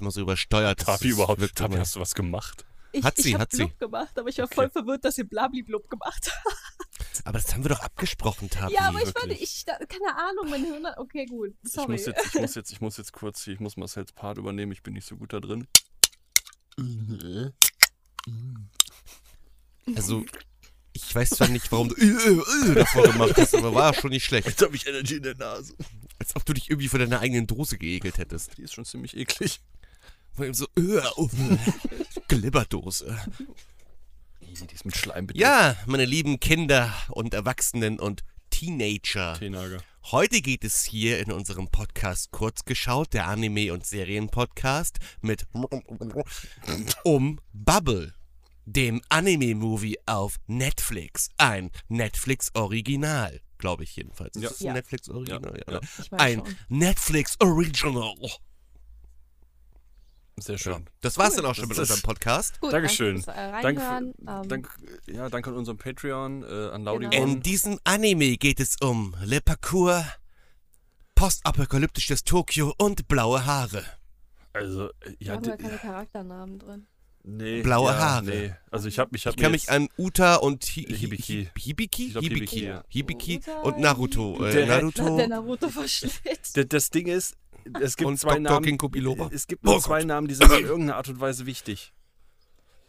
immer so übersteuert. Das Tapi überhaupt. wirkt Tapi, immer- hast du was gemacht? Ich, Hat ich sie, hab hat sie. Blub gemacht, aber ich war voll verwirrt, dass ihr Blabliblub gemacht habt. Aber das haben wir doch abgesprochen, Tapi. Ja, aber ich meine, wirklich. ich, da, keine Ahnung, mein Hirn hat, okay, gut, Ich sorry. muss, jetzt, ich, muss jetzt, ich muss jetzt kurz, ich muss Marcells Part übernehmen, ich bin nicht so gut da drin. Also, ich weiß zwar nicht, warum du äh, äh, davor gemacht hast, aber war schon nicht schlecht. Jetzt habe ich Energy in der Nase. Als ob du dich irgendwie von deiner eigenen Dose geekelt hättest. Die ist schon ziemlich eklig. Von eben so, äh, äh, Glibberdose. Die ist mit Schleim bedeckt. Ja, meine lieben Kinder und Erwachsenen und Teenager. Teenager. Heute geht es hier in unserem Podcast Kurzgeschaut, der Anime- und Serienpodcast, mit um Bubble, dem Anime-Movie auf Netflix. Ein Netflix-Original, glaube ich jedenfalls. Ja. Ist das ein Ja. Netflix-Original? Ja. Ja. Ich meine Ein schon. Netflix-Original. Oh, Sehr Ja. schön. Das war's Cool. dann auch schon mit Das ist- unserem Podcast. Gut, Dankeschön. danke fürs, äh, Danke, Reinhören. ähm, danke, ja, danke an unserem Patreon, äh, an Laudi Genau. In diesem Anime geht es um Le Parcours, postapokalyptisches Tokio und blaue Haare. Also, äh, Wir ja, haben ja di- keine Charakternamen drin. nee, Blaue ja, Haare. Nee. Also ich habe mich, hab Ich kann mir mich jetzt- an Uta und Hi Hibiki. Hi- Hibiki? Ich glaub, Hibiki, Hibiki, ja. Hibiki Uta, und Naruto. Äh, Der- Hat der Naruto. Naruto verschlägt. D- Das Ding ist, es gibt Und zwei Dr. Namen. Ginkgo Biloba. Es gibt Oh nur Gott. zwei Namen, die sind in irgendeiner Art und Weise wichtig.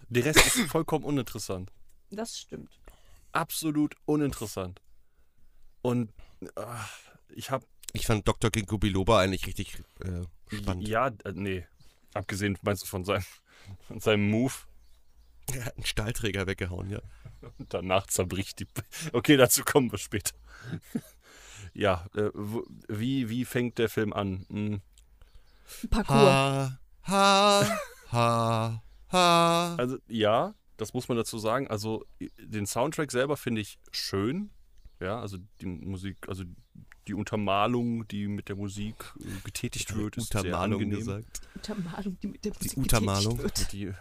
Der Rest ist vollkommen uninteressant. Das stimmt. Absolut uninteressant. Und ah, ich habe Ich fand Dr. Ginkgo Biloba eigentlich richtig äh, spannend. ja, äh, nee, abgesehen meinst du von seinem, von seinem Move. Er hat einen Stahlträger weggehauen, ja. Danach zerbricht die. Okay, dazu kommen wir später. Ja, äh, wo- wie, wie fängt der Film an? Hm, Parkour. Ha, ha, ha, ha. Also, ja, das muss man dazu sagen. Also, den Soundtrack selber finde ich schön. Ja, also die Musik, also die Untermalung, die mit der Musik äh, getätigt wird, ist sehr Uta-Malung angenehm. gesagt. Untermalung, die mit der Musik Untermalung. getätigt wird. Die. äh,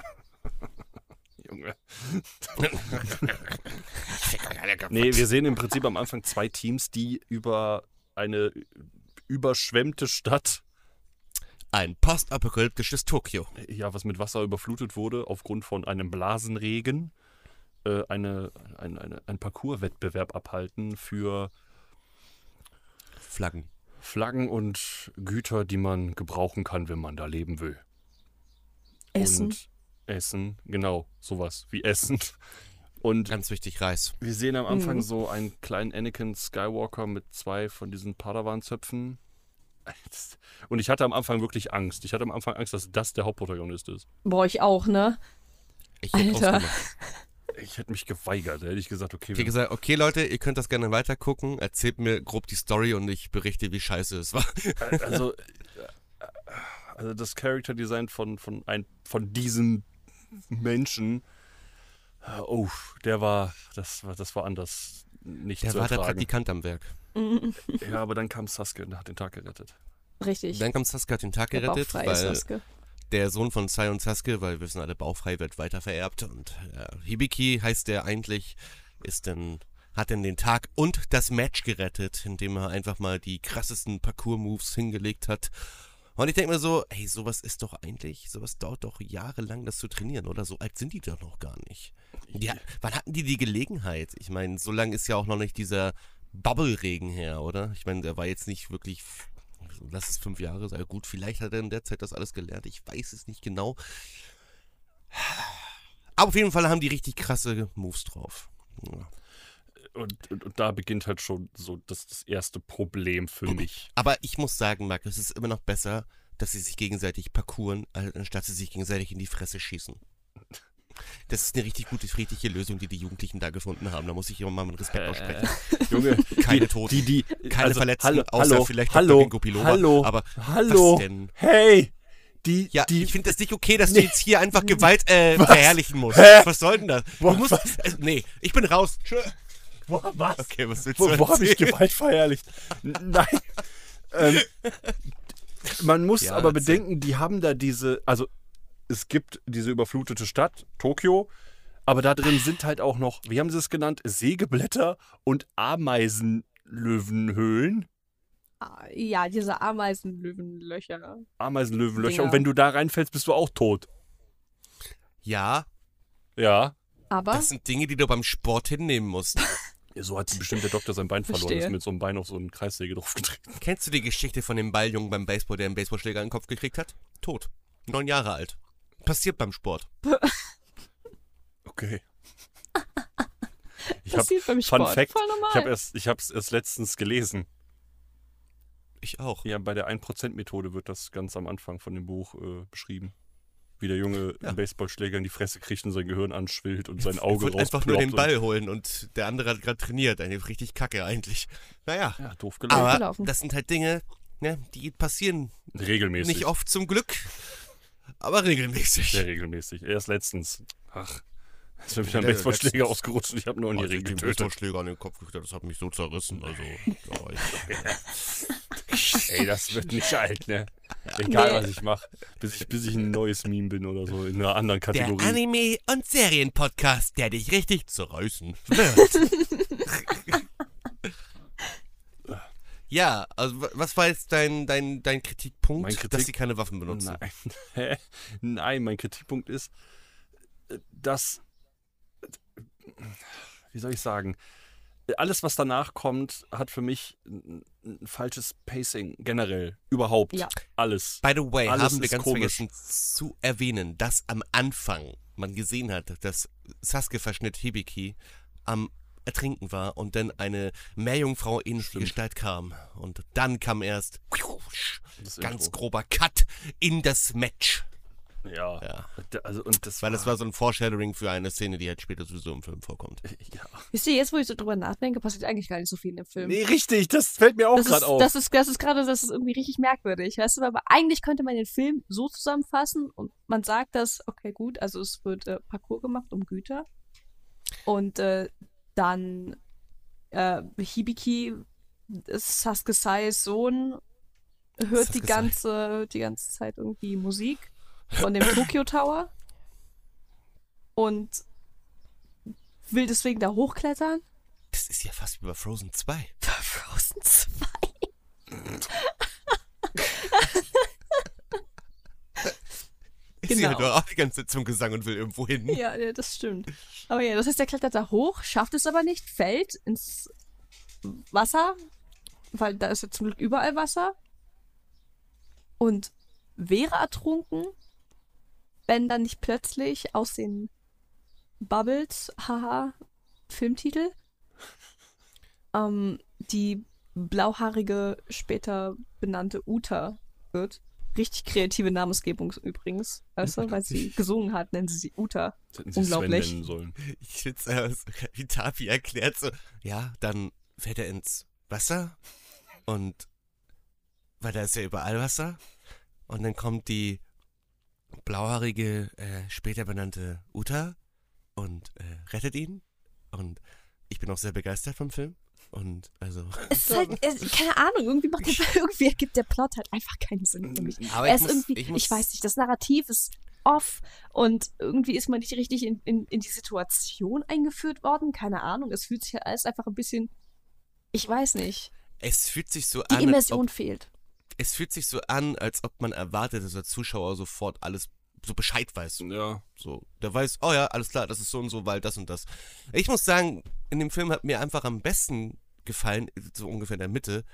Junge. nee, wir sehen im Prinzip am Anfang zwei Teams, die über eine überschwemmte Stadt, Ein postapokalyptisches Tokio. äh, ja, was mit Wasser überflutet wurde, aufgrund von einem Blasenregen, äh, eine, ein, eine, ein Parcourswettbewerb abhalten für Flaggen. Flaggen und Güter, die man gebrauchen kann, wenn man da leben will. Essen. Und Essen, genau, sowas wie Essen. Und Ganz wichtig, Reis. wir sehen am Anfang Mhm. so einen kleinen Anakin Skywalker mit zwei von diesen Padawan-Zöpfen. Und ich hatte am Anfang wirklich Angst. Ich hatte am Anfang Angst, dass das der Hauptprotagonist ist. Boah, ich auch, ne? Ich hätte Alter. ausgemacht. Ich hätte mich geweigert. Da hätte ich gesagt, okay, Ich hätte wir, gesagt, okay Leute, ihr könnt das gerne weitergucken, erzählt mir grob die Story und ich berichte, wie scheiße es war. also, äh, also das Character Design von, von, ein, von diesem Menschen, äh, oh, der war, das war, das war anders nicht Der zu war der ertragen. Praktikant am Werk. Mhm. Ja, aber dann kam Sasuke und hat den Tag gerettet. Richtig. Dann kam Sasuke hat den Tag Der gerettet, bauchfreie weil Sasuke. der Sohn von Sai und Sasuke, weil wir wissen alle, bauchfrei wird weitervererbt und äh, Hibiki heißt der eigentlich, ist denn, hat denn den Tag und das Match gerettet, indem er einfach mal die krassesten Parkour-Moves hingelegt hat. Und ich denke mir so, hey, sowas ist doch eigentlich, sowas dauert doch jahrelang, das zu trainieren, oder? So alt sind die doch noch gar nicht. Ja, wann hatten die die Gelegenheit? Ich meine, so lange ist ja auch noch nicht dieser Bubble-Regen her, oder? Ich meine, der war jetzt nicht wirklich, f- lass es fünf Jahre sein. Gut, vielleicht hat er in der Zeit das alles gelernt, ich weiß es nicht genau. Aber auf jeden Fall haben die richtig krasse Moves drauf. Ja. Und, und, und da beginnt halt schon so das, das erste Problem für mich. Aber ich muss sagen, Marc, es ist immer noch besser, dass sie sich gegenseitig parkouren, als- anstatt sie sich gegenseitig in die Fresse schießen. Das ist eine richtig gute friedliche Lösung, die die Jugendlichen da gefunden haben. Da muss ich immer mal mit Äh, Respekt aussprechen. Junge, Keine die, Toten. Die, die, also, Keine Verletzten, hallo, außer hallo, vielleicht Dr. hallo, Bingo Biloba, Hallo, aber hallo, was denn? hey, die, Ja, die, ich finde das nicht okay, dass du Nee. jetzt hier einfach Gewalt äh, verherrlichen musst. Hä? Was soll denn das? Du Boah, musst, was? äh, nee, ich bin raus. Tschö. wo, was? Okay, was willst du wo, wo habe ich erzählen? Gewalt verherrlicht? N- Nein. ähm, man muss Ja, aber erzähl. bedenken, die haben da diese, also es gibt diese überflutete Stadt, Tokio, aber da drin sind halt auch noch, wie haben sie es genannt, Sägeblätter und Ameisenlöwenhöhlen. Ah, Ja, diese Ameisenlöwenlöcher. Ameisenlöwenlöcher. Dinger. Und wenn du da reinfällst, bist du auch tot. Ja, Ja. Aber das sind Dinge, die du beim Sport hinnehmen musst. So hat bestimmt der Doktor sein Bein verloren. Verstehe. Ist mit so einem Bein auf so einen Kreissäge draufgetreten. Kennst du die Geschichte von dem Balljungen beim Baseball, der einen Baseballschläger in den Kopf gekriegt hat? Tot. Neun Jahre alt. Passiert beim Sport. Okay. Ich habe passiert beim Fun Sport. Fact, Voll normal. ich hab erst, ich hab's erst letztens gelesen. Ich auch. Ja, bei der 1%-Methode wird das ganz am Anfang von dem Buch äh, beschrieben. Wie der Junge Ja. einen Baseballschläger in die Fresse kriegt und sein Gehirn anschwillt und sein Ich Auge wollte einfach nur den rausploppt Ball holen und der andere hat gerade trainiert. Eigentlich richtig kacke eigentlich. Naja. Und, ja, doof gelaufen. Aber gelaufen. das sind halt Dinge, ne, die passieren regelmäßig. nicht oft zum Glück, aber regelmäßig. Sehr regelmäßig. Erst letztens. Ach, ist mir wieder ein Ja, Baseballschläger letztens. ausgerutscht und ich habe nur in die Als ich Regel den getötet. Baseballschläger an den Kopf gekriegt habe, das hat mich so zerrissen. Also, ja, ich, Ey, das wird nicht alt, ne? Egal, Nee. was ich mache. Bis ich, bis ich ein neues Meme bin oder so, in einer anderen Der Kategorie. Anime- und Serienpodcast, der dich richtig zerreißen wird. ja, also wa- was war jetzt dein, dein, dein Kritikpunkt, Mein Kritik- dass sie keine Waffen benutzen? Nein. Hä? Nein, mein Kritikpunkt ist, äh, dass, äh, wie soll ich sagen, alles, was danach kommt, hat für mich ein, ein falsches Pacing generell. Überhaupt. Ja. Alles. By the way, Alles haben wir ist ganz komisch. vergessen zu erwähnen, dass am Anfang man gesehen hat, dass Sasuke-Verschnitt Hibiki am Ertrinken war und dann eine Meerjungfrau-ähnliche Stimmt. Gestalt kam. Und dann kam erst Das ganz Intro. grober Cut in das Match. Ja. Ja. Da- Also, und das Weil das war so ein Foreshadowing für eine Szene, die halt später sowieso im Film vorkommt. Ja. wisst ihr, jetzt wo ich so drüber nachdenke, passiert eigentlich gar nicht so viel in dem Film. Nee, richtig, das fällt mir auch das, ist, gerade auf. das ist das ist gerade das ist irgendwie richtig merkwürdig, weißt du, aber eigentlich könnte man den Film so zusammenfassen und man sagt das, okay, gut, also es wird äh, Parcours gemacht um Güter und äh, dann äh, Hibiki ist Sasuke Sai's Sohn hört die Sasuke Sai. ganze die ganze Zeit irgendwie Musik von dem Tokyo Tower und will deswegen da hochklettern. Das ist ja fast wie bei Frozen 2. Frozen 2. Ist sie Genau. halt auch die ganze Zeit zum Gesang und will irgendwo hin. Ja, ja, das stimmt. Aber ja, das heißt, er klettert da hoch, schafft es aber nicht, fällt ins Wasser, weil da ist ja zum Glück überall Wasser. Und wäre ertrunken, wenn dann nicht plötzlich aus den Bubbles, haha, Filmtitel, ähm, die blauhaarige, später benannte Uta wird. Richtig kreative Namensgebung übrigens. Weißt du, weil sie gesungen hat, nennen sie sie Uta. Das hätten sie Sven unglaublich. nennen sollen. Ich find's äh, so geil, wie Tapi erklärt so, ja, dann fährt er ins Wasser und weil da ist ja überall Wasser und dann kommt die blauhaarige, äh, später benannte Uta und äh, rettet ihn und ich bin auch sehr begeistert vom Film und also... Es ist halt, es, keine Ahnung, irgendwie, macht der, irgendwie ergibt der Plot halt einfach keinen Sinn für mich. Aber Er ich ist muss- irgendwie, ich, muss- weiß nicht, das Narrativ ist off und irgendwie ist man nicht richtig in, in, in die Situation eingeführt worden. Keine Ahnung, es fühlt sich halt alles einfach ein bisschen, ich weiß nicht, Es fühlt sich so die an, als ob Immersion fehlt. es fühlt sich so an, als ob man erwartet, dass der Zuschauer sofort alles so Bescheid weiß. Ja. So, der weiß, oh ja, alles klar, das ist so und so, weil das und das. Ich muss sagen, in dem Film hat mir einfach am besten gefallen, so ungefähr in der Mitte,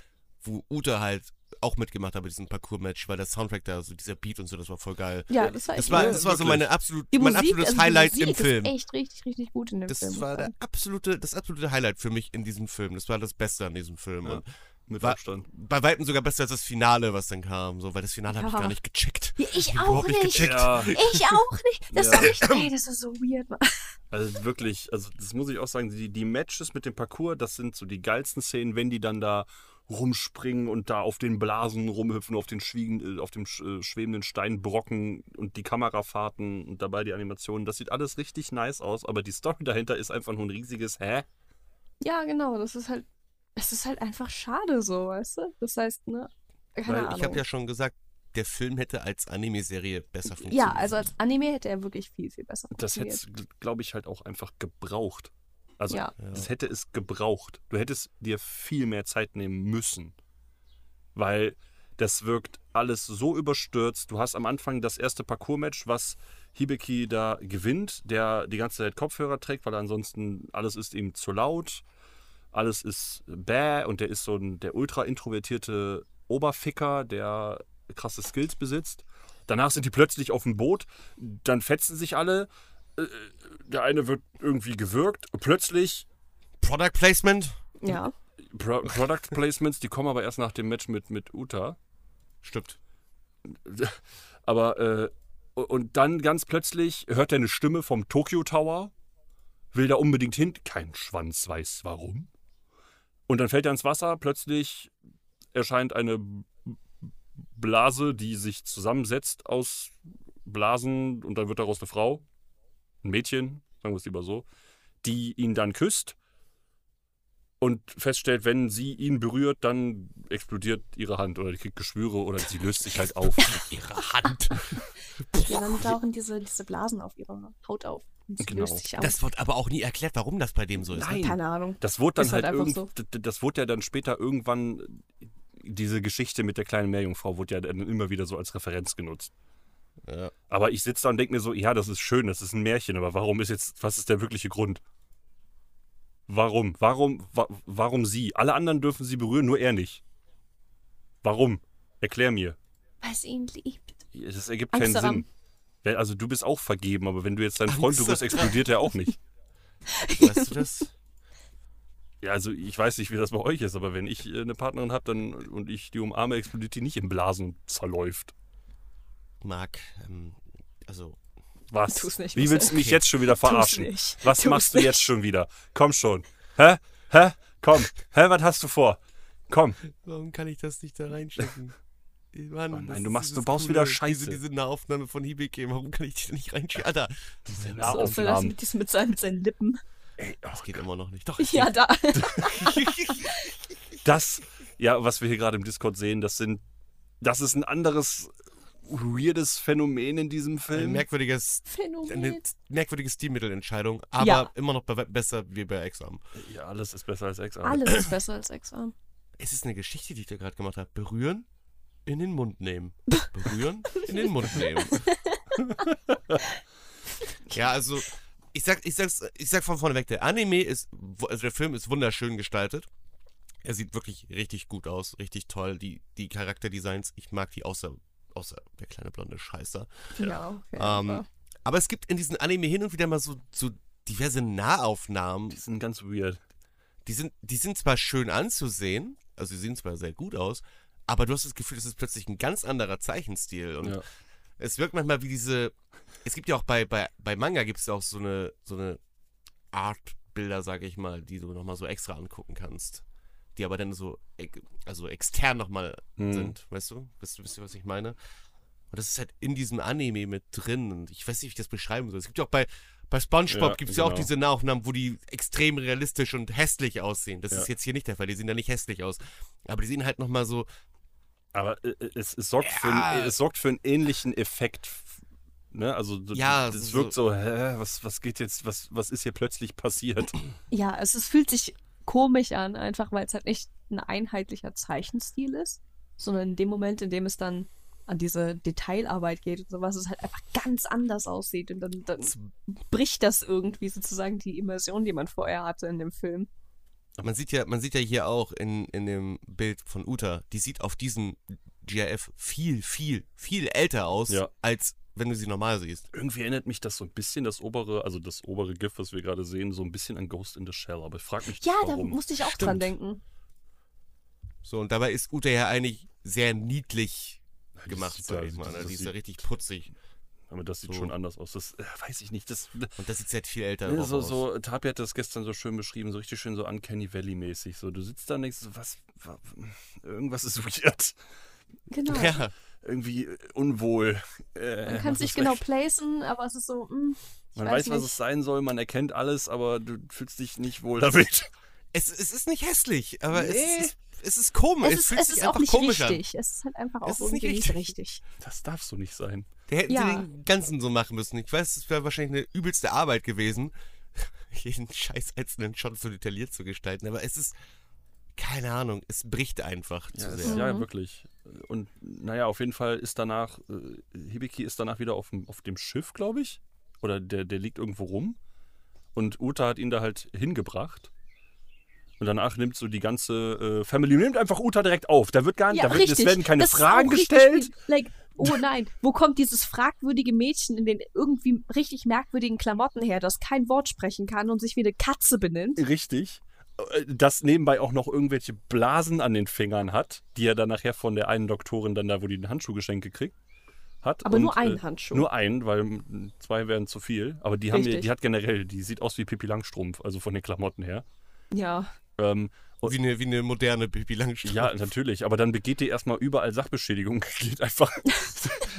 wo Ute halt auch mitgemacht hat bei diesem Parkour-Match, weil der Soundtrack da, so dieser Beat und so, das war voll geil. Ja, das war Das echt war, cool. das war so Wirklich. meine absolut, die mein Musik, absolutes also die Highlight Musik im Film. ist echt richtig, richtig gut in dem Das Film. muss war ich der sagen. absolute, das absolute Highlight für mich in diesem Film. Das war das Beste an diesem Film. Ja. Und Mit Wa- Abstand. bei Weitem sogar besser als das Finale, was dann kam, so, weil das Finale habe ich Ja. gar nicht gecheckt. Ja, ich hab auch überhaupt nicht. gecheckt. Ja, Ich auch nicht. Das Ja. war echt, ey, das ist so weird. Mann. also wirklich, also das muss ich auch sagen, die, die Matches mit dem Parcours, das sind so die geilsten Szenen, wenn die dann da rumspringen und da auf den Blasen rumhüpfen, auf den schwiegen, äh, auf dem sch- äh, schwebenden Steinbrocken und die Kamerafahrten und dabei die Animationen, das sieht alles richtig nice aus, aber die Story dahinter ist einfach nur ein riesiges Hä? Ja, genau, das ist halt, es ist halt einfach schade so, weißt du? Das heißt, ne, keine Weil Ahnung. Ich habe ja schon gesagt, der Film hätte als Anime-Serie besser funktioniert. Ja, also als Anime hätte er wirklich viel, viel besser Das hätte funktioniert. glaube ich, halt auch einfach gebraucht. Also ja, Ja. Das hätte es gebraucht. Du hättest dir viel mehr Zeit nehmen müssen. Weil das wirkt alles so überstürzt. Du hast am Anfang das erste Parcours-Match, was Hibiki da gewinnt, der die ganze Zeit Kopfhörer trägt, weil ansonsten alles ist ihm zu laut. Alles ist bäh und der ist so ein, der ultra introvertierte Oberficker, der krasse Skills besitzt. Danach sind die plötzlich auf dem Boot, dann fetzen sich alle. Äh, Der eine wird irgendwie gewürgt. Plötzlich Product Placement? Ja. Pro Product Placements, die kommen aber erst nach dem Match mit, mit Uta. Stimmt. Aber äh, und dann ganz plötzlich hört er eine Stimme vom Tokyo Tower, will da unbedingt hin, kein Schwanz weiß warum. Und dann fällt er ins Wasser, plötzlich erscheint eine Blase, die sich zusammensetzt aus Blasen und dann wird daraus eine Frau, ein Mädchen, sagen wir es lieber so, die ihn dann küsst und feststellt, wenn sie ihn berührt, dann explodiert ihre Hand oder die kriegt Geschwüre oder sie löst sich halt auf. Ihre Hand. ja dann tauchen diese, diese Blasen auf ihrer Haut auf. Und sie Genau. löst sich auf. Das wird aber auch nie erklärt, warum das bei dem so ist. ne? Nein. Keine Ahnung. Das wurde dann Ist halt, halt einfach irgend, so. d- d- das wurde ja dann später irgendwann diese Geschichte mit der kleinen Meerjungfrau wurde ja dann immer wieder so als Referenz genutzt. Ja. Aber ich sitze da und denke mir so, ja, das ist schön, das ist ein Märchen, aber warum ist jetzt, was ist der wirkliche Grund? Warum? Warum? Wa warum sie? Alle anderen dürfen sie berühren, nur er nicht. Warum? Erklär mir. Weil sie ihn liebt. Das ergibt Angst keinen daran. Sinn. Wer- Also du bist auch vergeben, aber wenn du jetzt deinen Freund Angst berührst, daran. explodiert er auch nicht. Weißt du das? Ja, also ich weiß nicht, wie das bei euch ist, aber wenn ich äh, eine Partnerin habe dann und ich die umarme, explodiert die nicht im Blasen zerläuft. Marc, ähm, also Was? Tu's nicht, wie Marcel. willst du mich Okay. jetzt schon wieder verarschen? nicht. Was Tu's machst du nicht. jetzt schon wieder? Komm schon. Hä? Hä? Komm. Hä, was hast du vor? Komm. Warum kann ich das nicht da reinstecken? Mann, Oh nein, das du ist machst- du das baust wieder Coole. Scheiße. Diese, diese Nahaufnahme von Hibiki, warum kann ich die nicht reinschieben? Alter, diese Ja, so, auf so den das Arm. mit, diesem- mit, seinen, mit seinen Lippen. Ey, oh, das geht immer noch nicht. Doch, es Ja, geht. da. das, ja, was wir hier gerade im Discord sehen, das sind, das ist ein anderes weirdes Phänomen in diesem ein Film. merkwürdiges, eine Phänomen. merkwürdige Stilmittelentscheidung, aber Ja. immer noch be besser wie bei Examen. Ja, alles ist besser als Ex. aber- Alles ist besser als Examen. Es ist eine Geschichte, die ich da gerade gemacht habe. Berühren, in den Mund nehmen. Berühren, in den Mund nehmen. ja, also ich sag, ich sag's, ich sag von vorne weg, der Anime ist, wu- also der Film ist wunderschön gestaltet. Er sieht wirklich richtig gut aus, richtig toll. Die, die Charakterdesigns, ich mag die außer, außer der kleine blonde Scheißer. Genau. Ja, Ähm, aber- aber es gibt in diesen Anime hin und wieder mal so, so diverse Nahaufnahmen, Die sind ganz weird. die sind, die sind zwar schön anzusehen, also sie sehen zwar sehr gut aus, aber du hast das Gefühl, es ist plötzlich ein ganz anderer Zeichenstil. Und Ja. es wirkt manchmal wie diese. Es gibt ja auch bei, bei, bei Manga gibt es ja auch so eine, so eine Art Bilder, sage ich mal, die du nochmal so extra angucken kannst. Die aber dann so, ex- also extern nochmal Hm. sind, weißt du? Wisst, wisst ihr, was ich meine? Und das ist halt in diesem Anime mit drin. Und ich weiß nicht, wie ich das beschreiben soll. Es gibt ja auch bei, bei Spongebob Ja, gibt es ja auch genau. diese Nahaufnahmen, wo die extrem realistisch und hässlich aussehen. Das Ja. ist jetzt hier nicht der Fall. Die sehen ja nicht hässlich aus. Aber die sehen halt nochmal so, Aber äh, es, es, sorgt für Ja. einen, es sorgt für einen ähnlichen Effekt. Ne? Also d- Ja, d- es so- wirkt so, hä, was, was geht jetzt, was, was ist hier plötzlich passiert? ja es, es fühlt sich komisch an, einfach weil es halt nicht ein einheitlicher Zeichenstil ist, sondern in dem Moment, in dem es dann an diese Detailarbeit geht und sowas, es halt einfach ganz anders aussieht und dann, dann bricht das irgendwie sozusagen die Immersion, die man vorher hatte in dem Film. Man sieht ja, man sieht ja hier auch in, in dem Bild von Uta, die sieht auf diesem GIF viel, viel, viel älter aus, Ja. als wenn du sie normal siehst. Irgendwie erinnert mich das so ein bisschen, das obere, also das obere GIF, was wir gerade sehen, so ein bisschen an Ghost in the Shell. Aber ich frage mich, Ja, da warum. musste ich auch Stimmt. dran denken. So, und dabei ist Uta ja eigentlich sehr niedlich Ja, das gemacht, sieht sag da- ich mal. das- ne? das Die ist ja sieht- richtig putzig. Aber das sieht so. schon anders aus. Das äh, weiß ich nicht. Das, Und das sieht halt viel älter ne, auch so, aus. so, Tapi hat das gestern so schön beschrieben, so richtig schön so Uncanny Valley-mäßig. So, du sitzt da und denkst, so, was, wa- irgendwas ist weird. Genau. Ja, Irgendwie äh, unwohl. Äh, Man kann was sich ist genau weg? placen, aber es ist so, hm, ich Man weiß, weiß, was nicht. es sein soll, man erkennt alles, aber du fühlst dich nicht wohl damit. es, es ist nicht hässlich, aber Nee. es, ist, es ist komisch. Es, es ist, fühlt es sich ist einfach auch nicht komisch an. richtig. Es ist halt einfach auch Es ist nicht irgendwie nicht richtig. Das darf so nicht sein. Der hätten sie Ja. den ganzen so machen müssen. Ich weiß, es wäre wahrscheinlich eine übelste Arbeit gewesen, jeden scheiß einzelnen Shot so detailliert zu gestalten, aber es ist keine Ahnung, es bricht einfach Ja, zu es- sehr. Mhm. ja, wirklich. Und naja, auf jeden Fall ist danach, äh, Hibiki ist danach wieder auf dem, auf dem Schiff, glaube ich. Oder der, der liegt irgendwo rum. Und Uta hat ihn da halt hingebracht. Und danach nimmt so die ganze äh, Family, nimmt einfach Uta direkt auf. Da wird gar nicht, Ja, da wird, es richtig. werden keine Das ist Fragen auch richtig gestellt. weird. Like, oh nein, wo kommt dieses fragwürdige Mädchen in den irgendwie richtig merkwürdigen Klamotten her, das kein Wort sprechen kann und sich wie eine Katze benimmt? Richtig. Äh, Das nebenbei auch noch irgendwelche Blasen an den Fingern hat, die er dann nachher von der einen Doktorin dann da, wo die den Handschuh geschenkt gekriegt hat. Aber Und, nur einen äh, Handschuh. Nur einen, weil mm, zwei wären zu viel. Aber die, haben, Richtig. ja- die hat generell, die sieht aus wie Pippi Langstrumpf, also von den Klamotten her. ja. Ähm, Wie eine, wie eine moderne Baby Langstrumpf. ja, natürlich, aber dann begeht die erstmal überall Sachbeschädigung, geht einfach,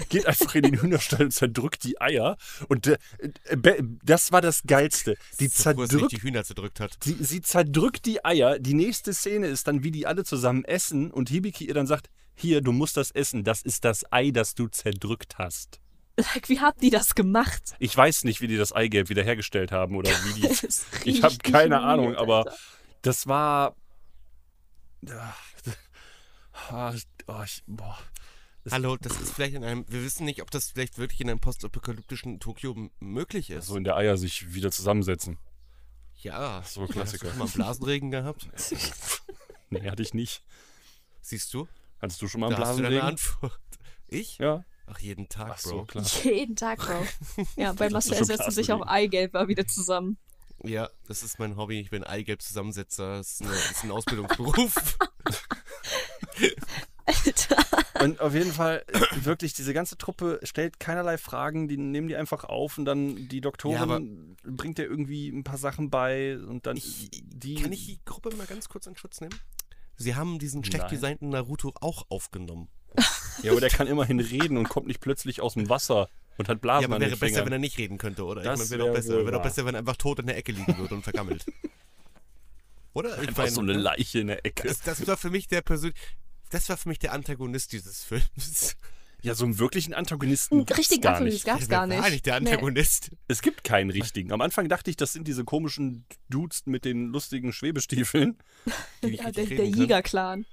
geht einfach in den Hühnerstall und zerdrückt die Eier. Und äh, äh, be- das war das Geilste. Die Zerdrückt. Nicht zerdrückt die Hühner zerdrückt hat. Sie, sie zerdrückt die Eier. Die nächste Szene ist dann, wie die alle zusammen essen und Hibiki ihr dann sagt, hier, du musst das essen. Das ist das Ei, das du zerdrückt hast. Like, wie hat die das gemacht? Ich weiß nicht, wie die das Eigelb wiederhergestellt haben oder wie die... Das ist ich habe richtig keine weird, Ahnung, aber Alter. das war... Ah, ah, Oh, ich, boah. Das- Hallo, das ist vielleicht in einem, wir wissen nicht, ob das vielleicht wirklich in einem postapokalyptischen Tokio m- möglich ist. So in der Eier sich wieder zusammensetzen. ja, so ein Klassiker. Hast du schon mal einen Blasenregen gehabt? Nee, hatte ich nicht. Siehst du? Hattest du schon mal Da einen hast du deine Blasenregen? Antwort. Ich? Ja. Ach, jeden Tag, Ach so, Bro. klar. Jeden Tag, Bro. Ja, bei Marcel schon setzen sich Blasenregen. auch Eigelber wieder zusammen. Ja, das ist mein Hobby. Ich bin Eigelb-Zusammensetzer. Das ist, eine, das ist ein Ausbildungsberuf. Alter. Und auf jeden Fall, äh, wirklich, diese ganze Truppe stellt keinerlei Fragen, die nehmen die einfach auf und dann Ja, die aber- Doktorin bringt ihr irgendwie ein paar Sachen bei und dann Ich- die. Kann ich die Gruppe mal ganz kurz in Schutz nehmen? Sie haben diesen schlecht Nein. designten Naruto auch aufgenommen. ja, aber der kann immerhin reden und kommt nicht plötzlich aus dem Wasser und hat Blasen ja, aber an wäre den besser, Fingern. wenn er nicht reden könnte, oder? Das ich meine, wäre doch wäre besser. wohl Wäre doch wahr. besser, wenn er einfach tot in der Ecke liegen würde und vergammelt. Oder? Ich Einfach so eine Leiche in der Ecke. das, das war für mich der persönlich. Das war für mich der Antagonist dieses Films. Ja, so einen wirklichen Antagonisten Einen gibt's richtigen gar Antagonist nicht. gab's gar nicht. War nicht der Nee. Antagonist. Es gibt keinen richtigen. Am Anfang dachte ich, das sind diese komischen Dudes mit den lustigen Schwebestiefeln. die nicht Ja, der richtig reden der können. Jäger-Clan.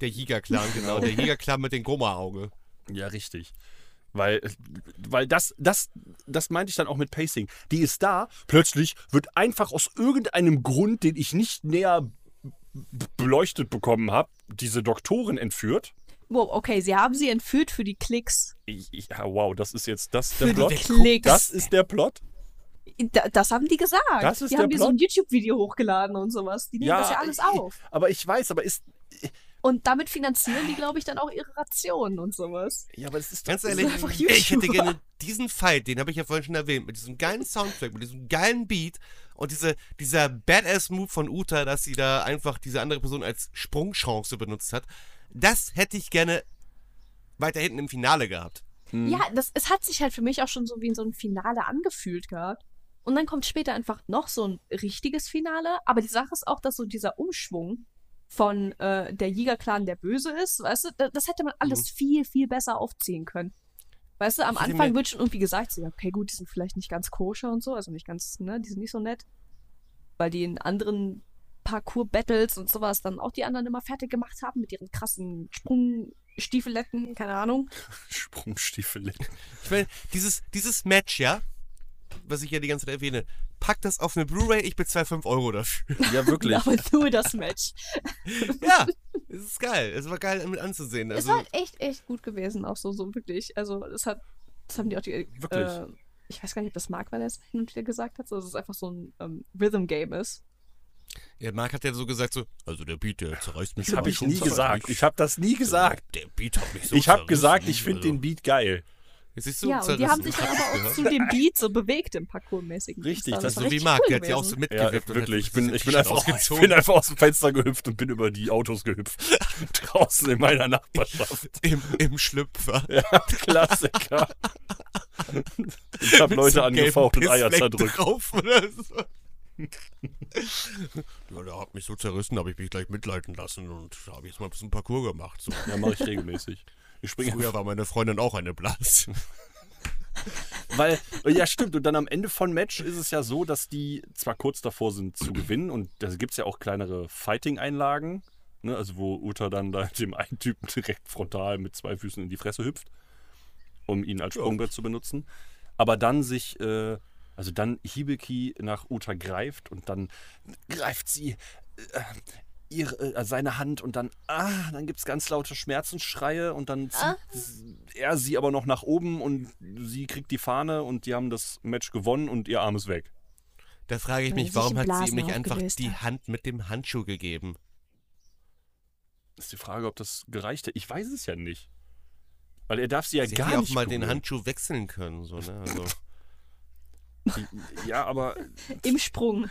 Der Jäger-Clan, genau. Der Jäger-Clan mit dem Goma-Auge. Ja, richtig. Weil, weil das, das, das meinte ich dann auch mit Pacing. Die ist da, plötzlich wird einfach aus irgendeinem Grund, den ich nicht näher b- beleuchtet bekommen habe, diese Doktorin entführt. Wow, okay, sie haben sie entführt für die Klicks. Ich, ich, ja, wow, das ist jetzt das der Für Plot. die Klicks. Das ist der Plot. Da, das haben die gesagt. Das ist die der haben die so ein Plot? YouTube-Video hochgeladen und sowas. Die nehmen das ja alles ich- auf. Aber ich weiß, aber ist. Und damit finanzieren die, glaube ich, dann auch ihre Rationen und sowas. Ja, aber es ist Ganz doch- ehrlich, einfach ich hätte YouTuber. gerne diesen Fight, den habe ich ja vorhin schon erwähnt, mit diesem geilen Soundtrack, mit diesem geilen Beat und diese, dieser Badass-Move von Uta, dass sie da einfach diese andere Person als Sprungchance benutzt hat. Das hätte ich gerne weiter hinten im Finale gehabt. Hm. Ja, das, es hat sich halt für mich auch schon so wie in so einem Finale angefühlt gehabt. Und dann kommt später einfach noch so ein richtiges Finale. Aber die Sache ist auch, dass so dieser Umschwung von äh, der Jägerclan, der böse ist, weißt du, da- das hätte man alles viel, viel besser aufziehen können. Weißt du, am Ich hätte Anfang mir- wird schon irgendwie gesagt, so, ja, okay, gut, die sind vielleicht nicht ganz koscher und so, also nicht ganz, ne, die sind nicht so nett. Weil die in anderen Parkour-Battles und sowas dann auch die anderen immer fertig gemacht haben mit ihren krassen Sprungstiefeletten, keine Ahnung. Sprungstiefel. Ich meine, dieses, dieses Match, ja, was ich ja die ganze Zeit erwähne, pack das auf eine Blu-ray, ich bezahle 5 Euro dafür. Ja, wirklich. Aber nur das Match. ja, es ist geil. Es war geil mit anzusehen. Es Also, war halt echt, echt gut gewesen, auch so, so wirklich. Also, das hat, das haben die auch die, äh, Wirklich? ich weiß gar nicht, ob das Mark, weil er es hin und wieder gesagt hat, so, dass es einfach so ein ähm, Rhythm-Game ist. ja, Marc hat ja so gesagt, so, also der Beat, der zerreißt mich Das habe mal ich schon nie zerreißt gesagt. mich. Ich habe das nie gesagt. Der Beat hat mich so Ich habe zerrissen. gesagt, ich finde Also, den Beat geil. Siehst du, ja, und die zerrissen. haben sich dann Hab's aber auch gehört. zu dem Beat so bewegt im Parkour-mäßigen. Richtig, Dings dann. das war so wie richtig Marc, cool der hat ja auch so gewesen. Ja, mitgewirkt. und hat wirklich. Ich sich bin, das ich, bin T-Shirt einfach, ich ausgezogen. bin einfach aus dem Fenster gehüpft und bin über die Autos gehüpft. Draußen in meiner Nachbarschaft. im, im Schlüpfer. Ja, Klassiker. Ich habe Mit Leute so einem gelben angefaucht und Eier Pissfleck zerdrückt. Drauf oder so. ja, der hat mich so zerrissen, habe ich mich gleich mitleiten lassen und habe jetzt mal ein bisschen Parcours gemacht. So. Ja, mache ich regelmäßig. Ich springe. Früher war meine Freundin auch eine Blase. Weil, äh, ja, stimmt. Und dann am Ende von Match ist es ja so, dass die zwar kurz davor sind zu gewinnen und da gibt es ja auch kleinere Fighting-Einlagen, Ne? Also wo Uta dann da dem einen Typen direkt frontal mit zwei Füßen in die Fresse hüpft, um ihn als Sprungbrett zu benutzen. Aber dann sich, äh, also dann Hibiki nach Uta greift und dann greift sie äh, ihre, äh, seine Hand und dann, ah, dann gibt es ganz laute Schmerzensschreie und dann zieht Ah. s- er sie aber noch nach oben und sie kriegt die Fahne und die haben das Match gewonnen und ihr Arm ist weg. Da frage ich Weil mich, er sich warum in hat sie ihm Blasen nicht einfach aufgelöst die hat. Hand mit dem Handschuh gegeben? Ist die Frage, ob das gereicht hätte. Ich weiß es ja nicht. Weil er darf sie ja Sie gar hätte ja auch nicht. mal den berühren. Handschuh wechseln können, so, ne? Also, Ja, aber Im Sprung.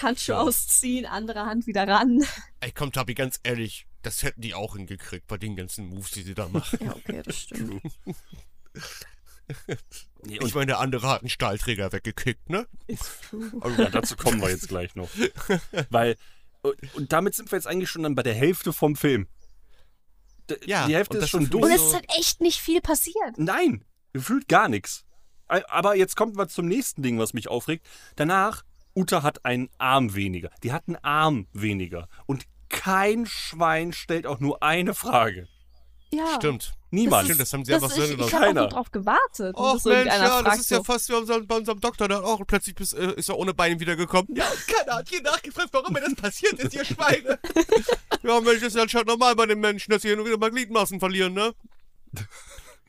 Handschuh Ja. ausziehen, andere Hand wieder ran. ey, komm, Tabi, ganz ehrlich, das hätten die auch hingekriegt bei den ganzen Moves, die sie da machen. Ja, okay, das stimmt. nee, ich und meine, der andere hat einen Stahlträger weggekickt, ne? Ist true. Oh, ja, dazu kommen wir jetzt gleich noch. Weil und, und damit sind wir jetzt eigentlich schon dann bei der Hälfte vom Film. D Ja, die Hälfte und ist das schon ist für mich durch. Und es so- ist halt echt nicht viel passiert. Nein, gefühlt gar nichts. Ei- Aber jetzt kommen wir zum nächsten Ding, was mich aufregt. Danach, Uta hat einen Arm weniger. Die hat einen Arm weniger. Und kein Schwein stellt auch nur eine Frage. Ja. Stimmt. Niemand. Stimmt, das haben sie das einfach ist, so Ich, ich gelassen. habe auch Keiner. nur drauf gewartet. Och dass Mensch, irgendeiner ja, das fragt ist so, ja fast wie unser, bei unserem Doktor, der hat auch plötzlich bis, äh, ist er ohne Beine wiedergekommen. Ja, keiner hat hier nachgefragt, warum mir das passiert ist, ihr Schweine. ja, Mensch, ist ja anscheinend normal bei den Menschen, dass sie hier nur wieder mal Gliedmaßen verlieren, ne?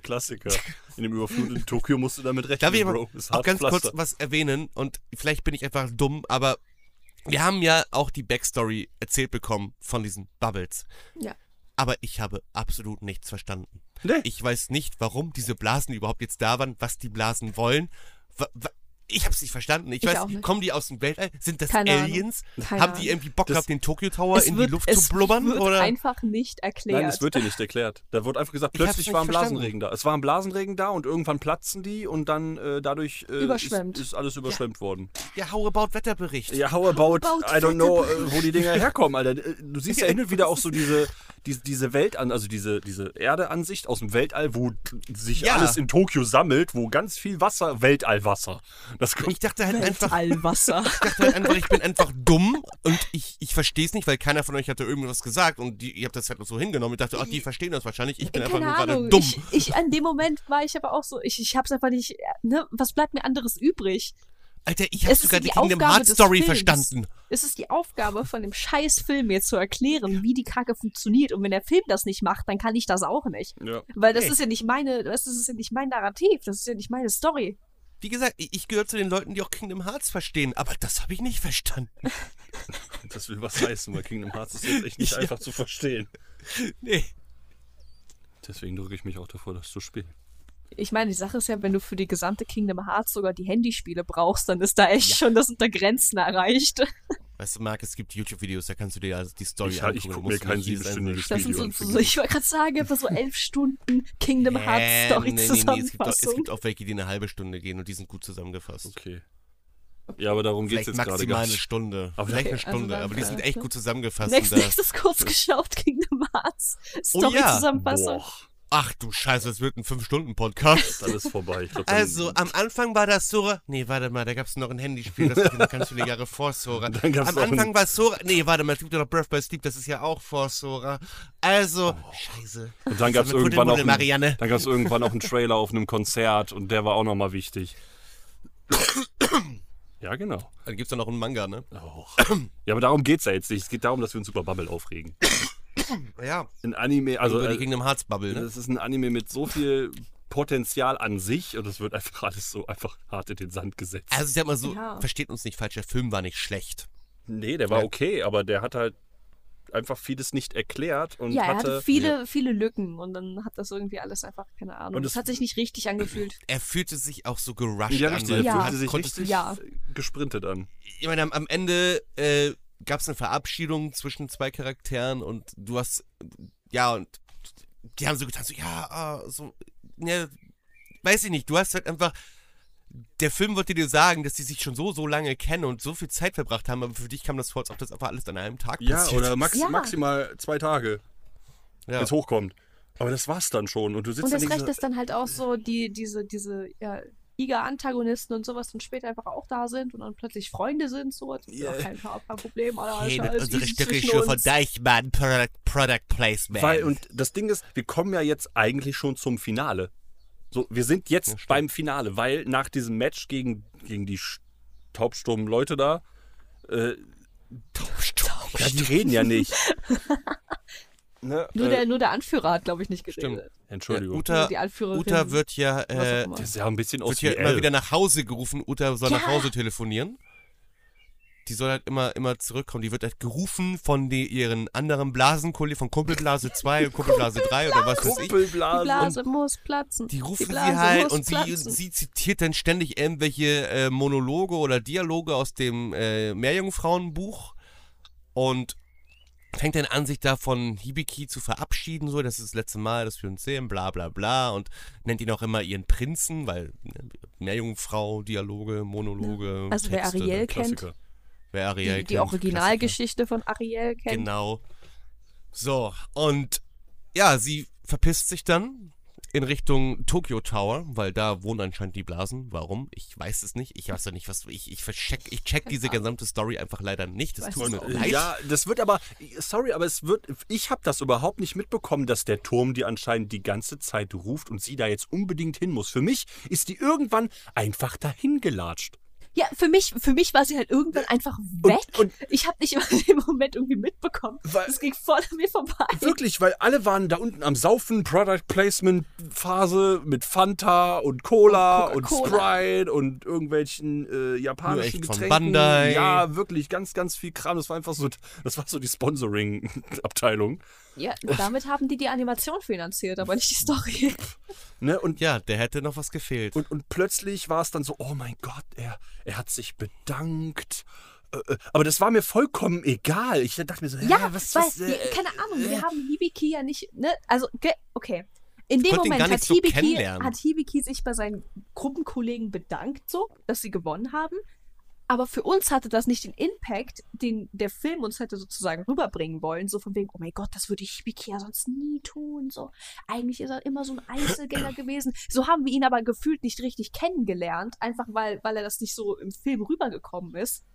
Klassiker. In dem überfluteten Tokio musst du damit rechnen, Darf ich aber Bro. Ist auch hartes ganz Pflaster. kurz was erwähnen? Und vielleicht bin ich einfach dumm, aber wir haben ja auch die Backstory erzählt bekommen von diesen Bubbles. Ja. Aber ich habe absolut nichts verstanden. Nee. Ich weiß nicht, warum diese Blasen überhaupt jetzt da waren, was die Blasen wollen. Wa- wa- Ich habe es nicht verstanden. Ich, Ich weiß, auch nicht. kommen die aus dem Weltall? Sind das Keine Ahnung. Aliens? Keine haben die Ahnung. irgendwie Bock Das- gehabt, den Tokyo Tower in die Luft zu blubbern? wird Oder? einfach nicht erklärt. Nein, es wird dir nicht erklärt. Da wird einfach gesagt, Ich hab's plötzlich nicht war ein verstanden. Blasenregen da. Es war ein Blasenregen da und irgendwann platzen die und dann äh, dadurch äh, Überschwemmt. Ist, ist alles überschwemmt worden. Ja, how about Wetterbericht? Ja, how about, How about I don't know, äh, wo die Dinger herkommen, Alter. Äh, Du siehst ja hin und wieder auch so diese, diese, diese Welt an, also diese, diese Erdeansicht aus dem Weltall, wo sich Ja. alles in Tokio sammelt, wo ganz viel Wasser, Weltallwasser. Das Ich kommt. dachte halt einfach, Allwasser. dachte halt einfach, ich bin einfach dumm und ich, ich verstehe es nicht, weil keiner von euch hatte irgendwas gesagt und die, ihr habt das halt nur so hingenommen. Ich dachte, ach, die verstehen das wahrscheinlich. Ich bin einfach nur Äh, Keine gerade Ahnung. dumm. Ich, ich an dem Moment war ich aber auch so, ich, ich hab's einfach nicht, ne, was bleibt mir anderes übrig? Alter, ich habe es ist sogar die die Kingdom Aufgabe Hearts des Story Films. verstanden. Es ist die Aufgabe von dem scheiß Film mir zu erklären, wie die Kacke funktioniert. Und wenn der Film das nicht macht, dann kann ich das auch nicht. Ja. Weil das Nee. ist ja nicht meine, das ist ja nicht mein Narrativ, das ist ja nicht meine Story. Wie gesagt, ich, ich gehöre zu den Leuten, die auch Kingdom Hearts verstehen, aber das habe ich nicht verstanden. Das will was heißen, weil Kingdom Hearts ist jetzt echt nicht Ja. einfach zu verstehen. Nee. Deswegen drücke ich mich auch davor, das zu spielen. Ich meine, die Sache ist ja, wenn du für die gesamte Kingdom Hearts sogar die Handyspiele brauchst, dann ist da echt schon das unter Grenzen erreicht. Weißt du, Marc, es gibt YouTube-Videos, da kannst du dir also die Story Ich- ich angucken. guck du mir musst kein nicht jedes einzelne- siebenstündiges Das sind Video so, anfangen. so ich wollte gerade sagen, etwa so elf Stunden Kingdom Hearts Äh, Story es, gibt auch, es Zusammenfassung. gibt auch welche, die eine halbe Stunde gehen und die sind gut zusammengefasst. Okay. Ja, aber darum geht es Vielleicht jetzt gerade maximal gar eine nicht. Stunde. Aber- Vielleicht eine Okay, also Stunde, dann- aber die sind echt gut zusammengefasst. Nächst, und äh, da- Oh nächstes kurz geschaut, Kingdom Hearts Story Zusammenfassung. Boah, Ach du Scheiße, das wird ein 5-Stunden-Podcast. dann ist vorbei. Ich glaub, dann- Also, am Anfang war das Sora. Nee, warte mal, da gab es noch ein Handyspiel, das war ganz viele Jahre vor Sora. Dann gab's am noch ein- Anfang war Sora. Nee, warte mal, es gibt ja noch Breath by Sleep, das ist ja auch vor Sora. Also, Scheiße. Oh. Und dann gab es Mit Kuddelmuddel, irgendwann, auch einen- Marianne. dann gab's irgendwann auch einen Trailer auf einem Konzert und der war auch nochmal wichtig. Ja, genau. Dann gibt's doch noch einen Manga, ne? Ja, aber darum geht's ja jetzt nicht. Es geht darum, dass wir uns über Bubble aufregen. Ja, Ein Anime, also über die äh, Kingdom Hearts Bubble, ne? das ist ein Anime mit so viel Potenzial an sich und es wird einfach alles so einfach hart in den Sand gesetzt. Also, ich sag mal so, Ja. versteht uns nicht falsch, der Film war nicht schlecht. nee, der war okay, aber der hat halt einfach vieles nicht erklärt und Ja, er hatte, hatte viele, viele Lücken und dann hat das irgendwie alles einfach, keine Ahnung. Und Und es- es hat sich nicht richtig angefühlt. Er fühlte sich auch so gerusht ja, an. richtig, weil der du Ja. fühlte hast- sich konntest- richtig Ja. gesprintet an. ich meine, am, am Ende äh, gab es eine Verabschiedung zwischen zwei Charakteren und du hast, ja, und die haben so getan, so, ja, ah, so, ne, weiß ich nicht, du hast halt einfach, der Film wollte dir sagen, dass die sich schon so, so lange kennen und so viel Zeit verbracht haben, aber für dich kam das vor, als ob das einfach alles an einem Tag Ja, passiert oder ist. max Ja. maximal zwei Tage, Ja. wenn's hochkommt. Aber das war's dann schon und du sitzt Und da das denkst Recht so, ist dann halt auch so, die, diese, diese, ja, Iga-Antagonisten und sowas dann später einfach auch da sind und dann plötzlich Freunde sind, sowas. Das ist Ja. auch kein, kein Problem. Alter, Hey, ist ja das alles unsere easy Stücke zwischen schon uns. von Deichmann, Product, Product Placement. Weil, und das Ding ist, wir kommen ja jetzt eigentlich schon zum Finale. So, wir sind jetzt beim Finale, weil nach diesem Match gegen, gegen die taubstummen Leute da, äh, ja, Äh, die reden ja nicht. ne? Nur, äh, der, nur der Anführer hat, glaube ich, nicht geredet. ja, Entschuldigung. Uta, Die Anführerin. Uta wird ja, Was auch äh, immer. das ist ja ein bisschen aus wird wie ja immer Elle. wieder nach Hause gerufen. Uta soll nach Ja. Hause telefonieren. Die soll halt immer, immer zurückkommen. Die wird halt gerufen von die, ihren anderen Blasenkollegen, von Kumpelblase 2 und Kumpelblase 3 oder was weiß ich. Die Kumpelblasen. Blase muss platzen. Die rufen Blase sie halt muss und sie, platzen. sie zitiert dann ständig irgendwelche äh, Monologe oder Dialoge aus dem äh, Meerjungfrauenbuch und fängt dann an, sich da von Hibiki zu verabschieden, so, das ist das letzte Mal, dass wir uns sehen, bla bla bla und nennt ihn auch immer ihren Prinzen, weil ne, Meerjungfrau, Dialoge, Monologe, Also wer Texte, ne, Ariel kennt, Klassiker. wer die, Ariel die kennt, Klassiker. Originalgeschichte von Ariel kennt. Genau. So, und ja, sie verpisst sich dann in Richtung Tokyo Tower, weil da wohnen anscheinend die Blasen. Warum? Ich weiß es nicht. Ich weiß doch nicht, was ich ich vercheck, ich check diese gesamte Story einfach leider nicht. Das Weiß tut mir ich auch auch leid. Ja, das wird aber, sorry, aber es wird, ich habe das überhaupt nicht mitbekommen, dass der Turm die anscheinend die ganze Zeit ruft und sie da jetzt unbedingt hin muss. Für mich ist die irgendwann einfach dahin gelatscht. Ja, für mich, für mich war sie halt irgendwann einfach weg. und- ich habe nicht mal den Moment irgendwie mitbekommen. Weil- Es ging voll an mir vorbei. Wirklich, weil alle waren da unten am Saufen, Product Placement Phase mit Fanta und Cola Und und, Coca-Cola. Sprite und irgendwelchen äh, japanischen Nur echt von Getränken. Bandai. Ja, wirklich, ganz, ganz viel Kram. Das war einfach so, das war so die Sponsoring-Abteilung. Ja, damit haben die die Animation finanziert, aber nicht die Story. Ne? Und Ja, der hätte noch was gefehlt. Und, und plötzlich war es dann so, oh mein Gott, er, er hat sich bedankt. Äh, äh, Aber das war mir vollkommen egal. Ich dachte mir so, hä, Ja, was weil, was, äh, wir, keine Ahnung, wir haben Hibiki ja nicht, ne, also, ge- okay. In dem Konnte ihn Moment gar hat, nicht so Hibiki, kennenlernen. hat Hibiki sich bei seinen Gruppenkollegen bedankt, so, dass sie gewonnen haben. Aber für uns hatte das nicht den Impact, den der Film uns hätte sozusagen rüberbringen wollen. So von wegen, oh mein Gott, das würde Hibiki ja sonst nie tun. So, eigentlich ist er immer so ein Einzelgänger gewesen. So haben wir ihn aber gefühlt nicht richtig kennengelernt, einfach weil, weil er das nicht so im Film rübergekommen ist.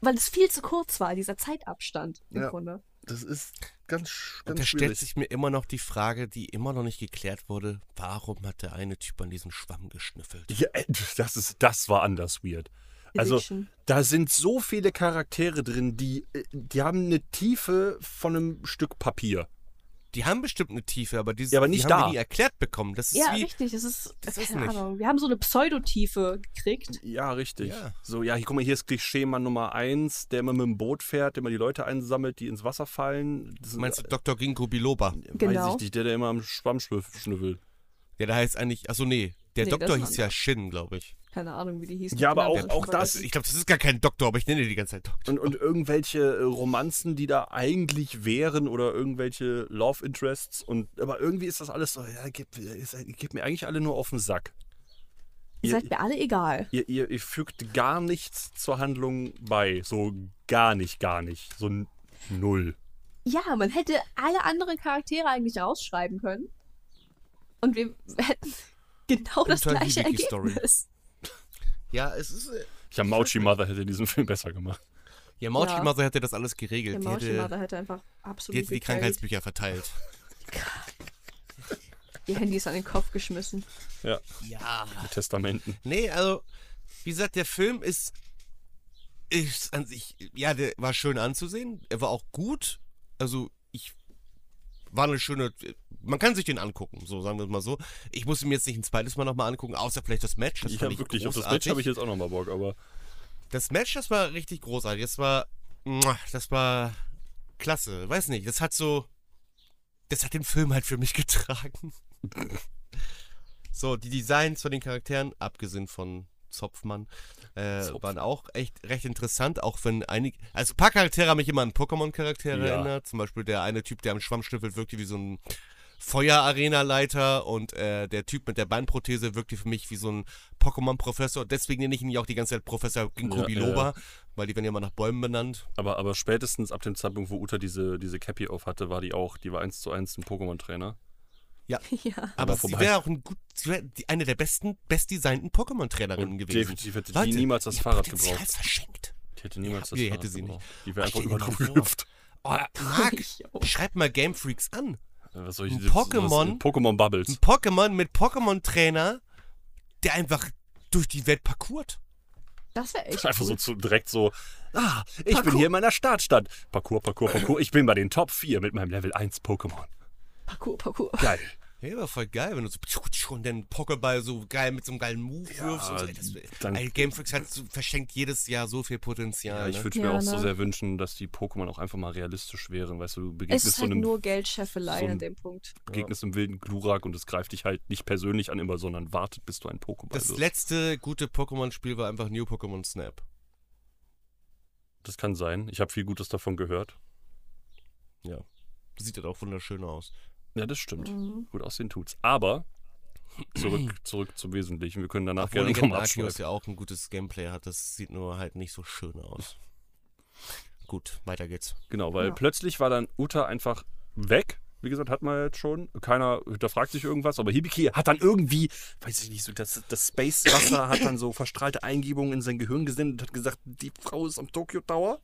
Weil es viel zu kurz war, dieser Zeitabstand im Ja. Grunde. Das ist ganz, sch- Und ganz da stellt schwierig. sich mir immer noch die Frage, die immer noch nicht geklärt wurde, warum hat der eine Typ an diesem Schwamm geschnüffelt? Ja, äh, das, ist, das war anders weird. Also, Addiction. da sind so viele Charaktere drin, die, äh, die haben eine Tiefe von einem Stück Papier. Die haben bestimmt eine Tiefe, aber, dieses, Ja, aber die nicht haben da. wir nie erklärt bekommen. Das ist Ja, wie, richtig. Es ist, das keine ist nicht. Ahnung. Wir haben so eine Pseudotiefe gekriegt. Ja, richtig. Ja. So, ja, hier, guck mal, hier ist Klischee-Mann Nummer eins, der immer mit dem Boot fährt, der immer die Leute einsammelt, die ins Wasser fallen. Das sind meinst du Dr. Ginkgo Biloba? Genau. Weiß ich nicht, der, der immer am Schwamm schnüff- schnüffelt. Ja, der heißt eigentlich, achso, nee, der Nee, Doktor das ist hieß ja Shin, glaube ich. Keine Ahnung, wie die hießen. Ja, aber Genau, auch- wir haben auch schon das- mal- Ich glaube, das ist gar kein Doktor, aber ich nenne ihn die ganze Zeit Doktor. Und, und irgendwelche äh, Romanzen, die da eigentlich wären oder irgendwelche Love Interests. Und, aber irgendwie ist das alles so, ja, gebt, ist, gebt mir eigentlich alle nur auf den Sack. Ihr seid mir alle egal. Ihr, ihr, ihr fügt gar nichts zur Handlung bei. So gar nicht, gar nicht. So n- null. Ja, man hätte alle anderen Charaktere eigentlich rausschreiben können. Und wir hätten genau das Unter gleiche Hibiki-Story. Ergebnis. Ja, es ist. äh, Ja, Mauchi Mother hätte diesen Film besser gemacht. Ja, Mauchi Ja. Mother hätte das alles geregelt. Der Die hätte, Mauschimada hätte einfach die, absolut hätte die gecarried. Krankheitsbücher verteilt. Ihr Handy ist an den Kopf geschmissen. Ja, Ja. die Testamenten. Nee, also, wie gesagt, der Film ist. Ist an sich. Ja, der war schön anzusehen. Er war auch gut. Also, ich. War eine schöne. Man kann sich den angucken, so sagen wir es mal so. Ich muss ihn mir jetzt nicht ein zweites Mal nochmal angucken, außer vielleicht das Match. Das Ich fand habe ich wirklich, auf das großartig. Match habe ich jetzt auch nochmal Bock, aber. Das Match, das war richtig großartig. Das war. muah, Das war klasse. Weiß nicht, das hat so. Das hat den Film halt für mich getragen. so, die Designs von den Charakteren, abgesehen von Zopfmann, äh, Zopf. waren auch echt recht interessant, auch wenn einige. Also ein paar Charaktere haben mich immer an Pokémon-Charaktere Ja. erinnert. Zum Beispiel der eine Typ, der am Schwamm schnüffelt, wirkte wie so ein Feuerarena-Leiter und äh, der Typ mit der Beinprothese wirkte für mich wie so ein Pokémon-Professor. Deswegen nenne ich ihn ja auch die ganze Zeit Professor Ginkgo Ja, Biloba, weil die werden ja mal nach Bäumen benannt. Aber, aber spätestens ab dem Zeitpunkt, wo Uta diese, diese Cappy auf hatte, war die auch, die war eins zu eins ein Pokémon-Trainer. Ja. Ja. Aber Aber sie vorbei. wäre auch ein gut, sie wär die- eine der besten, bestdesignten Pokémon-Trainerinnen Und gewesen. definitiv hätte die Leute, niemals das ihr Fahrrad Potenzial gebraucht. verschenkt. Die hätte Ja, niemals das die Fahrrad hätte sie gebraucht. Die Aber wäre einfach stell dir über mal den vor. gehüpft. Oh, Marc, Ich auch. schreib mal Game Freaks an. Äh, Was soll ich Ein das- das- Pokémon- Pokémon Ein Bubbles. Pokémon mit Pokémon-Trainer, der einfach durch die Welt parkourt. Das wäre echt. Einfach so cool. zu, direkt so, ah, ich Parkour. bin hier in meiner Startstadt. Parkour, Parkour, Parkour. Ich bin bei den Top 4 mit meinem Level 1 Pokémon. Parkour, Parkour. Geil. Ja, war voll geil, wenn du so und dann Pokéball so geil mit so einem geilen Move wirfst. Und so. Ey, das, dann- ey, Game Freaks hat, so- verschenkt jedes Jahr so viel Ja, Potenzial. ich ne? würde mir Ja, auch so ne? sehr wünschen, dass die Pokémon auch einfach mal realistisch wären. Weißt du, du Es begegnest, ist so halt einem, nur Geldscheffelei so ein- an dem Punkt. begegnest einem wilden Glurak und es greift dich halt nicht persönlich an immer, sondern wartet, bis du ein Pokémon also, Das wirst. letzte gute Pokémon-Spiel war einfach New Pokémon Snap. Das kann sein. Ich habe viel Gutes davon gehört. Ja. Sieht halt auch wunderschön aus. Ja, das stimmt. Mhm. Gut aussehen tut's. Aber zurück, zurück zum Wesentlichen. Wir können danach Obwohl gerne Legend nochmal Arceus abschweifen. ja auch ein gutes Gameplay hat. Das sieht nur halt nicht so schön aus. Gut, weiter geht's. Genau, weil Ja. plötzlich war dann Uta einfach weg. Wie gesagt, hat man jetzt schon. Keiner hinterfragt sich irgendwas, aber Hibiki hat dann irgendwie, weiß ich nicht, so das, das Space-Wasser hat dann so verstrahlte Eingebungen in sein Gehirn gesendet und hat gesagt, die Frau ist am Tokyo Tower.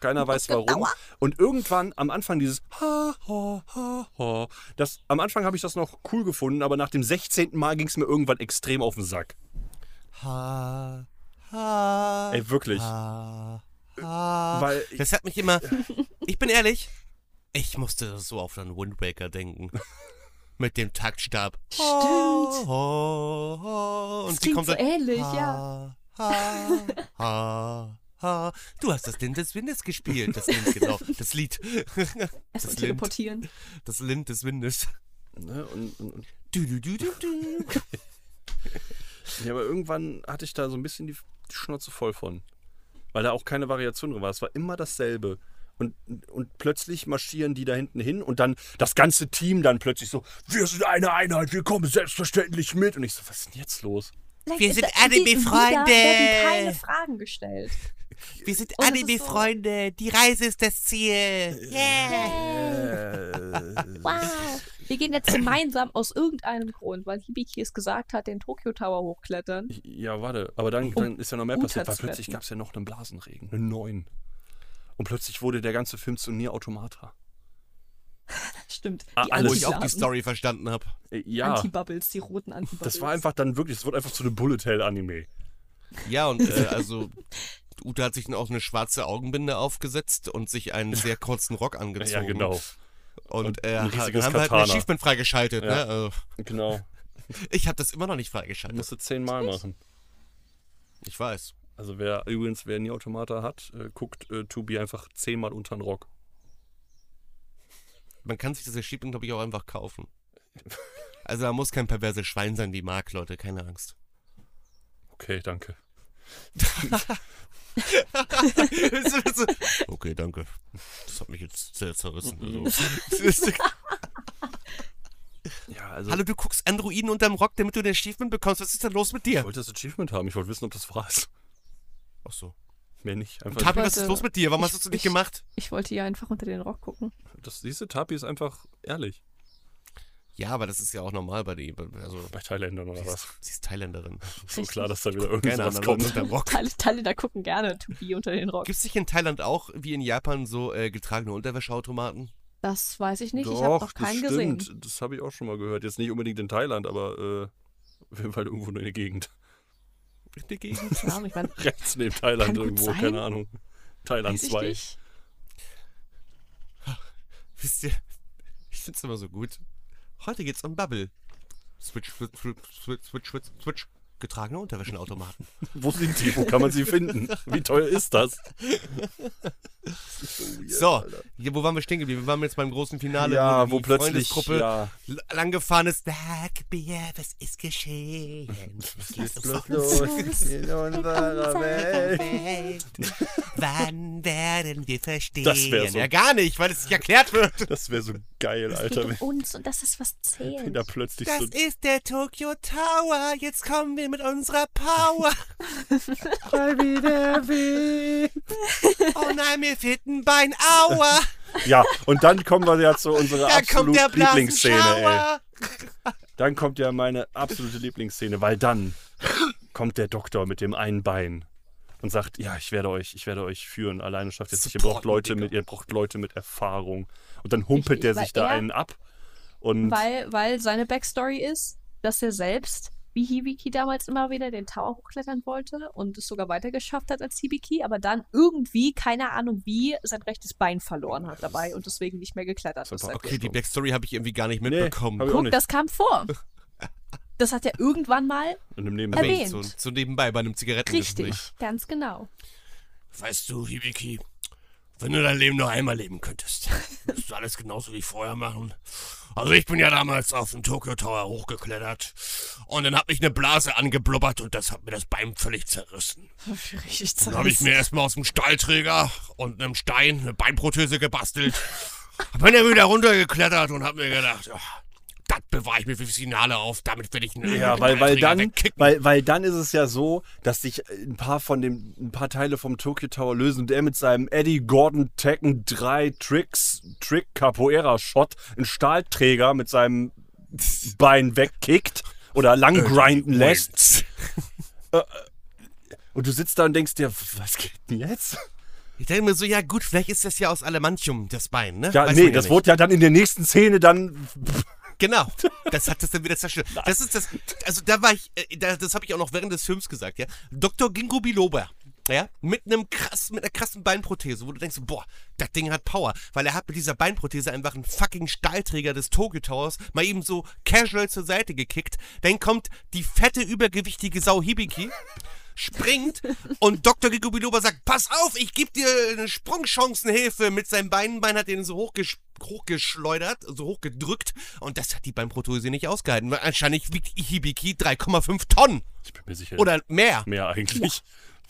Keiner weiß warum. Und irgendwann am Anfang dieses Ha, ha, ha, ha. Das, am Anfang habe ich das noch cool gefunden, aber nach dem 16. Mal ging es mir irgendwann extrem auf den Sack. Ha, ha. Ey, wirklich. Ha, ha. Weil Das hat mich immer. Ich bin ehrlich, ich musste so auf den Wind Waker denken. Mit dem Taktstab. Stimmt. Oh, oh, oh. Und Das sie klingt kommt so dann, ähnlich, ja. Ha, ha, ha, ha. Du hast das Lind des Windes gespielt. Das Lind, genau. Das Lied. Erstmal das Lind. teleportieren. Das Lind des Windes. ne, und, und, und Du, du, du, du, du. Ja, aber irgendwann hatte ich da so ein bisschen die, die Schnauze voll von. Weil da auch keine Variation drin war. Es war immer dasselbe. Und, und plötzlich marschieren die da hinten hin und dann das ganze Team dann plötzlich so, wir sind eine Einheit, wir kommen selbstverständlich mit. Und ich so, was ist denn jetzt los? Vielleicht Wir ist sind da- alle die- befreundet. wieder werden keine Fragen gestellt. Wir sind Und es alle ist wie so- Freunde. Die Reise ist das Ziel. Yeah. Wow. Wir gehen jetzt gemeinsam aus irgendeinem Grund, weil Hibiki es gesagt hat, den Tokyo Tower hochklettern. Ja, warte. Aber dann, dann ist ja noch mehr Uta passiert, weil zu plötzlich retten. gab es ja noch einen Blasenregen, einen neuen. Und plötzlich wurde der ganze Film zu Nier Automata. Stimmt. Die Ah, Wo alles. ich auch die Anti-Blasen. Story verstanden habe. Äh, Ja, Anti-Bubbles, die roten Anti-Bubbles. das war einfach dann wirklich, das wurde einfach zu einem Bullet Hell Anime. Ja, und äh, also Ute hat sich dann auch eine schwarze Augenbinde aufgesetzt und sich einen sehr kurzen Rock angezogen. Ja, genau. Und, Und äh, ein haben riesiges wir halt ein Katana. Achievement freigeschaltet. Ja. Ne? Also, Genau. ich habe das immer noch nicht freigeschaltet. Musst du zehnmal machen. Ich weiß. Also wer übrigens, wer nie Automata hat, äh, guckt äh, Tubi einfach zehnmal unter den Rock. Man kann sich das Achievement, glaube ich, auch einfach kaufen. Also da muss kein perverses Schwein sein wie Mark, Leute, keine Angst. Okay, danke. okay, danke. Das hat mich jetzt sehr zerrissen. Mhm. Also. Ja, also Hallo, du guckst Androiden unterm Rock, damit du den Achievement bekommst. Was ist denn los mit ich dir? wollte das Achievement haben. Ich wollte wissen, ob das war es. Ach so. Mehr nicht. Einfach, Tabi, was ist Leute, los mit dir? Warum hast du ich- es nicht ich- gemacht? Ich wollte ja einfach unter den Rock gucken. das, siehst du, Tapi ist einfach ehrlich. Ja, aber das ist ja auch normal bei dir. Also, Bei Thailändern oder sie ist, was? sie ist Thailänderin. So klar, dass da wieder Keine irgendwas Ahnung, kommt kommt. der Rock. Teile, Teile da gucken gerne To Be unter den Rock. Gibt es nicht in Thailand auch, wie in Japan, so äh, getragene Unterwäscheautomaten? Das weiß ich nicht. ich habe noch keinen das gesehen. stimmt. Das habe ich auch schon mal gehört. Jetzt nicht unbedingt in Thailand, aber äh, auf jeden Fall irgendwo in der Gegend. In der Gegend? Ja, ich meine, Rechts neben Thailand Kann gut irgendwo, sein. keine Ahnung. Thailand weiß ich 2. nicht. Wisst ihr, ich find's immer so gut. Heute geht's um Bubble. Switch, switch, switch, switch, switch, switch, switch. Getragene Unterwäscheautomaten. Wo sind die? Wo kann man sie finden? Wie teuer ist das? So, hier, wo waren wir stehen geblieben? Wir waren jetzt beim großen Finale, ja, die wo plötzlich. Freundesgruppe Ja. l- langgefahren ist. Bergbier, was ist geschehen? Was ist los in unserer Welt? Wann werden wir verstehen? Das wär so. Ja, gar nicht, weil es nicht erklärt wird. Das wäre so geil, Es geht Alter, um uns und das ist was wenn zählt. da plötzlich so. ist der Tokyo Tower. Jetzt kommen wir mit unserer Power. Frei wie der Wind. Oh nein, mir fehlt ein Bein. Aua. Ja, und dann kommen wir ja zu unserer Da kommt absoluten der Lieblingsszene, ey. Blasenschauer. Dann kommt ja meine absolute Lieblingsszene, weil dann kommt der Doktor mit dem einen Bein und sagt, ja, ich werde euch, ich werde euch führen. Alleine schafft ihr es nicht. Ihr braucht Supporten, Leute Digga. mit, ihr braucht Leute mit Erfahrung. Und dann humpelt Richtig, der weil sich da er- einen ab. Und Weil, weil seine Backstory ist, dass er selbst, wie Hibiki damals immer wieder, den Tower hochklettern wollte und es sogar weiter geschafft hat als Hibiki, aber dann irgendwie, keine Ahnung wie, sein rechtes Bein verloren hat dabei und deswegen nicht mehr geklettert ist. Super. Okay, die Backstory habe ich irgendwie gar nicht Nee, mitbekommen. hab ich auch Guck, nicht. das kam vor. Das hat er irgendwann mal in einem Neben Also erwähnt. So, so nebenbei bei einem Zigarettengespräch. richtig, ganz genau. Weißt du, Hibiki, wenn du dein Leben nur einmal leben könntest, würdest du alles genauso wie vorher machen. Also ich bin ja damals auf den Tokyo Tower hochgeklettert und dann hat mich eine Blase angeblubbert und das hat mir das Bein völlig zerrissen. Richtig Dann habe ich mir erstmal aus dem Stahlträger und einem Stein eine Beinprothese gebastelt. Bin dann wieder runtergeklettert und habe mir gedacht, ach, das bewahre ich mir fürs Finale auf, damit will ich einen Ja, weil, weil, Stahlträger dann, wegkicken. weil, weil dann ist es ja so, dass sich ein paar von dem, ein paar Teile vom Tokyo Tower lösen und er mit seinem Eddie Gordon Tekken 3 Tricks, Trick Capoeira Shot einen Stahlträger mit seinem Bein wegkickt oder lang grinden lässt. Und du sitzt da und denkst dir, was geht denn jetzt? Ich denke mir so, ja gut, vielleicht ist das ja aus Adamantium, das Bein, ne? Ja, Weiß man nee, das nicht. wurde ja dann in der nächsten Szene dann. Genau, das hat das dann wieder zerstört. Das ist das, also da war ich, äh, da, das habe ich auch noch während des Films gesagt, ja. Dr. Gingo Biloba, ja, mit einem krass, mit einer krassen Beinprothese, wo du denkst, boah, das Ding hat Power, weil er hat mit dieser Beinprothese einfach einen fucking Stahlträger des Tokyo Towers mal eben so casual zur Seite gekickt. Dann kommt die fette, übergewichtige Sau Hibiki springt und Dr. Gigubiloba sagt, pass auf, ich gebe dir eine Sprungchancenhilfe. Mit seinem Beinbein hat er ihn so hochgesch hochgeschleudert, so hochgedrückt und das hat die Beinprothese nicht ausgehalten, weil anscheinend wiegt Hibiki 3,5 Tonnen Ich bin mir sicher. oder mehr, mehr eigentlich.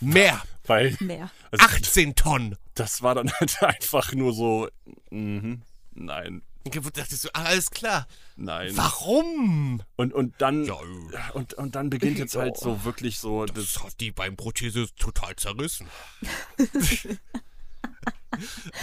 mehr, Weil. Mehr. also 18 Tonnen. Das war dann halt einfach nur so. Mhm, nein, Und ich dachte so, ah, alles klar. nein. Warum? Und, und dann Ja, und, und dann beginnt jetzt halt so wirklich so das, Das hat die Beinprothese total zerrissen.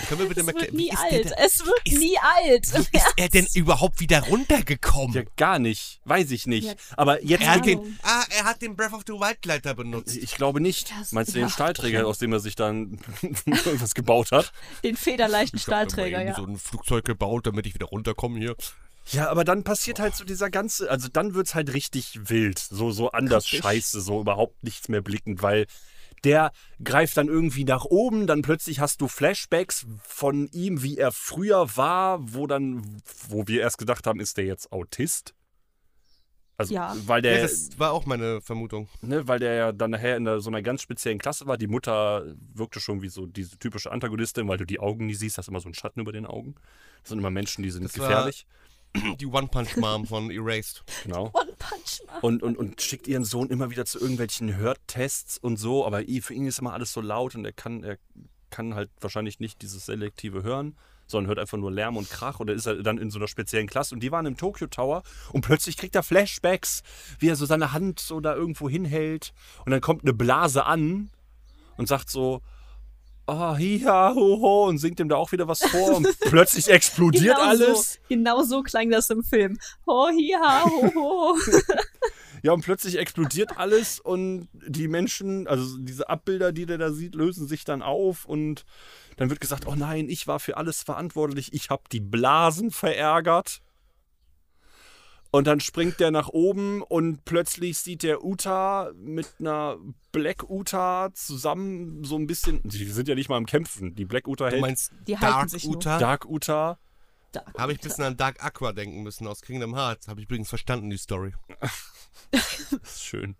Können wir bitte Es mal wird klären, nie ist alt. Also Der, Es wird ist- nie alt. da- ist er denn überhaupt wieder runtergekommen? ja gar nicht, weiß ich nicht. Ja, Aber jetzt Er hat, Ahnung. den, ah, er hat den Breath of the Wild Gleiter benutzt. ich glaube nicht. Das- Meinst du den ja. Stahlträger, aus dem er sich dann irgendwas gebaut hat? Den federleichten hab Stahlträger, mir eben ja. so ein Flugzeug gebaut, damit ich wieder runterkomme hier. Ja, aber dann passiert halt so dieser ganze, also dann wird's halt richtig wild, so so anders Kritisch. scheiße, so überhaupt nichts mehr blickend, weil der greift dann irgendwie nach oben, dann plötzlich hast du Flashbacks von ihm, wie er früher war, wo dann wo wir erst gedacht haben, ist der jetzt Autist? Also, Ja. weil der ja, das war auch meine Vermutung. ne, weil der ja dann nachher in einer- so einer ganz speziellen Klasse war. Die Mutter wirkte schon wie so diese typische Antagonistin, weil du die Augen nie siehst, hast immer so einen Schatten über den Augen. Das sind immer Menschen, die sind Das war- gefährlich. Die One Punch Mom von Erased. Genau. One Punch Man. Und, und, und schickt ihren Sohn immer wieder zu irgendwelchen Hörtests und so, aber i- für ihn ist immer alles so laut und er kann, er kann halt wahrscheinlich nicht dieses selektive Hören, sondern hört einfach nur Lärm und Krach und er ist er dann in so einer speziellen Klasse und die waren im Tokyo Tower und plötzlich kriegt er Flashbacks, wie er so seine Hand so da irgendwo hinhält und dann kommt eine Blase an und sagt so, ah, hiha, hoho und singt ihm da auch wieder was vor und plötzlich explodiert alles. So, genau so klang das im Film. Ho, hi, ha, ho, ho. Ja, und plötzlich explodiert alles und die Menschen, also diese Abbilder, die der da sieht, lösen sich dann auf und dann wird gesagt, oh nein, ich war für alles verantwortlich, ich habe die Blasen verärgert. Und dann springt der nach oben und plötzlich sieht der Uta mit einer Black Uta zusammen so ein bisschen. Die sind ja nicht mal im Kämpfen. Die Black Uta Du hält meinst Die halten Dark sich nur. Uta? Dark Uta. Da. Habe ich ein bisschen an Dark Aqua denken müssen aus Kingdom Hearts. Habe ich übrigens verstanden, die Story. Das ist schön.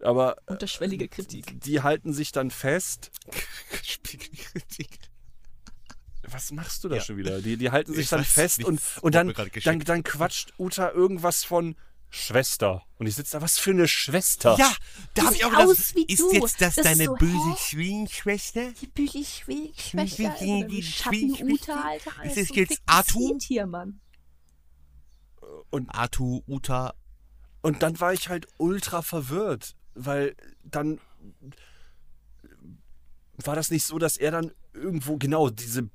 Aber Unterschwellige Kritik. die halten sich dann fest Spiegelkritik. Was machst du da Ja. schon wieder? Die, die halten sich Ich dann weiß fest nicht, und, das und wurde dann, mir gerade geschickt. dann, dann quatscht Uta irgendwas von Schwester. Und ich sitze da, was für eine Schwester? Ja, da habe ich auch Sieht gedacht, aus wie ist du. jetzt das, Das ist deine so, böse hä? Schwiegenschwester? Die Büchli-Schwäche, Die- die- die Schwiegenschwester? Schatten-Uta, Alter. Ist das alles so jetzt dickes Arthur? Tiermann. Artu, Uta. Und dann war ich halt ultra verwirrt, weil dann war das nicht so, dass er dann irgendwo genau diese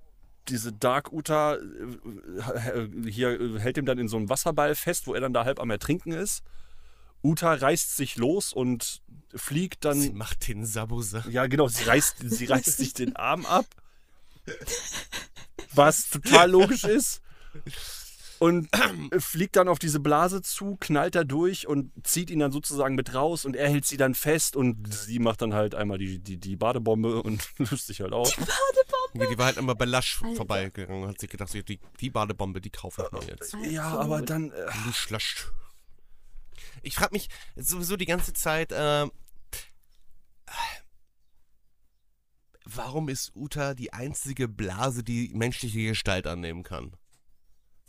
diese Dark Uta äh, hier äh, hält ihm dann in so einem Wasserball fest, wo er dann da halb am Ertrinken ist. Uta reißt sich los und fliegt dann. Sie macht den Sabusa. Ja, genau, sie reißt, sie reißt sich den Arm ab. Was total logisch ist. Und fliegt dann auf diese Blase zu, knallt da durch und zieht ihn dann sozusagen mit raus und er hält sie dann fest und sie macht dann halt einmal die, die, die Badebombe und löst sich halt auf. Die Badebombe. Nee, die war halt immer bei Lush Alter. vorbeigegangen und hat sich gedacht, die, die Badebombe, die kaufe ich mir jetzt. Ja, Absolut. aber dann. Äh, Lush, Lush. Ich frage mich sowieso die ganze Zeit, äh, warum ist Uta die einzige Blase, die menschliche Gestalt annehmen kann?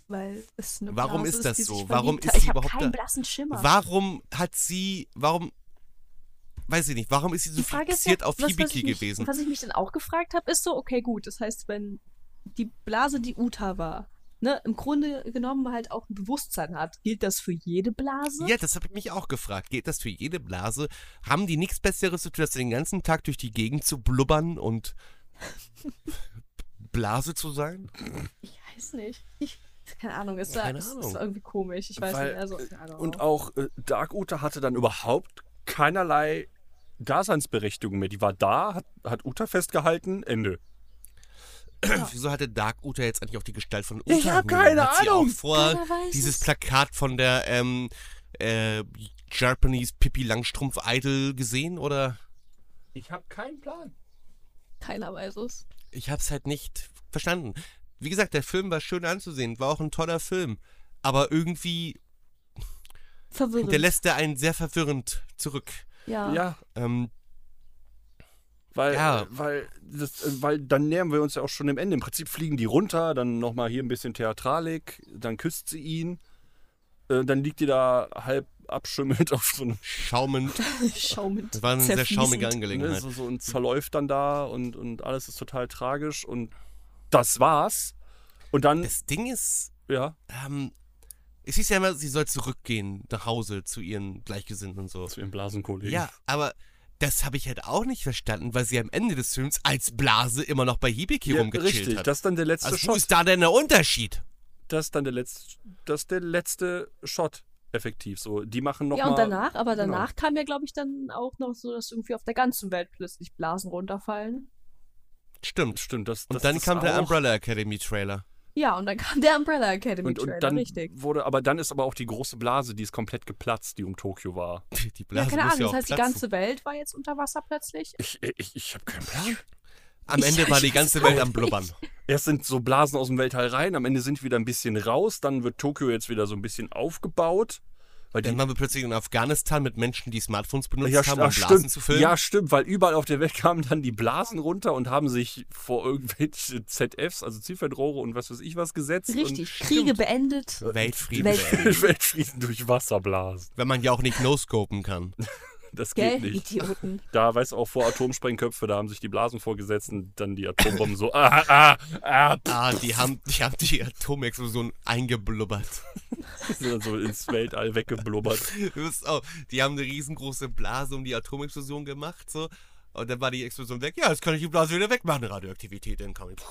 Weil es eine Warum Blase ist das die so? sich Warum verliebt ist sie hat. ich habe überhaupt keinen da? blassen Schimmer. Warum hat sie, warum, weiß ich nicht, warum ist sie so fixiert auf was, was Hibiki ich mich, gewesen? Was ich mich dann auch gefragt habe, ist so, okay, gut, das heißt, wenn die Blase, die Uta war, ne, im Grunde genommen halt auch ein Bewusstsein hat, gilt das für jede Blase? Ja, das habe ich mich auch gefragt. Geht das für jede Blase? Haben die nichts Besseres zu tun, als den ganzen Tag durch die Gegend zu blubbern und Blase zu sein? Ich weiß nicht. Ich, keine Ahnung, es war, Keine es, es Ahnung. war irgendwie komisch. Ich weiß Weil, nicht. Also, äh, keine Ahnung. Und auch äh, Dark Uta hatte dann überhaupt keinerlei Daseinsberechtigung mehr. Die war da, hat, hat Uta festgehalten, Ende. Wieso hatte Dark Uta jetzt eigentlich auch die Gestalt von Uta? Ich hab angenommen? keine Hat sie auch Ahnung. vorher Keiner weiß dieses es. Plakat von der ähm, äh, Japanese Pippi Langstrumpf Idol gesehen oder? Ich habe keinen Plan. Keiner weiß es. Ich hab's halt nicht verstanden. Wie gesagt, der Film war schön anzusehen, war auch ein toller Film, aber irgendwie Verwirrend. der lässt er einen sehr verwirrend zurück. ja. Ja, Ähm, weil, Ja. äh, Weil, das, äh, weil dann nähern wir uns ja auch schon dem Ende. Im Prinzip fliegen die runter, dann nochmal hier ein bisschen Theatralik, dann küsst sie ihn, äh, dann liegt die da halb abschimmelnd auf so einem schaumend, Schaumend. das war eine sehr zerfließend. schaumige ne, Angelegenheit. so, so und zerläuft dann da und, und alles ist total tragisch und das war's. Und dann, Das Ding ist, ja, ähm, es hieß ja immer, sie soll zurückgehen nach Hause zu ihren Gleichgesinnten und so. zu ihrem Blasenkollegen. Ja, aber das habe ich halt auch nicht verstanden, weil sie am Ende des Films als Blase immer noch bei Hibiki rumgechillt Richtig, hat. das ist dann der letzte also wo Shot. ist da denn der Unterschied? das ist dann der letzte, das ist der letzte Shot effektiv. So, die machen noch Ja, mal, und danach, aber genau. danach kam ja, glaube ich, dann auch noch so, dass irgendwie auf der ganzen Welt plötzlich Blasen runterfallen. Stimmt. Stimmt, das. Und das dann ist kam der auch- Umbrella Academy Trailer. Ja, und dann kam der Umbrella Academy Und, und Trailer, dann richtig. wurde, aber dann ist aber auch die große Blase, die ist komplett geplatzt, die um Tokio war. Die Ja, Blase keine muss Ahnung, ja das auch heißt, die platzen. ganze Welt war jetzt unter Wasser plötzlich. Ich, ich, ich habe keinen Plan. Am Ich- Ende war die ich ganze weiß Welt am nicht. Blubbern. Erst sind so Blasen aus dem Weltall rein, am Ende sind wir wieder ein bisschen raus, dann wird Tokio jetzt wieder so ein bisschen aufgebaut. Weil die, Dann waren wir plötzlich in Afghanistan mit Menschen, die Smartphones benutzt ja, haben, st- um ach, Blasen stimmt. zu filmen. ja, stimmt, weil überall auf der Welt kamen dann die Blasen runter und haben sich vor irgendwelche ZFs, also Zielfeldrohre und was weiß ich was gesetzt. Richtig, Und Kriege beendet. Weltfrieden. Weltfrieden. Weltfrieden durch Wasserblasen. Wenn man ja auch nicht no-scopen kann. Das geht Gell, nicht. Idioten. Da weiß auch vor Atomsprengköpfe, da haben sich die Blasen vorgesetzt und dann die Atombomben so. Ah, ah, ah, pff, Ah, die haben die, haben die Atomexplosion eingeblubbert. sind dann so ins Weltall weggeblubbert. Du wirst auch- die haben eine riesengroße Blase um die Atomexplosion gemacht, so. Und dann war die Explosion weg. Ja, jetzt kann ich die Blase wieder wegmachen, Radioaktivität. Dann kann ich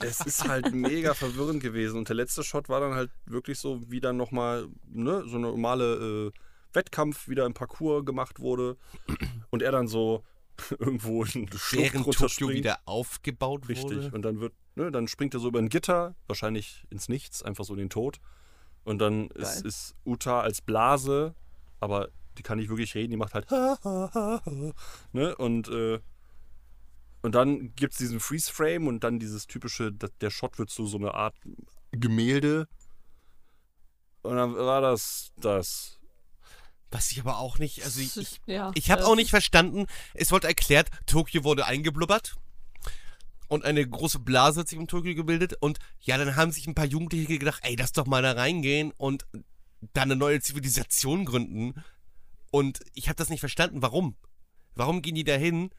Es ist halt mega verwirrend gewesen. Und der letzte Shot war dann halt wirklich so, wie dann nochmal ne, so eine normale äh, Wettkampf wieder im Parcours gemacht wurde. Und er dann so irgendwo in eine Schlucht während Tokio runterspringt. wieder aufgebaut Richtig. wurde. Und dann wird, ne, dann springt er so über ein Gitter, wahrscheinlich ins Nichts, einfach so in den Tod. Und dann ist, Geil. ist Uta als Blase, aber die kann nicht wirklich reden, die macht halt. ne? Und, äh, und dann gibt es diesen Freeze-Frame und dann dieses typische, da- der Shot wird zu so eine Art Gemälde. Und dann war das das. Was ich aber auch nicht, also ich, ich, ja, ich habe das auch nicht verstanden. Es wurde erklärt, Tokio wurde eingeblubbert. Und eine große Blase hat sich um Tokio gebildet. Und ja, dann haben sich ein paar Jugendliche gedacht, ey, lass doch mal da reingehen und da eine neue Zivilisation gründen. Und ich habe das nicht verstanden. Warum? Warum gehen die da hin?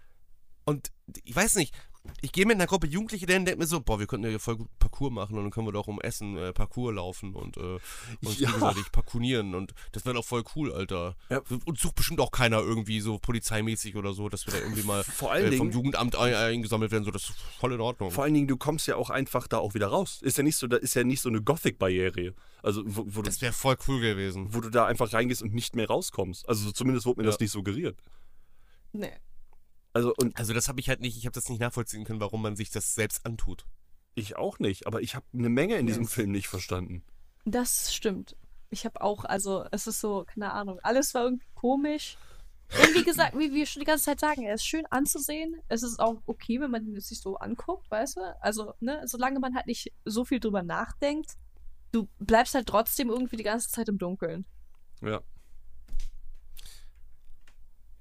Und ich weiß nicht, ich gehe mit einer Gruppe Jugendliche dahin und denke mir so, boah, wir könnten ja voll gut Parcours machen und dann können wir doch um Essen äh, Parcours laufen und äh, uns Ja. gegenseitig parkourieren und das wäre doch voll cool, Alter. Ja. Und sucht bestimmt auch keiner irgendwie so polizeimäßig oder so, dass wir da irgendwie mal äh, Vor allen vom Dingen- Jugendamt ein, eingesammelt werden, so das ist voll in Ordnung. äh, Vor allen Dingen, du kommst ja auch einfach da auch wieder raus. Ist ja nicht so, da ist ja nicht so eine Gothic-Barriere. Also, wo, wo, du, das wäre voll cool gewesen. wo du da einfach reingehst und nicht mehr rauskommst. Also, zumindest wurde mir Ja. das nicht suggeriert. Nee. Also, und Also das habe ich halt nicht, ich habe das nicht nachvollziehen können, warum man sich das selbst antut. ich auch nicht, aber ich habe eine Menge in diesem Film nicht verstanden. Das stimmt. Ich habe auch, also es ist so, keine Ahnung, alles war irgendwie komisch. Und wie gesagt, wie wir schon die ganze Zeit sagen, er ist schön anzusehen. Es ist auch okay, wenn man ihn sich so anguckt, weißt du? Also, ne, solange man halt nicht so viel drüber nachdenkt, du bleibst halt trotzdem irgendwie die ganze Zeit im Dunkeln. Ja.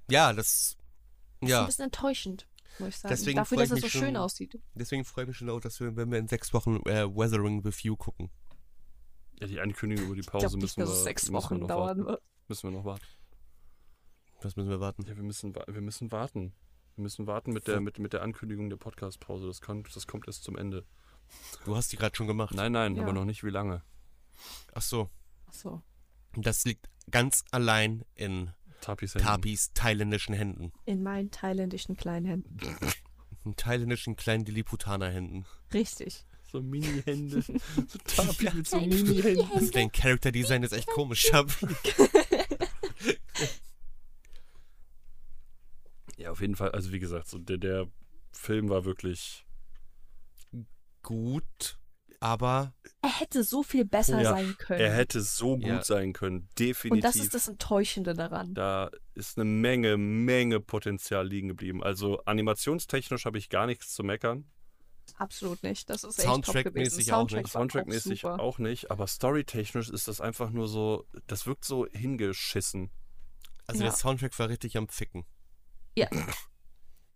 Ja, das. Das ist ein Ja, bisschen enttäuschend, muss ich sagen. Deswegen Dafür, freu ich dass er mich so schön schon- aussieht. deswegen freue ich mich schon auch, dass wir, wenn wir in sechs Wochen äh, Weathering with You gucken. Ja, die Ankündigung über die Ich Pause glaube nicht, müssen, dass wir, es sechs müssen wir Wochen noch dauern warten. wird. Müssen wir noch warten. Das müssen wir warten. Ja, wir müssen, wa- wir müssen warten. Wir müssen warten mit der, mit, mit der Ankündigung der Podcast-Pause. Das, kann- das kommt erst zum Ende. Du hast die gerade schon gemacht. Nein, nein, Ja. aber noch nicht wie lange. Ach so. Ach so. Das liegt ganz allein in Tapis Ähm. Tapis thailändischen Händen. In meinen thailändischen Kleinhänden. In thailändischen kleinen Lilliputaner Händen. Richtig. So Mini-Hände. So Tapis mit so Nein, Mini-Händen. Also dein Character Design ist echt komisch. Hab. Ja, auf jeden Fall. Also wie gesagt, so der, der Film war wirklich... Gut, aber Er hätte so viel besser Ja, sein können. Er hätte so gut Ja. sein können. Definitiv. Und das ist das Enttäuschende daran. da ist eine Menge, Menge Potenzial liegen geblieben. Also animationstechnisch habe ich gar nichts zu meckern. Absolut nicht. Das ist echt top gewesen. Soundtrack-mäßig auch nicht. war ne? Soundtrackmäßig super. auch, nicht, aber storytechnisch ist das einfach nur so, das wirkt so hingeschissen. also Ja. der Soundtrack war richtig am Ficken.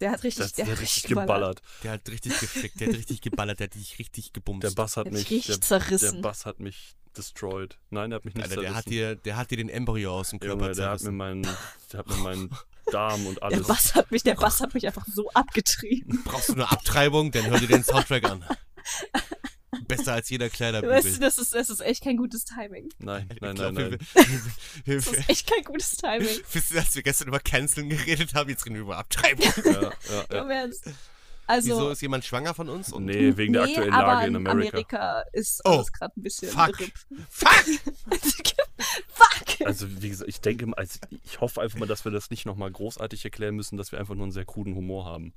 Der hat richtig, Das, der hat richtig geballert. geballert. Der hat richtig gefickt, der hat richtig geballert, der hat dich richtig gebumst. Der Bass hat Der hat mich, mich richtig der, der zerrissen. Bass hat mich destroyed. Nein, der hat mich nicht Alter, der hat, zerrissen. dir, der hat dir den Embryo aus dem Körper Junge, der hat mir zerrissen. meinen, der hat mir meinen Darm und Der alles. Bass hat mich, der Bass hat mich einfach so abgetrieben. Brauchst du eine Abtreibung, dann hör dir den Soundtrack an. Besser als jeder Weißt du, Kleiderbügel. das ist, das ist echt kein gutes Timing. Nein, Ich nein, glaub, nein, wir- nein. wir- Das wir- ist echt kein gutes Timing. Wisst ihr, als wir gestern über Canceln geredet haben, jetzt reden wir über Abtreibung. Ja, ja, ja. Im Ernst. Also, Wieso ist jemand schwanger von uns? Und Nee, wegen der nee, aktuellen aber Lage in Amerika. Amerika ist Oh, alles gerade ein bisschen fuck. RIP. Fuck! fuck! Also, wie gesagt, ich denke, mal, also ich hoffe einfach mal, dass wir das nicht nochmal großartig erklären müssen, dass wir einfach nur einen sehr kruden Humor haben.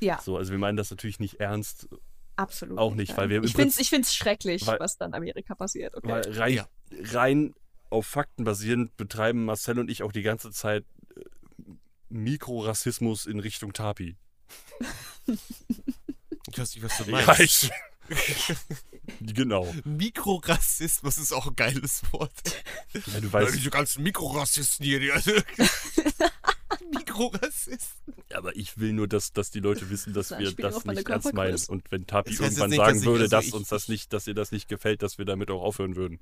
Ja, So, also wir meinen das natürlich nicht ernst, absolut. auch nicht, weil wir im Ich find's, Prinzip- ich find's schrecklich, weil- was dann in Amerika passiert. Okay. weil rein, Ja. rein auf Fakten basierend betreiben Marcel und ich auch die ganze Zeit äh, Mikrorassismus in Richtung Tapi. Ich weiß nicht, was du Ja, meinst. ich- genau. Mikrorassismus ist auch ein geiles Wort. Ja, du Weil weißt, diese ganzen Mikrorassisten hier, die also Mikrorassisten. aber ich will nur, dass, dass die Leute wissen, dass Da wir spielen das auch meine nicht ernst meinen. Körpergröße. Und wenn Tapi Das heißt jetzt irgendwann nicht, sagen dass ich- würde, also dass ich- uns das nicht, dass ihr das nicht gefällt, dass wir damit auch aufhören würden.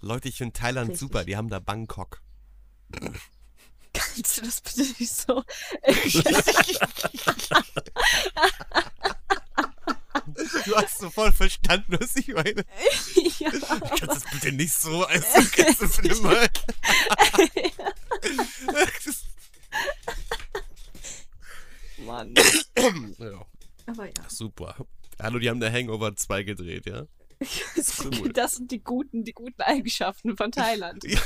Leute, ich finde Thailand Richtig. super, die haben da Bangkok. Kannst du das bitte nicht so? Du hast sofort verstanden, was ich meine. ja. Kannst du das bitte nicht so, also kannst du das bitte mal. Mann. ja, Aber ja. super. Hallo, die haben da Hangover 2 gedreht, ja? Cool. Das sind die guten, die guten Eigenschaften von Thailand. Ja,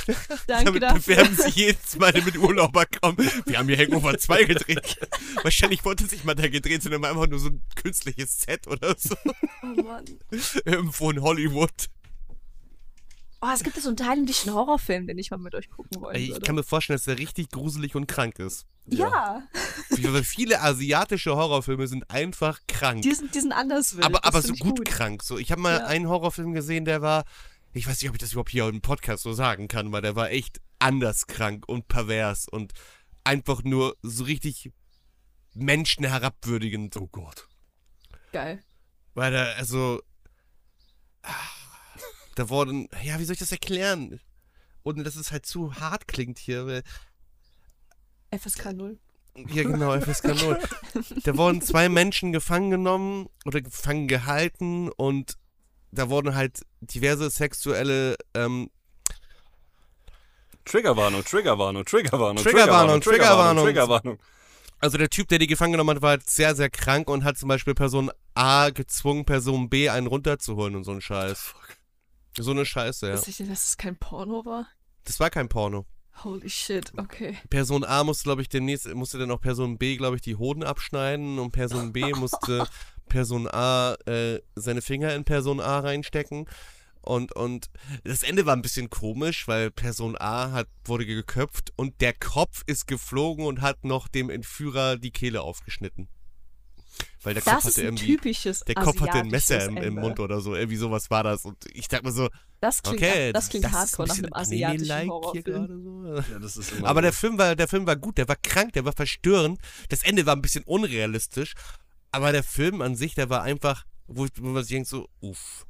Danke Damit bewerben dafür. sich jedes Mal, damit Urlauber kommen. Wir haben hier Hangover 2 gedreht. Wahrscheinlich wollte sich mal da gedreht, sondern einfach nur so ein künstliches Set oder so. Oh Mann. Irgendwo in Hollywood. Oh, es gibt ja so einen thailändischen Horrorfilm, den ich mal mit euch gucken wollen Ich würde. kann mir vorstellen, dass der richtig gruselig und krank ist. ja, Wie- Viele asiatische Horrorfilme sind einfach krank. die sind, die sind anderswillig. aber das aber find so ich gut, krank. So, ich habe mal Ja. einen Horrorfilm gesehen, der war, ich weiß nicht, ob ich das überhaupt hier im Podcast so sagen kann, weil der war echt anders krank und pervers und einfach nur so richtig Menschen herabwürdigend. Oh Gott. Geil. Weil da, also. ah, Da wurden. Ja, wie soll ich das erklären? Ohne dass es halt zu hart klingt hier. weil- FSK 0. Ja, genau, FSK 0. da wurden zwei Menschen gefangen genommen oder gefangen gehalten und da wurden halt diverse sexuelle ähm, Triggerwarnung, Triggerwarnung, Triggerwarnung, Triggerwarnung, Triggerwarnung, Triggerwarnung. Also der Typ, der die gefangen genommen hat, war halt sehr, sehr krank und hat zum Beispiel Person A gezwungen, Person B einen runterzuholen und so ein Scheiß. So eine Scheiße, ja. Weiß ich denn, dass es kein Porno war? Das war kein Porno. Holy shit, okay. Person A musste, glaube ich, demnächst, musste dann auch Person B, glaube ich, die Hoden abschneiden und Person B musste Person A äh, seine Finger in Person A reinstecken. Und, und das Ende war ein bisschen komisch, weil Person A hat, wurde geköpft und der Kopf ist geflogen und hat noch dem Entführer die Kehle aufgeschnitten. Weil der Kopf das ist hatte ein irgendwie. typisches Der Kopf hatte ein Messer asiatisches im, im Ende. Mund oder so. Irgendwie sowas war das. Und ich dachte mir so, Das klingt, okay, das klingt hardcore nach ist ein einem bisschen asiatischen Anime-like hier Horrorfilm. gerade so. Ja, das ist immer Aber der so. Film, war, der Film war gut, der war krank, der war verstörend. Das Ende war ein bisschen unrealistisch. Aber der Film an sich, der war einfach, wo, ich- wo man sich denkt so, uff.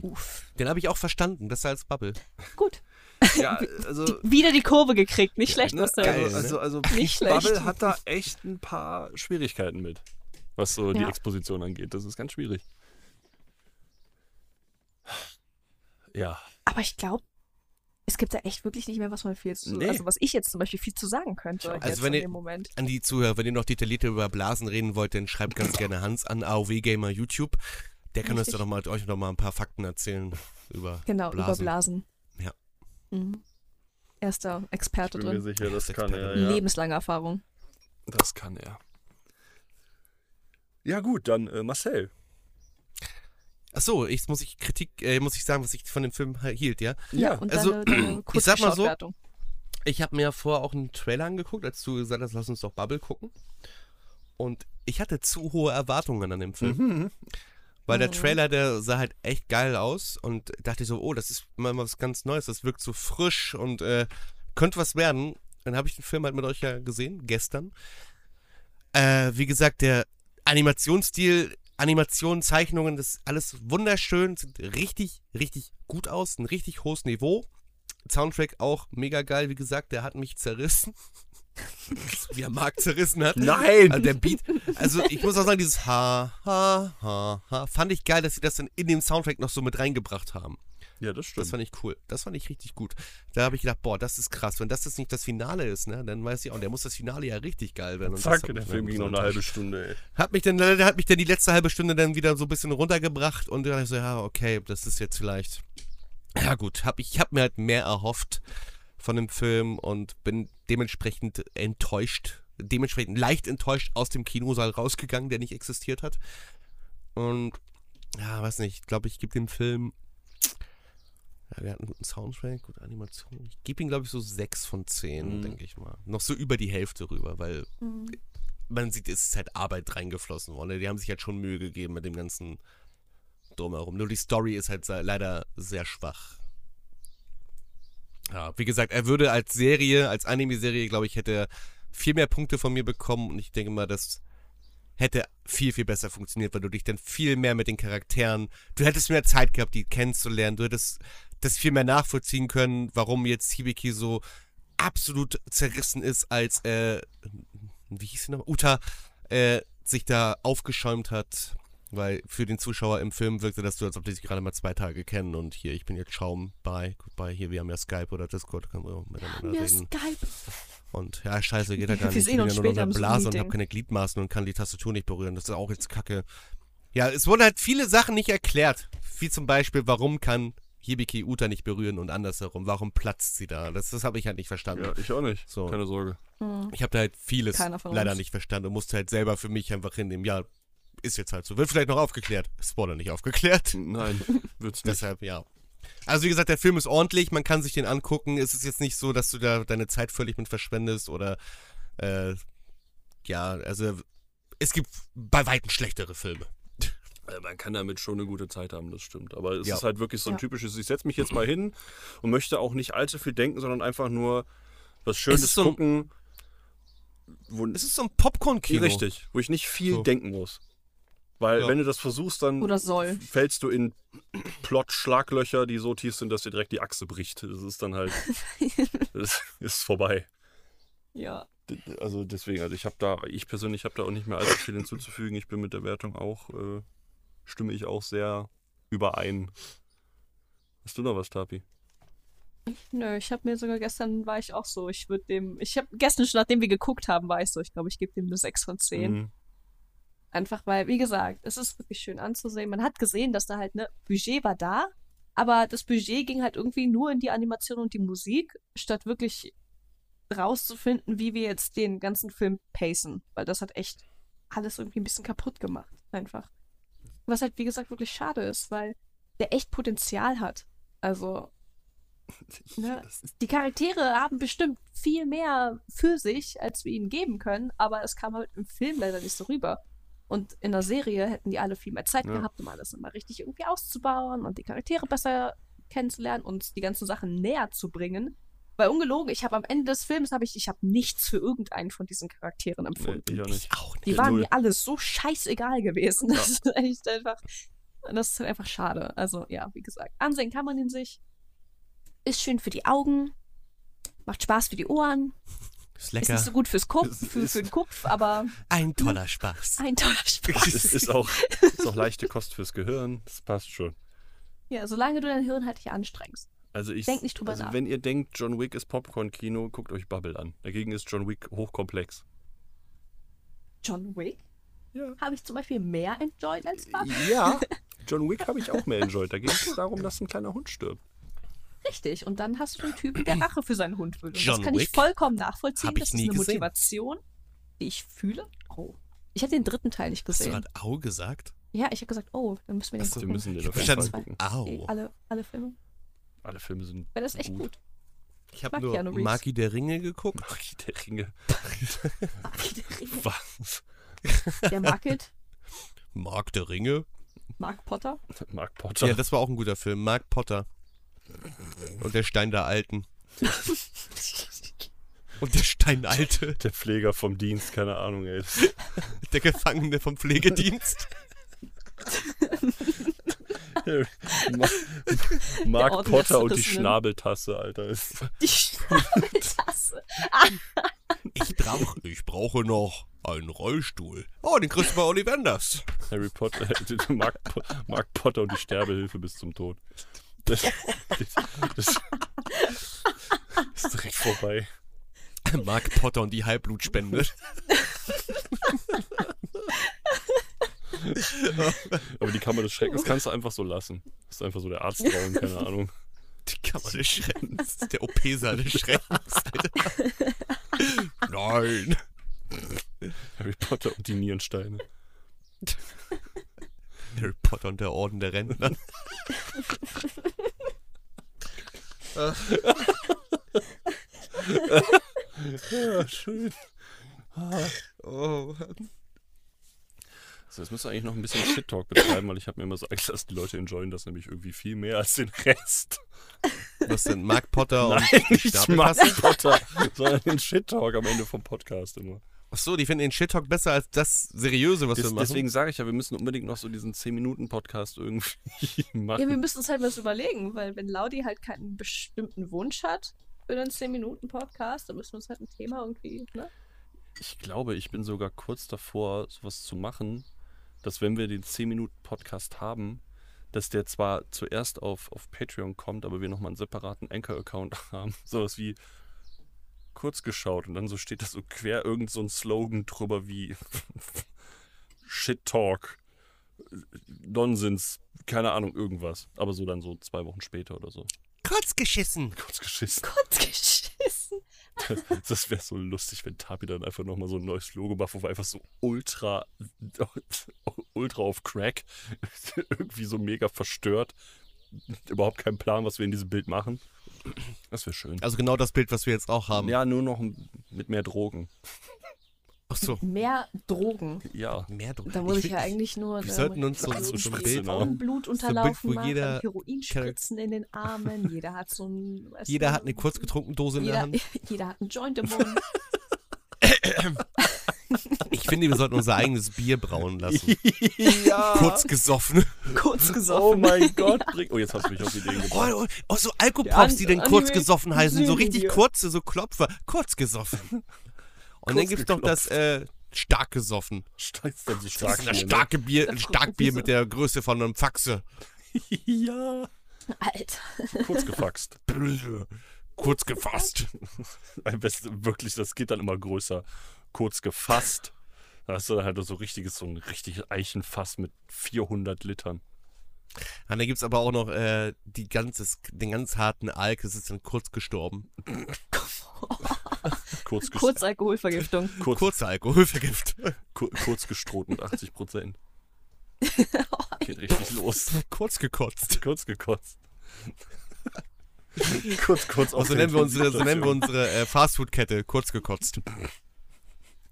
Uff. Den habe ich auch verstanden, besser als Bubble. Gut. ja, also, Die, wieder die Kurve gekriegt, nicht schlecht, ne, Marcel. geil. also, also, also Nicht schlecht. Bubble hat da echt ein paar Schwierigkeiten mit, was so die Ja. Exposition angeht. Das ist ganz schwierig. Ja, Aber ich glaube, es gibt da echt wirklich nicht mehr, was man viel zu, Nee. also was ich jetzt zum Beispiel viel zu sagen könnte. Also jetzt wenn in ihr- dem Moment. An die Zuhörer, wenn ihr noch detaillierter über Blasen reden wollt, dann schreibt ganz gerne Hans an AOW Gamer YouTube. Der kann uns Richtig. da noch mal, euch noch mal ein paar Fakten erzählen über Genau, über Blasen. Blasen. Ja. Mhm. Erster Experte bin mir drin. sicher, das Ja, kann er. Experte. Ja. Lebenslange Erfahrung. Das kann er. Ja, gut, dann äh, Marcel. Achso, jetzt muss ich Kritik, äh, muss ich sagen, was ich von dem Film hielt, ja. Ja, Und also, deine, deine kurze sag mal so, Shortwertung. Ich habe mir vorher auch einen Trailer angeguckt, als du gesagt hast, lass uns doch Bubble gucken. Und ich hatte zu hohe Erwartungen an dem Film. Weil der Mhm. Trailer, der sah halt echt geil aus und dachte ich so, oh, das ist mal was ganz Neues, das wirkt so frisch und äh, könnte was werden. Dann habe ich den Film halt mit euch ja gesehen, gestern. Äh, wie gesagt, der Animationsstil, Animationen, Zeichnungen, das ist alles wunderschön, sieht richtig, richtig gut aus, ein richtig hohes Niveau. Soundtrack auch mega geil, wie gesagt, der hat mich zerrissen. wie er Marc zerrissen hat. Nein! Also der Beat, also ich muss auch sagen, dieses Ha, Ha, Ha, Ha, fand ich geil, dass sie das dann in dem Soundtrack noch so mit reingebracht haben. Ja, Das das stimmt. fand ich cool. Das fand ich richtig gut. Da habe ich gedacht, boah, das ist krass. Wenn das jetzt nicht das Finale ist, ne, dann weiß ich auch, der muss das Finale ja richtig geil werden. Und das hat Zack, der mich dann Film ging so noch eine halbe enttäuscht. Stunde, ey. Hat mich dann, der hat mich dann die letzte halbe Stunde dann wieder so ein bisschen runtergebracht und dann dachte ich so, ja, okay, das ist jetzt vielleicht. Ja gut, hab, ich habe mir halt mehr erhofft von dem Film und bin dementsprechend enttäuscht, dementsprechend leicht enttäuscht aus dem Kinosaal rausgegangen, der nicht existiert hat. Und ja, weiß nicht, ich glaube, ich gebe dem Film. Ja, wir hatten einen guten Soundtrack, gute Animation. Ich gebe ihm, glaube ich, so 6 von 10, Mhm. denke ich mal. Noch so über die Hälfte rüber, weil man sieht, es ist halt Arbeit reingeflossen worden. Die haben sich halt schon Mühe gegeben mit dem ganzen Drumherum. Nur die Story ist halt se- leider sehr schwach. Ja, wie gesagt, er würde als Serie, als Anime-Serie, glaube ich, hätte er viel mehr Punkte von mir bekommen und ich denke mal, das hätte viel, viel besser funktioniert, weil du dich dann viel mehr mit den Charakteren, du hättest mehr Zeit gehabt, die kennenzulernen, du hättest das viel mehr nachvollziehen können, warum jetzt Hibiki so absolut zerrissen ist, als äh, wie hieß sie noch? Uta äh, sich da aufgeschäumt hat, weil für den Zuschauer im Film wirkte das so, als ob die sich gerade mal zwei Tage kennen und hier, ich bin jetzt Schaum, bye, goodbye, hier, wir haben ja Skype oder Discord, können wir miteinander Ja, reden. Skype. Und ja, scheiße, geht ja gar nicht. Wir Ich sehen bin ja uns nur noch in eh später der im Blase und Zoom-Meeting. habe keine Gliedmaßen und kann die Tastatur nicht berühren. Das ist auch jetzt kacke. Ja, es wurden halt viele Sachen nicht erklärt. Wie zum Beispiel, warum kann Hibiki Uta nicht berühren und andersherum? Warum platzt sie da? Das, das habe ich halt nicht verstanden. Ja, ich auch nicht. So. Keine Sorge. Ich habe da halt vieles Keiner von leider uns. nicht verstanden und musste halt selber für mich einfach hinnehmen. Ja, ist jetzt halt so. Wird vielleicht noch aufgeklärt. Spoiler nicht aufgeklärt. Nein, wird's nicht. Deshalb, ja. Also wie gesagt, der Film ist ordentlich, man kann sich den angucken. Es ist jetzt nicht so, dass du da deine Zeit völlig mit verschwendest oder äh, ja, also es gibt bei weitem schlechtere Filme. Äh, Man kann damit schon eine gute Zeit haben, das stimmt. Aber es Ja. ist halt wirklich so ein Ja. typisches, ich setze mich jetzt mal hin und möchte auch nicht allzu viel denken, sondern einfach nur was Schönes ist so ein- gucken. Wo, Es ist so ein Popcorn-Kino. richtig, wo ich nicht viel So. denken muss. Weil Ja. wenn du das versuchst, dann Oder soll. fällst du in Plot-Schlaglöcher, die so tief sind, dass dir direkt die Achse bricht. Das ist dann halt, das ist vorbei. Ja. also deswegen, also ich habe da, ich persönlich habe da auch nicht mehr allzu viel hinzuzufügen. Ich bin mit der Wertung auch, äh, stimme ich auch sehr überein. Hast du noch was, Tapi? Nö, ich habe mir sogar gestern, war ich auch so, ich würde dem, ich habe gestern schon, nachdem wir geguckt haben, war ich so, ich glaube, ich gebe dem eine 6 von 10. Mhm. Einfach weil, wie gesagt, es ist wirklich schön anzusehen. Man hat gesehen, dass da halt, ne, Budget war da, aber das Budget ging halt irgendwie nur in die Animation und die Musik, statt wirklich rauszufinden, wie wir jetzt den ganzen Film pacen. Weil das hat echt alles irgendwie ein bisschen kaputt gemacht, einfach. Was halt, wie gesagt, wirklich schade ist, weil der echt Potenzial hat. Also, Ne? Das die Charaktere haben bestimmt viel mehr für sich, als wir ihnen geben können, aber es kam halt im Film leider nicht so rüber. Und in der Serie hätten die alle viel mehr Zeit Ja. gehabt, um alles immer richtig irgendwie auszubauen und die Charaktere besser kennenzulernen und die ganzen Sachen näher zu bringen. Weil ungelogen, ich habe am Ende des Films habe ich, ich habe nichts für irgendeinen von diesen Charakteren nee, empfunden. ich auch nicht. Auch nicht. die waren null. mir alles so scheißegal gewesen. Ja. Das ist echt einfach, das ist halt einfach schade. Also ja, wie gesagt, ansehen kann man ihn sich. Ist schön für die Augen, macht Spaß für die Ohren. Ist Ist nicht so lecker. gut fürs Kopf, Ist- für, ist- für den Kopf, aber Ein toller Spaß. ein toller Spaß. Ist, ist, auch, ist auch leichte Kost fürs Gehirn. Das passt schon. Ja, solange du dein Hirn halt hier anstrengst. Also ich, Denkt nicht drüber also nach. Wenn ihr denkt, John Wick ist Popcorn-Kino, guckt euch Bubble an. Dagegen ist John Wick hochkomplex. John Wick Ja. habe ich zum Beispiel mehr enjoyed als Bubble. Ja, John Wick habe ich auch mehr enjoyed. Da ging es darum, dass ein kleiner Hund stirbt. Richtig. Und dann hast du den Typen, der Rache für seinen Hund will. Und Äh, John das kann ich Wick? vollkommen nachvollziehen. Hab ich das ist nie eine gesehen. Motivation, die ich fühle. Oh. Ich hatte den dritten Teil nicht Hast du gesehen. gerade Au gesagt? Ja, ich habe gesagt, oh, dann müssen wir den Ach so, Wir gucken. müssen den auf jeden Verstanden. Fall gucken. Ey, Au. alle, alle Filme. Alle Filme sind Weil das ist echt gut. Ich habe mag nur Keanu Reeves. Maki der Ringe geguckt. Magie der Ringe. Ah, Was? Der Market, Mark der Ringe? Mark Potter. Mark Potter. Ja, das war auch ein guter Film. Mark Potter. Und der Stein der Alten. Und der Steinalte, der Pfleger vom Dienst, keine Ahnung, ey. der Gefangene vom Pflegedienst. Ma Mark Orden der Potter und die Zerrissenen. Schnabeltasse, Alter. Ist Die Schnabeltasse. Ah, Ich brauche, ich brauche noch einen Rollstuhl. Oh, den kriegst du bei Ollivanders. Harry Potter, Mark, Po- Mark Potter und die Sterbehilfe bis zum Tod. Das, das, das ist direkt vorbei. Mark Potter und die Halbblutspende. Aber die Kammer des Schreckens kannst du einfach so lassen. Das ist einfach so der Arztraum, keine Ahnung. Die Kammer des Schreckens. Der OP-Saal des Schreckens. Alter. Nein. Harry Potter und die Nierensteine. Harry Potter und der Orden der Rentner. Ja, schön. Oh. So, jetzt müssen wir eigentlich noch ein bisschen Shit-Talk betreiben, weil ich habe mir immer so Angst, dass die Leute enjoyen das nämlich irgendwie viel mehr als den Rest. Was denn? Mark Potter und Nein, die nicht Mark Stapeltassen? Potter, sondern den Shit-Talk am Ende vom Podcast immer. Achso, die finden den Shit-Talk besser als das Seriöse, was wir Des, machen. deswegen sage ich ja, wir müssen unbedingt noch so diesen 10-Minuten-Podcast irgendwie ja, wir machen. müssen uns halt was überlegen, weil wenn Laudi halt keinen bestimmten Wunsch hat für einen 10-Minuten-Podcast, dann müssen wir uns halt ein Thema irgendwie, ne? ich glaube, ich bin sogar kurz davor, sowas zu machen, dass wenn wir den 10-Minuten-Podcast haben, dass der zwar zuerst auf, auf Patreon kommt, aber wir nochmal einen separaten Anchor-Account haben. Sowas wie kurz geschaut und dann so steht da so quer irgend so ein Slogan drüber wie Shit Talk, Nonsens, keine Ahnung, irgendwas. Aber so dann so zwei Wochen später oder so. Kurz geschissen. Kurz geschissen. Kurz geschissen. Das wäre so lustig, wenn Tapi dann einfach nochmal so ein neues Logo macht, wo wir einfach so ultra, ultra auf Crack, irgendwie so mega verstört, überhaupt keinen Plan, was wir in diesem Bild machen. Das wäre schön. Also genau das Bild, was wir jetzt auch haben. Ja, nur noch ein- mit mehr Drogen. Achso, Mehr Drogen. Ja. mehr Druck. Da muss ich ja eigentlich nur. wir ne, sollten uns so- so ein Bild Bild- Genau. Augenblut so ein Bild, unterlaufen wo machen, jeder- Heroinspritzen in den Armen, jeder hat so ein. weißt Jeder du, hat eine kurz getrunkene Dose in der jeder, Hand. jeder hat einen Joint im Mund. Ich finde, wir sollten unser eigenes Bier brauen lassen. Kurz gesoffen. kurz Oh gesoffen. mein Gott. bring- Oh, jetzt hast du mich auf Ideen gebracht. Oh, oh, oh so Alkopops, Ja, die denn Anime- kurz gesoffen heißen. So Serienbier. richtig kurze, so Klopfer. Kurz gesoffen. Oh, Und dann gibt's doch das äh, stark gesoffen. Steigt denn so Das stark? ist das hier, ne? starke Bier, ein Das Starkbier große. mit der Größe von einem Faxe. ja. Alter. Kurz gefaxt. Kurz gefasst. Am besten wirklich, das geht dann immer größer. Kurz gefasst. Da hast du dann halt so richtiges, so ein richtig Eichenfass mit 400 Litern. Und dann gibt's aber auch noch äh, die ganzes, den ganz harten Alk, das ist dann kurz gestorben. Kurz, ges kurz. Kurz Alkoholvergiftung. Kurz, Kurze Alkoholvergift. kur kurz gestroht mit 80 Prozent. Geht richtig los. kurz gekotzt. Kurz gekotzt. kurz, kurz Oh, so nennen wir unsere, so nennen wir unsere äh, Fastfood-Kette, kurz gekotzt.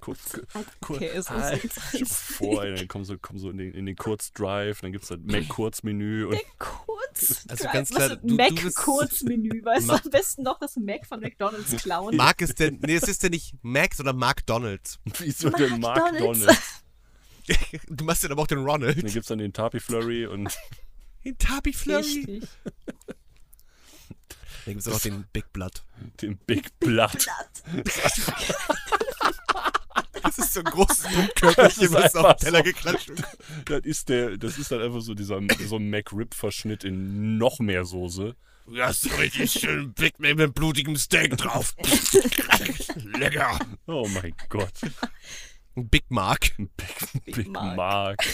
Kurz, ge- Okay, es ist Halt, jetzt- stell dir mal vor, ey, dann kommst du komm so in den, in den Kurzdrive, dann gibt es das Mac-Kurzmenü und Kurz. Also ganz klar, das du- du bist- Mac-Kurzmenü, weißt du? Ma- Am besten noch das Mac von McDonalds klauen. Mag es denn, nee, es ist ja nicht Mac, sondern McDonalds. wieso der McDonald's. McDonald's? Du machst dann aber auch den Ronald. Dann gibt es dann den Tapi Flurry und Den Tabi Flurry. Richtig. Dann gibt's auch noch den Big Blood. den Big Blood. Das ist so ein großes Dummkörperchen, Das ist was auf einfach den Teller so. geklatscht wird. Das ist, der, das ist dann einfach so dieser so ein McRib-Verschnitt in noch mehr Soße. Du hast so richtig schön Big Mac mit blutigem Steak drauf. Lecker. Oh mein Gott. Ein Big Mark. Ein Big, Big, Big Mark. Mac.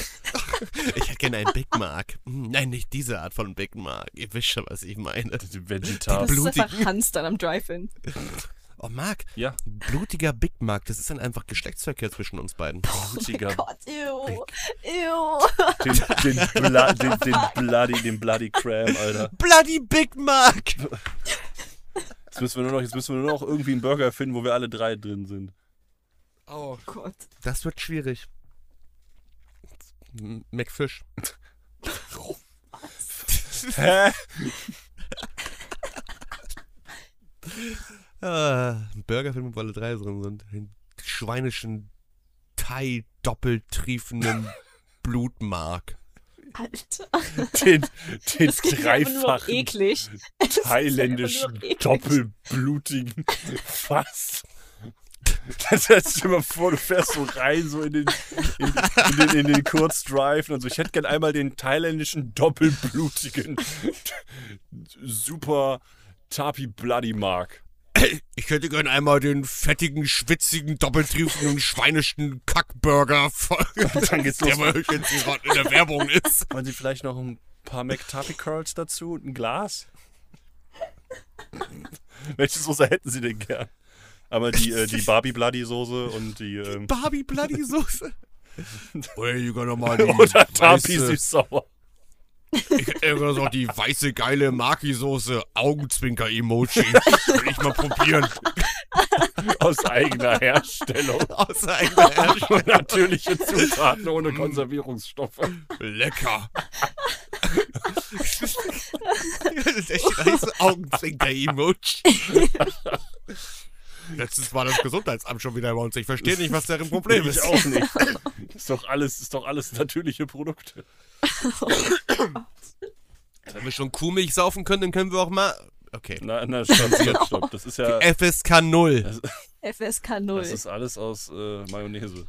Ich hätte gerne einen Big Mark. Hm, Nein, nicht diese Art von Big Mark. Ihr wisst schon, was ich meine. Die Das Vegetar. Blutig. ist einfach Hans dann am Drive-In. Oh, Mark. Ja. Blutiger Big Mark. Das ist dann einfach Geschlechtsverkehr zwischen uns beiden. Blutiger. Gott, ew. Ew. Den, den, Bla, den, den, Bloody, den Bloody Cram, Alter. Bloody Big Mark. Jetzt müssen, wir nur noch, jetzt müssen wir nur noch irgendwie einen Burger finden, wo wir alle drei drin sind. Oh. Gott. Das wird schwierig. M- McFish. Hä? Ah, ein Burgerfilm, wo alle drei drin sind. Den schweinischen Thai doppeltriefenden Blutmark. Alter. Den, den Das klingt einfach nur um dreifachen eklig. Das klingt einfach nur thailändischen eklig. doppelblutigen Fass. Das heißt, stell dir mal vor, du fährst so rein, so in den, in, in den, in den Kurzdrive und so. Ich hätte gern einmal den thailändischen doppelblutigen Super Tapi Bloody Mark. Ich hätte gern einmal den fettigen, schwitzigen, doppeltriefenden, schweinischen Kackburger, Und dann geht's los. der bei euch jetzt gerade in der Werbung ist. Wollen Sie vielleicht noch ein paar McTappy Curls dazu und ein Glas? Welche Soße hätten Sie denn gern? Aber die, äh, die Barbie Bloody Soße und die ähm, Barbie Bloody Soße. Oder ich kann noch mal die oder Tapi weiße- süß-sauer. Ich hätte gerne noch die weiße, geile Maki-Soße. Augenzwinker-Emoji. Will ich mal probieren. aus eigener Herstellung. Außer eigentlich Und natürliche Zutaten ohne Mm. Konservierungsstoffe. lecker. Der heiße Augenzwinker-Emoji. Letztens war das Gesundheitsamt schon wieder bei uns. Ich verstehe nicht, was deren Problem ich ist. auch nicht. Ist doch alles, ist doch alles natürliche Produkte. Wenn wir schon Kuhmilch saufen können, dann können wir auch mal... Okay. Na, na, stopp, stopp, stopp. Das ist ja. FSK 0. FSK 0. Das ist alles aus äh, Mayonnaise.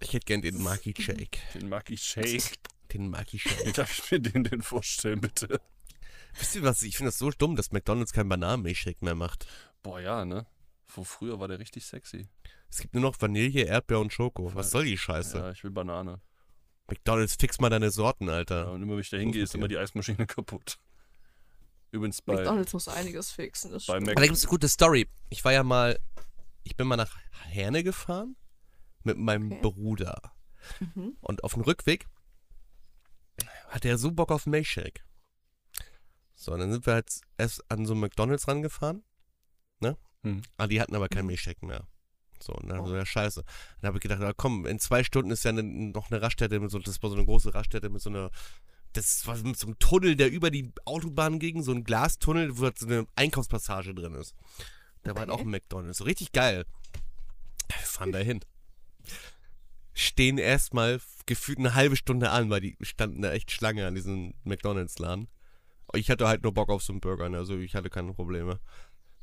Ich hätte gern den Maki-Shake. Den Maki Shake. Den Maki-Shake. Darf ich mir den denn vorstellen, bitte? Wisst ihr was? Ich finde das so dumm, dass McDonalds keinen Bananenmilchshake mehr macht. Boah, ja, ne? Von früher war der richtig sexy. Es gibt nur noch Vanille, Erdbeer und Schoko. Was soll die Scheiße? Ja, ich will Banane. McDonalds, fix mal deine Sorten, Ja, Alter. und immer, wenn ich da hingehe, ist immer die Eismaschine kaputt. Übrigens bei, McDonalds muss einiges fixen. Das bei stimmt. Aber da Mac. gibt es eine gute Story. Ich war ja mal, ich bin mal nach Herne gefahren mit meinem Okay. Bruder. Und auf dem Rückweg hatte er so Bock auf Milchshake. So, und dann sind wir halt erst an so einen McDonalds rangefahren. Ne? Mhm. Ah, die hatten aber keinen Milchshake mehr. So, und dann so, ja, scheiße. Dann habe ich gedacht, na komm, in zwei Stunden ist ja ne, noch eine Raststätte, mit so, das war so eine große Raststätte mit so einer, das war mit so einem Tunnel, der über die Autobahn ging, so ein Glastunnel, wo halt so eine Einkaufspassage drin ist. Da war halt auch ein McDonalds, so richtig geil. Wir fahren da hin. Stehen erstmal gefühlt eine halbe Stunde an, weil die standen da echt Schlange an diesem McDonalds-Laden. Ich hatte halt nur Bock auf so einen Burger, ne, also ich hatte keine Probleme.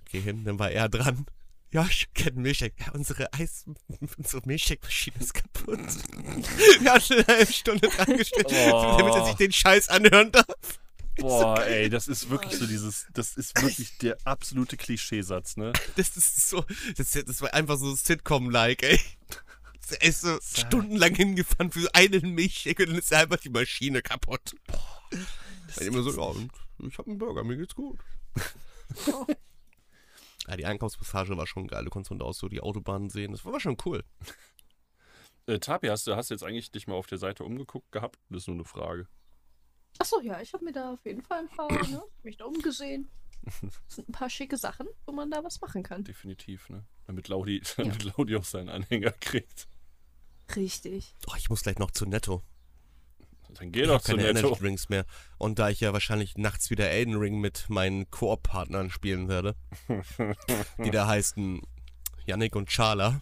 Geh hin, dann war er dran. Josh kennt Milchshake. Ja, unsere Eis, unsere Milchshake-Maschine ist kaputt. Wir hatten eine halbe Stunde dran gestellt, Oh. damit er sich den Scheiß anhören darf. Boah, ey, das ist wirklich Oh. so dieses, das ist wirklich der absolute Klischeesatz, ne? Das ist so, das, das war einfach so Sitcom-like, ey. Er ist so stundenlang hingefahren für einen Milchshake und dann ist einfach die Maschine kaputt. Dann immer so, ja, und ich hab einen Burger, mir geht's gut. ja, die Einkaufspassage war schon geil. Du konntest von da aus so die Autobahnen sehen. Das war schon cool. Äh, Tapi, hast du hast du jetzt eigentlich dich mal auf der Seite umgeguckt gehabt? Das ist nur eine Frage. Achso, ja, ich habe mir da auf jeden Fall ein paar, ne, mich da umgesehen. Das sind ein paar schicke Sachen, wo man da was machen kann. Definitiv, ne? Damit Laudi, damit Laudi auch seinen Anhänger kriegt. Richtig. Oh, ich muss gleich noch zu Netto. Dann geh Ich doch habe zu keine Energy Netto. Drinks mehr. Und da ich ja wahrscheinlich nachts wieder Elden Ring mit meinen Koop-Partnern spielen werde, die da heißen Yannick und Charla.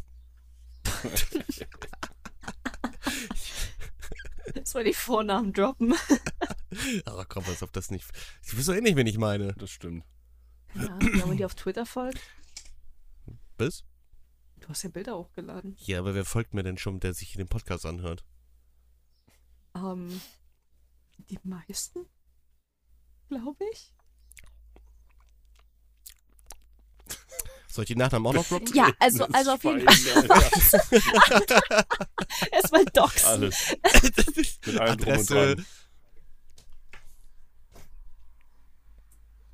Jetzt mal die Vornamen droppen. Ach komm, als ob das nicht. Ich weiß doch eh nicht, wen ich meine. Das stimmt. Ja, wenn man die auf Twitter folgt. Bis? Du hast ja Bilder hochgeladen. Ja, aber wer folgt mir denn schon, der sich den Podcast anhört? Ähm, die meisten, glaube ich. Soll ich die Nachnamen auch noch droppen? Ja, also, also auf jeden Fall Fall. erstmal Docs. Alles. Mit allem drum und Adresse. dran.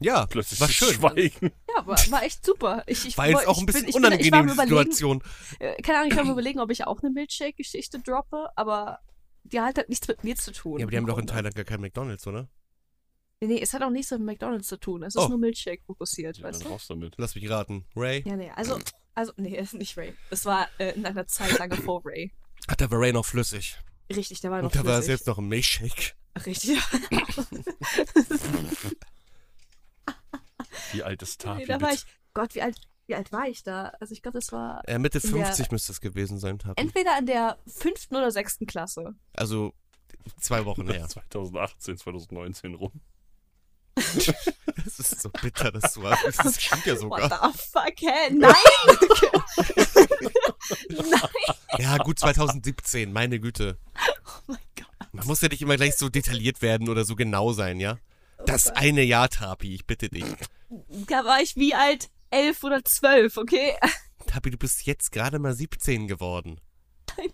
Ja, Plötzlich war ist schön. Schweigen. Ja, war, war echt super. Ich, ich, War jetzt woll- auch ich ein bisschen bin, ich bin, ich war am unangenehme überlegen, Situation. äh, Keine Ahnung, ich war am überlegen, ob ich auch eine Milkshake-Geschichte droppe, aber die halt hat nichts mit mir zu tun. Ja, aber die haben im doch in Grunde. Thailand gar keinen McDonalds, oder? Nee, nee, es hat auch nichts mit McDonalds zu tun. Es ist Oh. nur Milkshake fokussiert, Ja, weißt dann du? raus damit. Lass mich raten. Ray? Ja, nee, also, also, nee, ist nicht Ray. Es war äh, in einer Zeit lange vor Ray. Ach, da war Ray noch flüssig. Richtig, der war noch Und da war es flüssig. jetzt noch ein Milchshake. Richtig. Wie alt ist Ah, Tapi? nee, da war bitte? ich. Gott, wie alt, wie alt war ich da? Also, ich glaube, das war Äh, Mitte In der- 50 müsste es gewesen sein. Hab. entweder in der fünften oder sechsten Klasse. Also zwei Oh, Wochen her. 2018, 2019 rum. Das ist so bitter, das war. Das stimmt ja sogar. What the fuck, hä? Nein! Ja, gut, 2017, meine Güte. oh mein Gott. Man muss ja nicht immer gleich so detailliert werden oder so genau sein, ja? Das eine Jahr, Tapi, ich bitte dich. Da war ich wie alt? Elf oder zwölf, okay? Tapi, du bist jetzt gerade mal 17 geworden. Nein,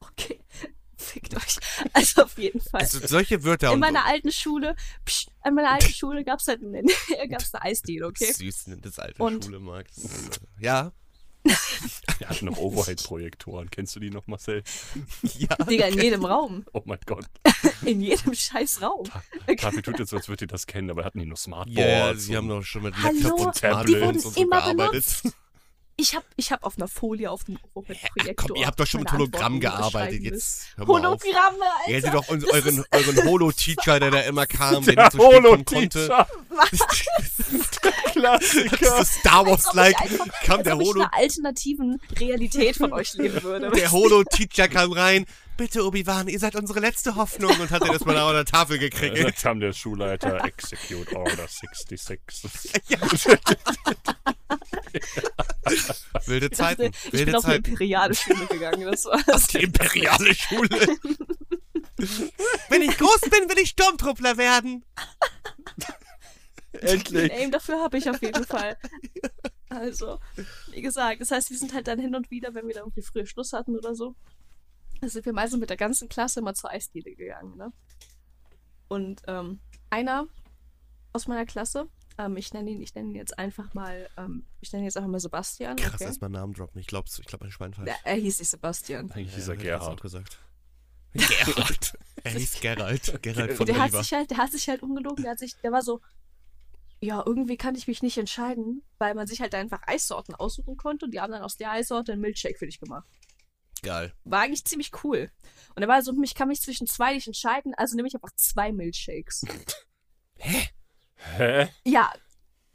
okay. Fickt euch. Also auf jeden Fall. Also solche Wörter in und meiner alten Schule, psch, an meiner alten Schule gab es halt einen, gab's eine Eisdiele, okay? süß ne, das alte Und- Schule mag. Das ist, äh, Ja, Wir hatten noch Overhead-Projektoren. Kennst du die noch, Marcel? ja. Digga, in jedem Raum. Oh mein Gott. In jedem scheiß Raum. Tapi tut jetzt, so, als würde die das kennen, aber hatten die nur Smartboards. Ja, sie und- haben doch schon mit Hallo, Laptop und die Smartphones wurden und so immer gearbeitet. Ich hab, ich hab auf einer Folie auf dem Projektor. Komm, ihr habt doch schon mit meine Hologramm Antworten gearbeitet. geschrieben. Jetzt hör mal auf. Hologramme, Alter. Ja, sie doch uns, das euren, ist- euren Holo-Teacher, der da immer kam, der Der nicht so spät kommen konnte. Holo-Teacher. Das Klassiker. ist Star Wars-like. Kam als der ob ich in Holo, einer alternativen Realität von euch leben würde. der Holo-Teacher kam rein. Bitte, Obi-Wan, ihr seid unsere letzte Hoffnung. Und hat er das mal an der Tafel Dann gekriegt. kam der Schulleiter Execute Order 66. Wilde ich, dachte, Zeiten. ich bin Wilde auf eine Zeiten. imperiale Schule gegangen. Das war Auf die imperiale Schule. Wenn ich groß bin, will ich Sturmtruppler werden. Endlich. Aim dafür habe ich auf jeden Fall. Also, wie gesagt, das heißt, wir sind halt dann hin und wieder, wenn wir da irgendwie früher Schluss hatten oder so, dann sind wir meistens mit der ganzen Klasse mal zur Eisdiele gegangen. Ne? Und ähm, einer aus meiner Klasse, ähm, ich nenne ihn, ich nenne ihn jetzt einfach mal, ähm, ich nenne ihn jetzt einfach mal Sebastian. Krass, okay? dass mein Namen droppen. Ich glaub's, ich glaub, mein Schwein falsch. Ja, er hieß nicht Sebastian. Eigentlich dieser Ja, hätte ich das auch Gerhard. gesagt. Gerhard. Er hieß Gerald. Gerald von der hat Oliver. sich halt, der hat sich halt umgelogen, der hat sich, der war so, ja, irgendwie kann ich mich nicht entscheiden, weil man sich halt einfach Eissorten aussuchen konnte und die haben dann aus der Eissorte einen Milkshake für dich gemacht. Geil. War eigentlich ziemlich cool. Und er war so, ich kann mich zwischen zwei nicht entscheiden, also nehme ich einfach zwei Milkshakes. Hä? ja.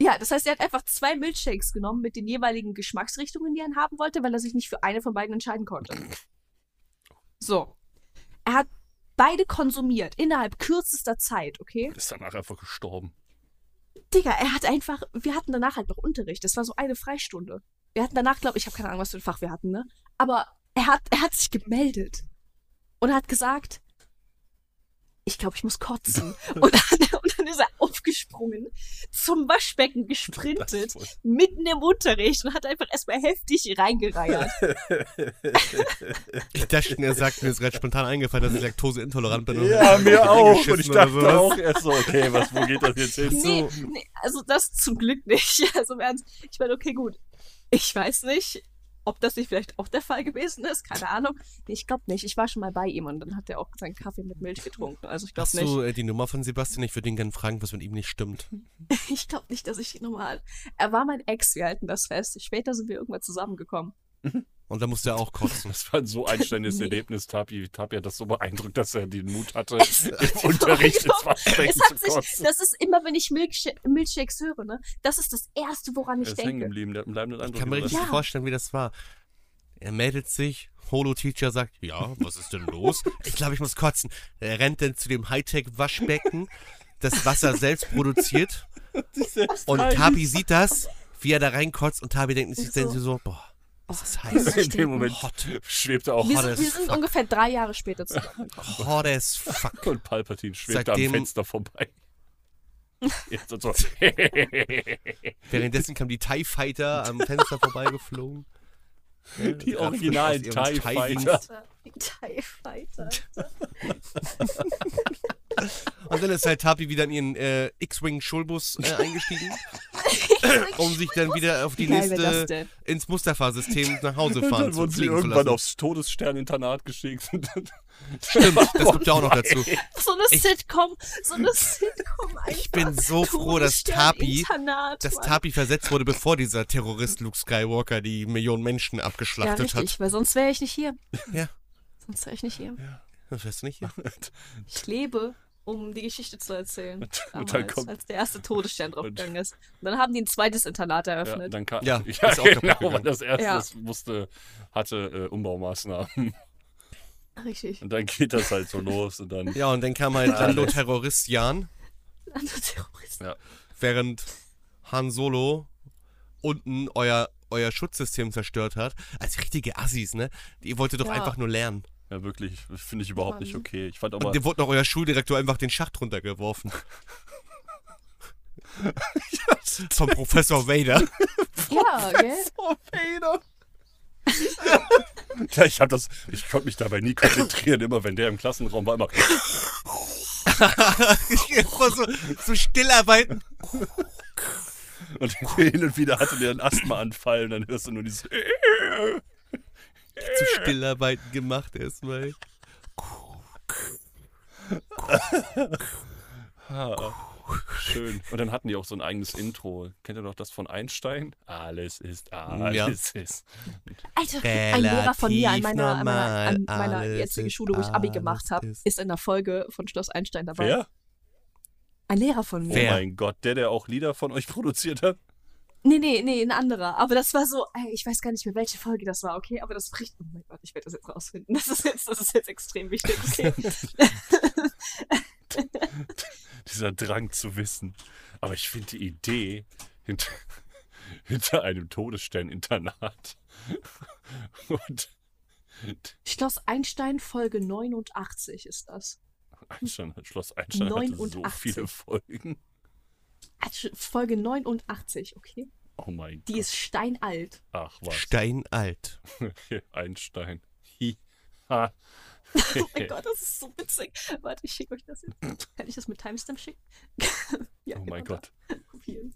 Ja, das heißt, er hat einfach zwei Milkshakes genommen mit den jeweiligen Geschmacksrichtungen, die er haben wollte, weil er sich nicht für eine von beiden entscheiden konnte. So. Er hat beide konsumiert innerhalb kürzester Zeit, okay? Ist danach einfach gestorben. Digga, er hat einfach, wir hatten danach halt noch Unterricht. Das war so eine Freistunde. Wir hatten danach, glaube ich, habe keine Ahnung, was für ein Fach wir hatten, ne? Aber er hat, er hat sich gemeldet und hat gesagt, ich glaube, ich muss kotzen. und, dann, und dann ist er aufgesprungen, zum Waschbecken gesprintet, Das- mitten im Unterricht und hat einfach erstmal heftig reingereiert. Ich dachte, er sagt, mir ist gerade spontan eingefallen, dass ich laktoseintolerant bin. und Ja, hab mich mir auch. eingeschissen Und ich oder dachte sowas. auch erst so, okay, was, wo geht das jetzt hin? nee, nee, also das zum Glück nicht. Also im Ernst, ich meine, okay, gut. Ich weiß nicht, ob das nicht vielleicht auch der Fall gewesen ist, keine Ahnung. Nee, ich glaube nicht. Ich war schon mal bei ihm und dann hat er auch seinen Kaffee mit Milch getrunken. Also ich glaube Hast nicht. du äh, die Nummer von Sebastian? Ich würde ihn gerne fragen, was mit ihm nicht stimmt. Ich glaube nicht, dass ich ihn nochmal hatte. Er war mein Ex, wir halten das fest. Später sind wir irgendwann zusammengekommen. Und da musste er auch kotzen. Das war ein so einsteigendes Nee. Erlebnis. Tapi, Tapi hat das so beeindruckt, dass er den Mut hatte, Es- im Unterricht ins Waschbecken genau. Es zu hat sich, kotzen. das ist immer, wenn ich Milksh Milkshakes höre, ne? Das ist das Erste, woran Er ich ist hängen denke. geblieben, der hat einen bleibenden Ich Eindruck kann mir richtig hinterlassen. Ja. vorstellen, wie das war. Er meldet sich, Holo-Teacher sagt, ja, was ist denn los? Ich glaube, ich muss kotzen. Er rennt dann zu dem Hightech-Waschbecken, das Wasser selbst produziert. Und Tabi sieht das, wie er da reinkotzt und Tabi denkt sich dann So. so, boah, das ist heiß. richtig In dem denken. Moment Hot. schwebt er auch Oh, Wir Oh, sind, das wir ist sind fuck. ungefähr drei Jahre später zusammen. Hot as fuck. und Palpatine schwebt Seitdem- am Fenster vorbei. Jetzt und so. Währenddessen kam die TIE Fighter am Fenster vorbeigeflogen. Die Ja, frisch originalen aus ihrem TIE TIE-Dienst. Fighter. TIE Fighter. Und dann ist halt Tapi wieder in ihren äh, X-Wing-Schulbus äh, eingestiegen, um sich dann wieder auf die Wie geil wär das nächste denn? ins Mustafa-System nach Hause Und fahren dann zu wurden sie fliegen zu irgendwann lassen. aufs Todesstern-Internat geschickt. Stimmt, das gibt ja auch noch dazu. So eine Sitcom, so eine Sitcom einfach. Ich bin so froh, dass Tapi, Todesstern-Internat, dass Mann. Tapi versetzt wurde, bevor dieser Terrorist Luke Skywalker die Millionen Menschen Ja, abgeschlachtet richtig, weil sonst wäre ich nicht hier. hat. Ja, Sonst wäre ich nicht hier. das weißt du nicht. Ja. Ich lebe, um die Geschichte zu erzählen. Und dann Damals, kommt- als der erste Todesstern draufgegangen ist. Und dann haben die ein zweites Internat Ja, eröffnet. dann kam, Ja, ja, ist auch kaputt genau, weil gegangen. das erste Ja. das musste, hatte äh, Umbaumaßnahmen. richtig. Und dann geht das halt so los und dann. ja, und dann kam halt Lando-Terrorist Jan, Andere Terroristen. während Han Solo unten euer, euer Schutzsystem zerstört hat. Als richtige Assis, ne? Ihr wolltet doch Ja. einfach nur lernen. Ja, wirklich, finde ich überhaupt nicht Mann. okay. Ich fand Und aber. dem wurde noch euer Schuldirektor einfach den Schacht runtergeworfen. Vom Professor Vader. Ja, gell? Oh, Peter. ja, ich hab das. Ich konnte mich dabei nie konzentrieren, immer wenn der im Klassenraum war, immer. Einfach so, so stillarbeiten. Und hin und wieder hatte der einen Asthmaanfall und dann hörst du nur dieses. Zu stillarbeiten gemacht erstmal. Ah, schön. Und dann hatten die auch so ein eigenes Intro. Kennt ihr noch das von Einstein? Alles ist alles ist. Alter, ein Lehrer von mir an meiner, an meiner, an Relativ normal, meiner alles jetzigen ist- Schule, wo ich Abi alles gemacht habe, ist- ist in der Folge von Schloss Einstein dabei. Wer? Ein Lehrer von mir. Wer? Oh mein Gott, der, der auch Lieder von euch produziert hat. Nee, nee, nee, ein anderer. Aber das war so, ey, ich weiß gar nicht mehr, welche Folge das war, okay? Aber das bricht. Oh mein Gott, ich werde das jetzt rausfinden. Das ist jetzt, das ist jetzt extrem wichtig, okay? Dieser Drang zu wissen. Aber ich finde die Idee hinter, hinter einem Todesstern-Internat. Und Schloss Einstein, Folge 89 ist das. Einstein, Schloss Einstein hatte so 89. viele Folgen. Also Folge 89, okay? Oh mein Die Gott. ist steinalt. Ach was. Steinalt. Einstein. Hi. Ha. Oh mein Gott, das ist so witzig. Warte, ich schicke euch das jetzt. Kann ich das mit Timestamp schicken? ja, Oh mein genau Gott. da. Kopieren.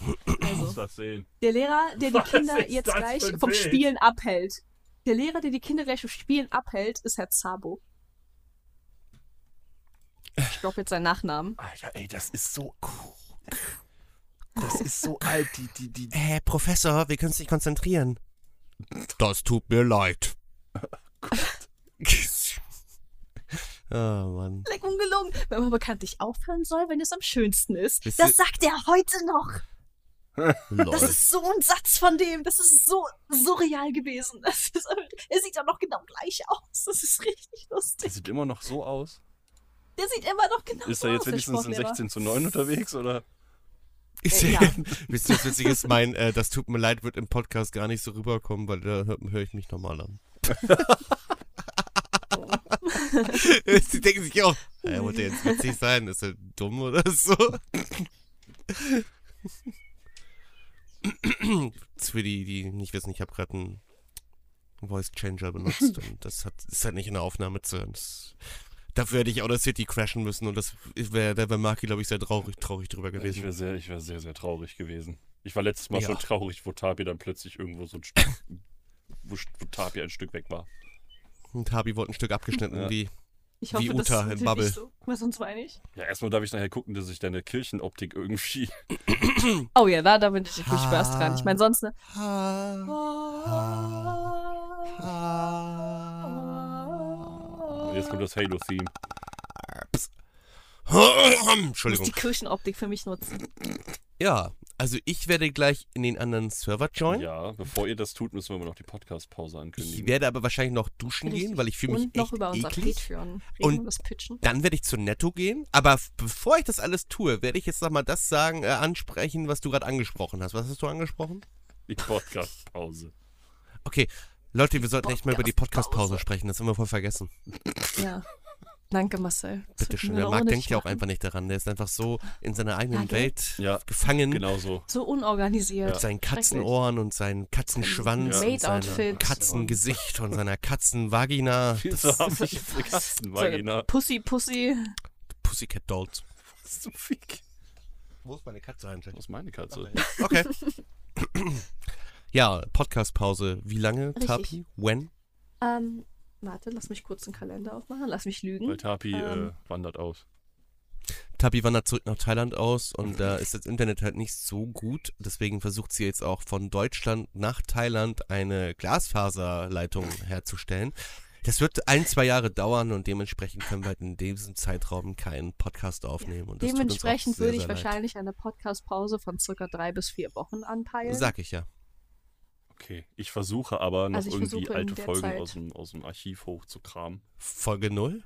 Ich Also. muss das sehen. Der Lehrer, der die Was Kinder ist jetzt das gleich für ein vom Bild? Spielen abhält. Der Lehrer, der die Kinder gleich vom Spielen abhält, ist Herr Zabo. Ich glaube jetzt seinen Nachnamen. Alter, ey, das ist so cool. Das ist so alt, die, die, die. Äh, Professor, wir können uns nicht konzentrieren. Das tut mir leid. oh Mann. Leck ungelungen. Wenn man bekanntlich aufhören soll, wenn es am schönsten ist. Wisst ihr- Das sagt er heute noch. Das Lol. ist so ein Satz von dem. Das ist so surreal gewesen. Das ist, er sieht auch noch genau gleich aus. Das ist richtig Der lustig. sieht immer noch so aus. Der sieht immer noch genau Ist so er aus, jetzt der wenigstens um in Sportlehrer. 16 zu 9 unterwegs oder? Ich Äh, sehe, ja. wisst ihr, was witzig ist? Mein, äh, das tut mir leid, wird im Podcast gar nicht so rüberkommen, weil da höre hör ich mich normal an. Sie denken sich auch, er wollte jetzt witzig sein, ist er dumm oder so? Für die, die nicht wissen, ich habe gerade einen Voice Changer benutzt und das hat, ist halt nicht in der Aufnahme zu hören. Das, dafür hätte ich Outer City crashen müssen und das wäre, da wäre Marki, glaube ich, sehr traurig, traurig drüber Ich gewesen. wäre sehr, ich wär sehr, sehr traurig gewesen. Ich war letztes Mal Ja. schon traurig, wo Tabi dann plötzlich irgendwo so ein Stück, wo, Sch- wo Tabi ein Stück weg war. Und Habi wurde ein Stück abgeschnitten, Ja. die. Ich Wie hoffe, das Uta in sind wir Bubble. nicht so. Was uns meine ich? Ja, erstmal darf ich nachher gucken, dass ich deine Kirchenoptik irgendwie. Oh ja, da, da bin ich natürlich Spaß dran. Ich meine, sonst. Ne? Ha, ha, Jetzt kommt das Halo-Theme. Muss die Entschuldigung. Kirchenoptik für mich nutzen. Ja, also ich werde gleich in den anderen Server joinen. Ja, genau. bevor ihr das tut, müssen wir immer noch die Podcast-Pause Ich ankündigen. werde aber wahrscheinlich noch duschen gehen, weil ich fühle mich Und noch echt über unser eklig. Patreon. Und- Und das Pitchen. Dann werde ich zu Netto gehen, aber f- bevor ich das alles tue, werde ich jetzt nochmal das sagen, äh, ansprechen, was du gerade angesprochen hast. Was hast du angesprochen? Die Podcast-Pause. Okay, Leute, wir sollten echt mal über die Podcast-Pause Podcast-Pause. sprechen, das haben wir voll vergessen. Ja. Danke, Marcel. Das Bitte wird schön, mir der noch Marc ohne denkt dich ja auch machen. einfach nicht daran. Der ist einfach so in seiner eigenen Ja, gell? Welt Ja. gefangen Genau so. So unorganisiert. mit seinen Katzenohren und seinen Katzenschwanz Ja. und seinem Maid-Outfit. Katzengesicht und seiner Katzenvagina. Wieso habe ich jetzt eine Was? Kastenvagina? Pussy, Pussy. Pussycat Dolls. Was zum Fick? Wo ist meine Katze Wo eigentlich? ist meine Katze? Okay. ja, Podcast-Pause. Wie lange, Richtig. Tapi? When? Ähm, warte, lass mich kurz den Kalender aufmachen. Lass mich Weil lügen. Tapi Ähm. äh, wandert aus. Tapi wandert zurück nach Thailand aus und da ist das Internet halt nicht so gut. Deswegen versucht sie jetzt auch von Deutschland nach Thailand eine Glasfaserleitung herzustellen. Das wird ein, zwei Jahre dauern und dementsprechend können wir halt in diesem Zeitraum keinen Podcast aufnehmen. und das tut uns auch Dementsprechend sehr, würde ich sehr leid. wahrscheinlich eine Podcast-Pause von circa drei bis vier Wochen anpeilen. Sag ich ja. Okay. Ich versuche aber noch Also ich irgendwie versuche in alte der Folgen Zeit- aus dem, aus dem Archiv hochzukramen. Folge 0?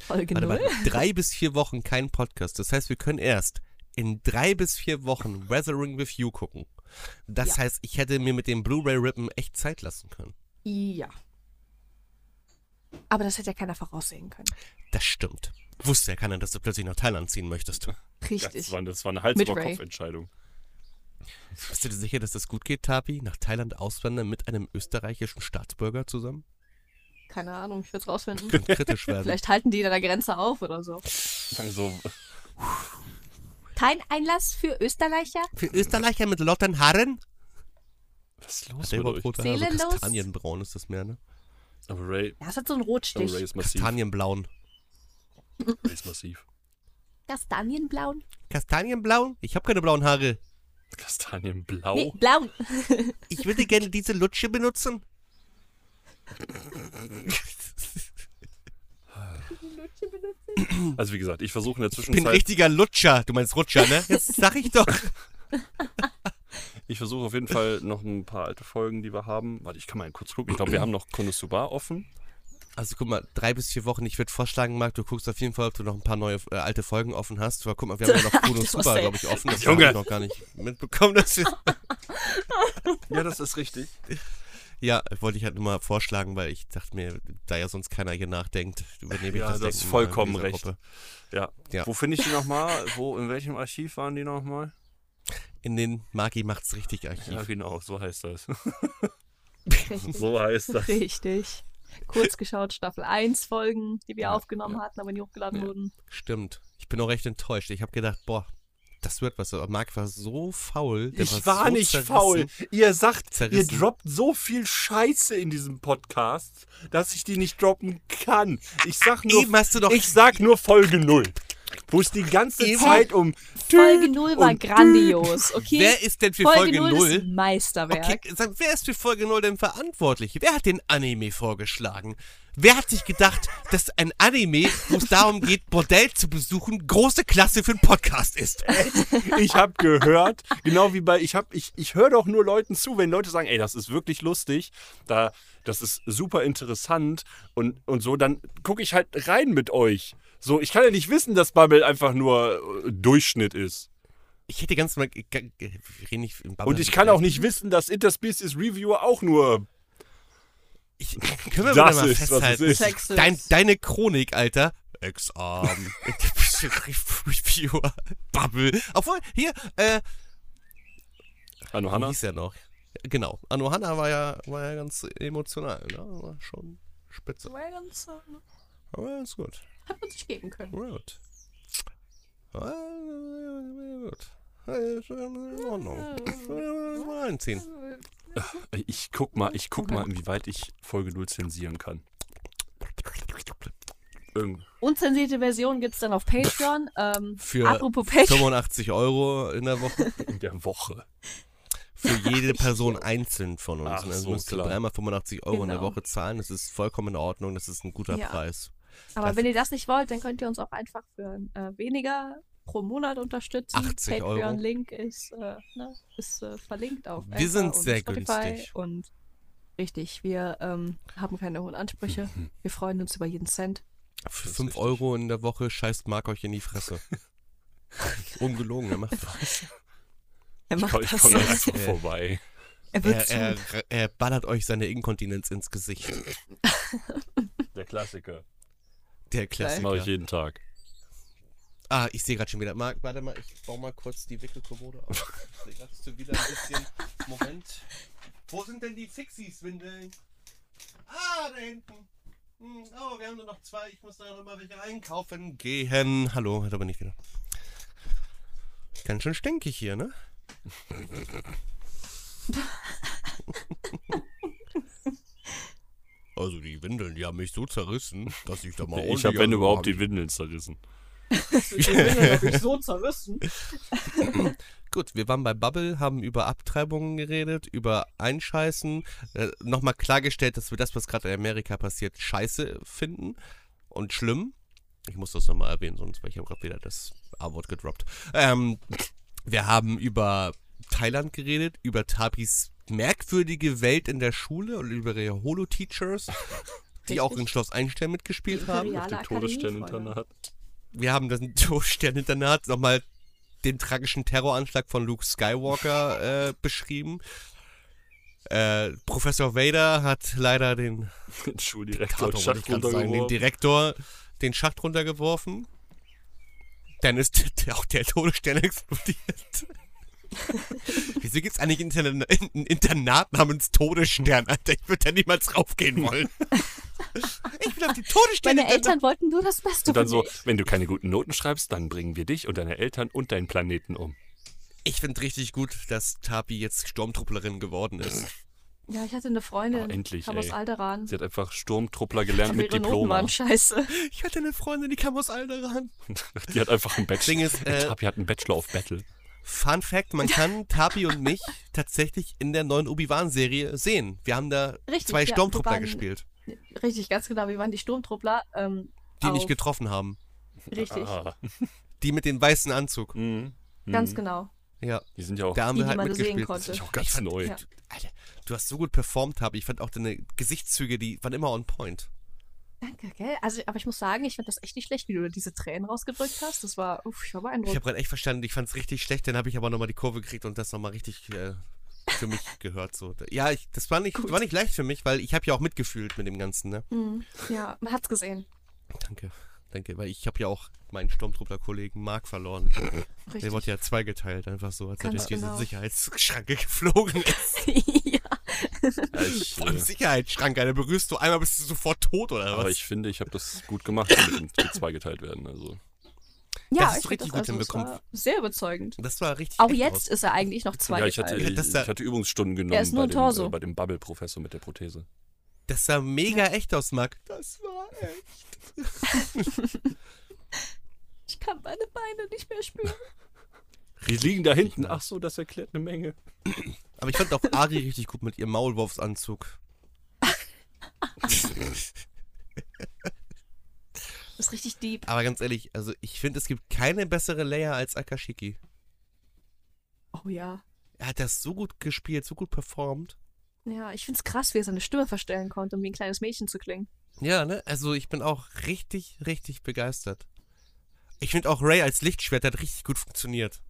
Folge Warte mal. null. Drei bis vier Wochen kein Podcast. Das heißt, wir können erst in drei bis vier Wochen Weathering with You gucken. Das Ja. heißt, ich hätte mir mit dem Blu-ray-Rippen echt Zeit lassen können. Ja. Aber das hätte ja keiner voraussehen können. Das stimmt. Wusste ja keiner, dass du plötzlich nach Thailand ziehen möchtest. Richtig. Das war, das war eine Mit Ray. Hals-über-Kopf-Entscheidung. Bist du dir sicher, dass das gut geht, Tapi? Nach Thailand auswandern mit einem österreichischen Staatsbürger zusammen? Keine Ahnung, ich würde es rausfinden. Könnte kritisch werden. Vielleicht halten die da der Grenze auf oder so. Also, Kein Einlass für Österreicher? Für Österreicher mit lotten Haaren? was ist los Hat der mit überhaupt euch? rote Haare? So Seelenlos? Also Kastanienbraun ist das mehr, ne? Aber Ray, Das hat so einen aber Oh, Rotstich. Ray ist massiv. Kastanienblauen. Ray ist massiv. Kastanienblauen? Kastanienblauen? Ich habe keine blauen Haare. Kastanienblau. Nee, Oh. blauen. Ich würde gerne diese Lutsche benutzen. Also wie gesagt, ich versuche in der Ich bin Zwischenzeit, richtiger Lutscher. Du meinst Rutscher, ne? Jetzt sag ich doch. ich versuche auf jeden Fall noch ein paar alte Folgen, die wir haben. Warte, ich kann mal kurz gucken. Ich glaube, wir haben noch Konosuba offen. Also guck mal, drei bis vier Wochen. Ich würde vorschlagen, Marc, du guckst auf jeden Fall, ob du noch ein paar neue äh, alte Folgen offen hast. Aber guck mal, wir haben ja noch Kuno Das muss Super, sein. glaube ich, offen. Das Junge. habe ich noch gar nicht mitbekommen. Dass wir Ja, das ist richtig. ja, wollte ich halt nur mal vorschlagen, weil ich dachte mir, da ja sonst keiner hier nachdenkt, übernehme ich Ja, das. das ist Denken mal in vollkommen dieser recht. Gruppe. Ja. Ja. Wo finde ich die nochmal? Wo, in welchem Archiv waren die nochmal? In den Magi macht's richtig Archiv. Ja, genau, so heißt das. Richtig. So heißt das. Richtig. Kurz geschaut, Staffel 1 Folgen, die wir Ja, aufgenommen ja. hatten, aber nie hochgeladen Ja. wurden. Stimmt. Ich bin auch recht enttäuscht. Ich habe gedacht, boah, das wird was. Aber Marc war so faul. Der Ich war war so nicht zerrissen. faul. Ihr sagt, Zerrissen. ihr droppt so viel Scheiße in diesem Podcast, dass ich die nicht droppen kann. Ich sag nur, Eben hast du doch- ich sag nur Folge null, Wo es die ganze Eben- Zeit um Folge Tüt 0 war und grandios, okay? Wer ist denn für Folge null ist 0? ein Meisterwerk. Okay, sag, wer ist für Folge 0 denn verantwortlich? Wer hat den Anime vorgeschlagen? Wer hat sich gedacht, dass ein Anime, wo es darum geht, Bordell zu besuchen, große Klasse für einen Podcast ist? ich habe gehört, genau wie bei ich habe ich ich höre doch nur Leuten zu, wenn Leute sagen, ey, das ist wirklich lustig, da das ist super interessant und und so, dann gucke ich halt rein mit euch. So, ich kann ja nicht wissen, dass Bubble einfach nur äh, Durchschnitt ist. Ich hätte ganz mal. Ich kann- ich rede nicht in Bubble. Und ich kann auch nicht wissen, dass Interspecies Reviewer auch nur. Ich, können wir Das mal ist, was es festhalten. ist. Sexist. Dein, deine Chronik, Alter. Ex-Arm. Reviewer. Bubble. Obwohl, hier, äh, Hallo Hanna? Hanna. hieß ja noch. Genau. Anohana war ja, war ja ganz emotional, ne? War schon spitze. War ja ganz, äh, Aber ganz gut. hat man sich geben können. Gut. Ah, Gut. Ah, ist In Ordnung. Ah, mal Einziehen. Ich guck mal, ich guck mal, inwieweit ich Folge 0 zensieren kann. Irgend Unzensierte Version gibt's dann auf Patreon. Ähm, Für apropos Patreon. 85 Euro in der Woche in der Woche. für jede Person einzeln von uns. ne? Ach Und das so, müsst ihr klar. dreimal 85 Euro in der Genau. Woche zahlen. Das ist vollkommen in Ordnung. Das ist ein guter Ja. Preis. Aber das- wenn ihr das nicht wollt, dann könnt ihr uns auch einfach für äh, weniger pro Monat unterstützen. 80 Euro. Patreon-Link ist, äh, ne, ist äh, verlinkt auf Wir Anchor sind und sehr Spotify günstig. Und richtig, wir ähm, haben keine hohen Ansprüche. Wir freuen uns über jeden Cent. Für ist 5 richtig. Euro in der Woche scheißt Marc euch in die Fresse. Ungelogen, er macht Er Ich macht komme das komm da so. einfach vorbei. Er wird Er, so. er, er ballert euch seine Inkontinenz ins Gesicht. Der Klassiker. Der Das mache ich Klassiker. jeden Tag. Ah, ich sehe gerade schon wieder. Marc, warte mal, ich baue mal kurz die Wickelkommode auf. Ich seh grad, dass du wieder ein bisschen. Moment. Wo sind denn die Fixies-Windeln? Ah, da hinten. Hm, Oh, wir haben nur noch zwei. Ich muss da noch mal welche einkaufen gehen. Hallo, da bin ich wieder. Ganz schön stinkig hier, ne? Also die Windeln, die haben mich so zerrissen, dass ich da mal ich habe, wenn überhaupt, die Windeln zerrissen. Die Windeln hab ich so zerrissen. Gut, wir waren bei Bubble, haben über Abtreibungen geredet, über Einscheißen, äh, nochmal klargestellt, dass wir das, was gerade in Amerika passiert, scheiße finden und schlimm. Ich muss das nochmal erwähnen, sonst weil ich habe gerade wieder das A-Wort gedroppt. Ähm, wir haben über Thailand geredet, über Tapis merkwürdige Welt in der Schule und über ihre Holo-Teachers, die auch in Schloss Einstein mitgespielt haben Imperiale Dem Akademie, Todessterninternat. wir haben das Todsterninternat nochmal den tragischen Terroranschlag von Luke Skywalker äh, beschrieben. Äh, Professor Vader hat leider den, Den Schuldirektor Kater, hat wollte ich grad sagen, Schacht den runtergeworfen. Direktor den Schacht runtergeworfen. Dann ist der- auch der Todesstern explodiert. Wieso gibt es eigentlich ein Interna- ein Internat namens Todesstern, Alter? Ich würde da niemals draufgehen wollen. Ich will auf die Todessterne. Meine Eltern wollten nur das Beste Und dann für so, mich. wenn du keine guten Noten schreibst, dann bringen wir dich und deine Eltern und deinen Planeten um. Ich finde richtig gut, dass Tapi jetzt Sturmtrupplerin geworden ist. Ja, ich hatte eine Freundin. Oh, endlich, Kam aus ey. Alderan. Sie hat einfach Sturmtruppler gelernt Aber mit ihre Noten Diploma. waren scheiße. Ich hatte eine Freundin, die kam aus Alderan. Die hat einfach einen Ding Bachelor. ist, äh, Tapi hat einen Bachelor of Battle. Fun Fact, man kann Tapi und mich tatsächlich in der neuen Obi-Wan-Serie sehen. Wir haben da Richtig, zwei ja, Sturmtruppler wir waren- gespielt, Richtig, ganz genau. Wir waren die Sturmtruppler. Ähm, die auf, nicht getroffen haben. Richtig, Ah. Die mit dem weißen Anzug. Mhm. ganz genau. Ja, Die sind ja auch, da haben Die, wir die halt man so sehen mitgespielt. konnte. sind ja auch ganz neu. Ja. Alter, du hast so gut performt, Tapi. Ich fand auch deine Gesichtszüge, die waren immer on point. Danke, gell? Also, aber ich muss sagen, ich fand das echt nicht schlecht, wie du da diese Tränen rausgedrückt hast. Das war, uff, ich war Ich habe beeindruckt. gerade echt verstanden, ich fand's richtig schlecht, dann habe ich aber nochmal die Kurve gekriegt und das nochmal richtig äh, für mich gehört. So. Ja, ich, das war nicht, war nicht leicht für mich, weil ich habe ja auch mitgefühlt mit dem Ganzen, ne? Mhm. Ja, man hat's gesehen. Danke, danke, weil ich habe ja auch meinen Sturmtruppler-Kollegen Mark verloren. Der Richtig. wurde ja zweigeteilt, einfach so, als er durch Ganz diese genau. Sicherheitsschranke geflogen ist. ja. Ja, ich, Vor allem äh, Sicherheitsschranke, da berührst du einmal, bist du sofort tot oder was? aber ich finde, ich habe das gut gemacht, mit dem mit zweigeteilt werden. Also. ja, hast du ich fand richtig das gut also, es war hinbekommen. Sehr überzeugend. das war richtig. Auch echt jetzt aus. ist er eigentlich noch zwei. Ja, ich hatte, Das ich da- hatte Übungsstunden genommen Er ist nur bei, ein dem, Torso. äh, bei dem Bubble-Professor mit der Prothese. Das sah mega echt aus, Mark. Das war echt. Ich kann meine Beine nicht mehr spüren. Die liegen da hinten. Ach so, das erklärt eine Menge. Aber ich fand auch Ari richtig gut mit ihrem Maulwurfsanzug. Das ist richtig deep. Aber ganz ehrlich, also ich finde, es gibt keine bessere Layer als Akashiki. Oh ja. Er hat das so gut gespielt, so gut performt. Ja, ich find's krass, wie er seine Stimme verstellen konnte, um wie ein kleines Mädchen zu klingen. Ja, ne? Also ich bin auch richtig, richtig begeistert. Ich finde auch Ray als Lichtschwert hat richtig gut funktioniert.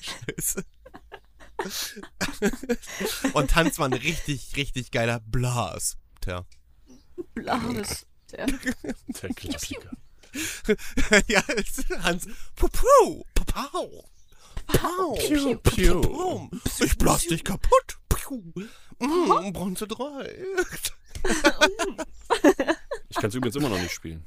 Scheiße. Und Tanz war ein richtig, richtig geiler Blas. Tja. Blaus. Der Der Klassiker. ja, Hans. Pupu, papau. Pau. Piu, piu. Pum. Ich blas dich kaputt. Piu. Mm, Bronze 3. Ich kann es übrigens immer noch nicht spielen.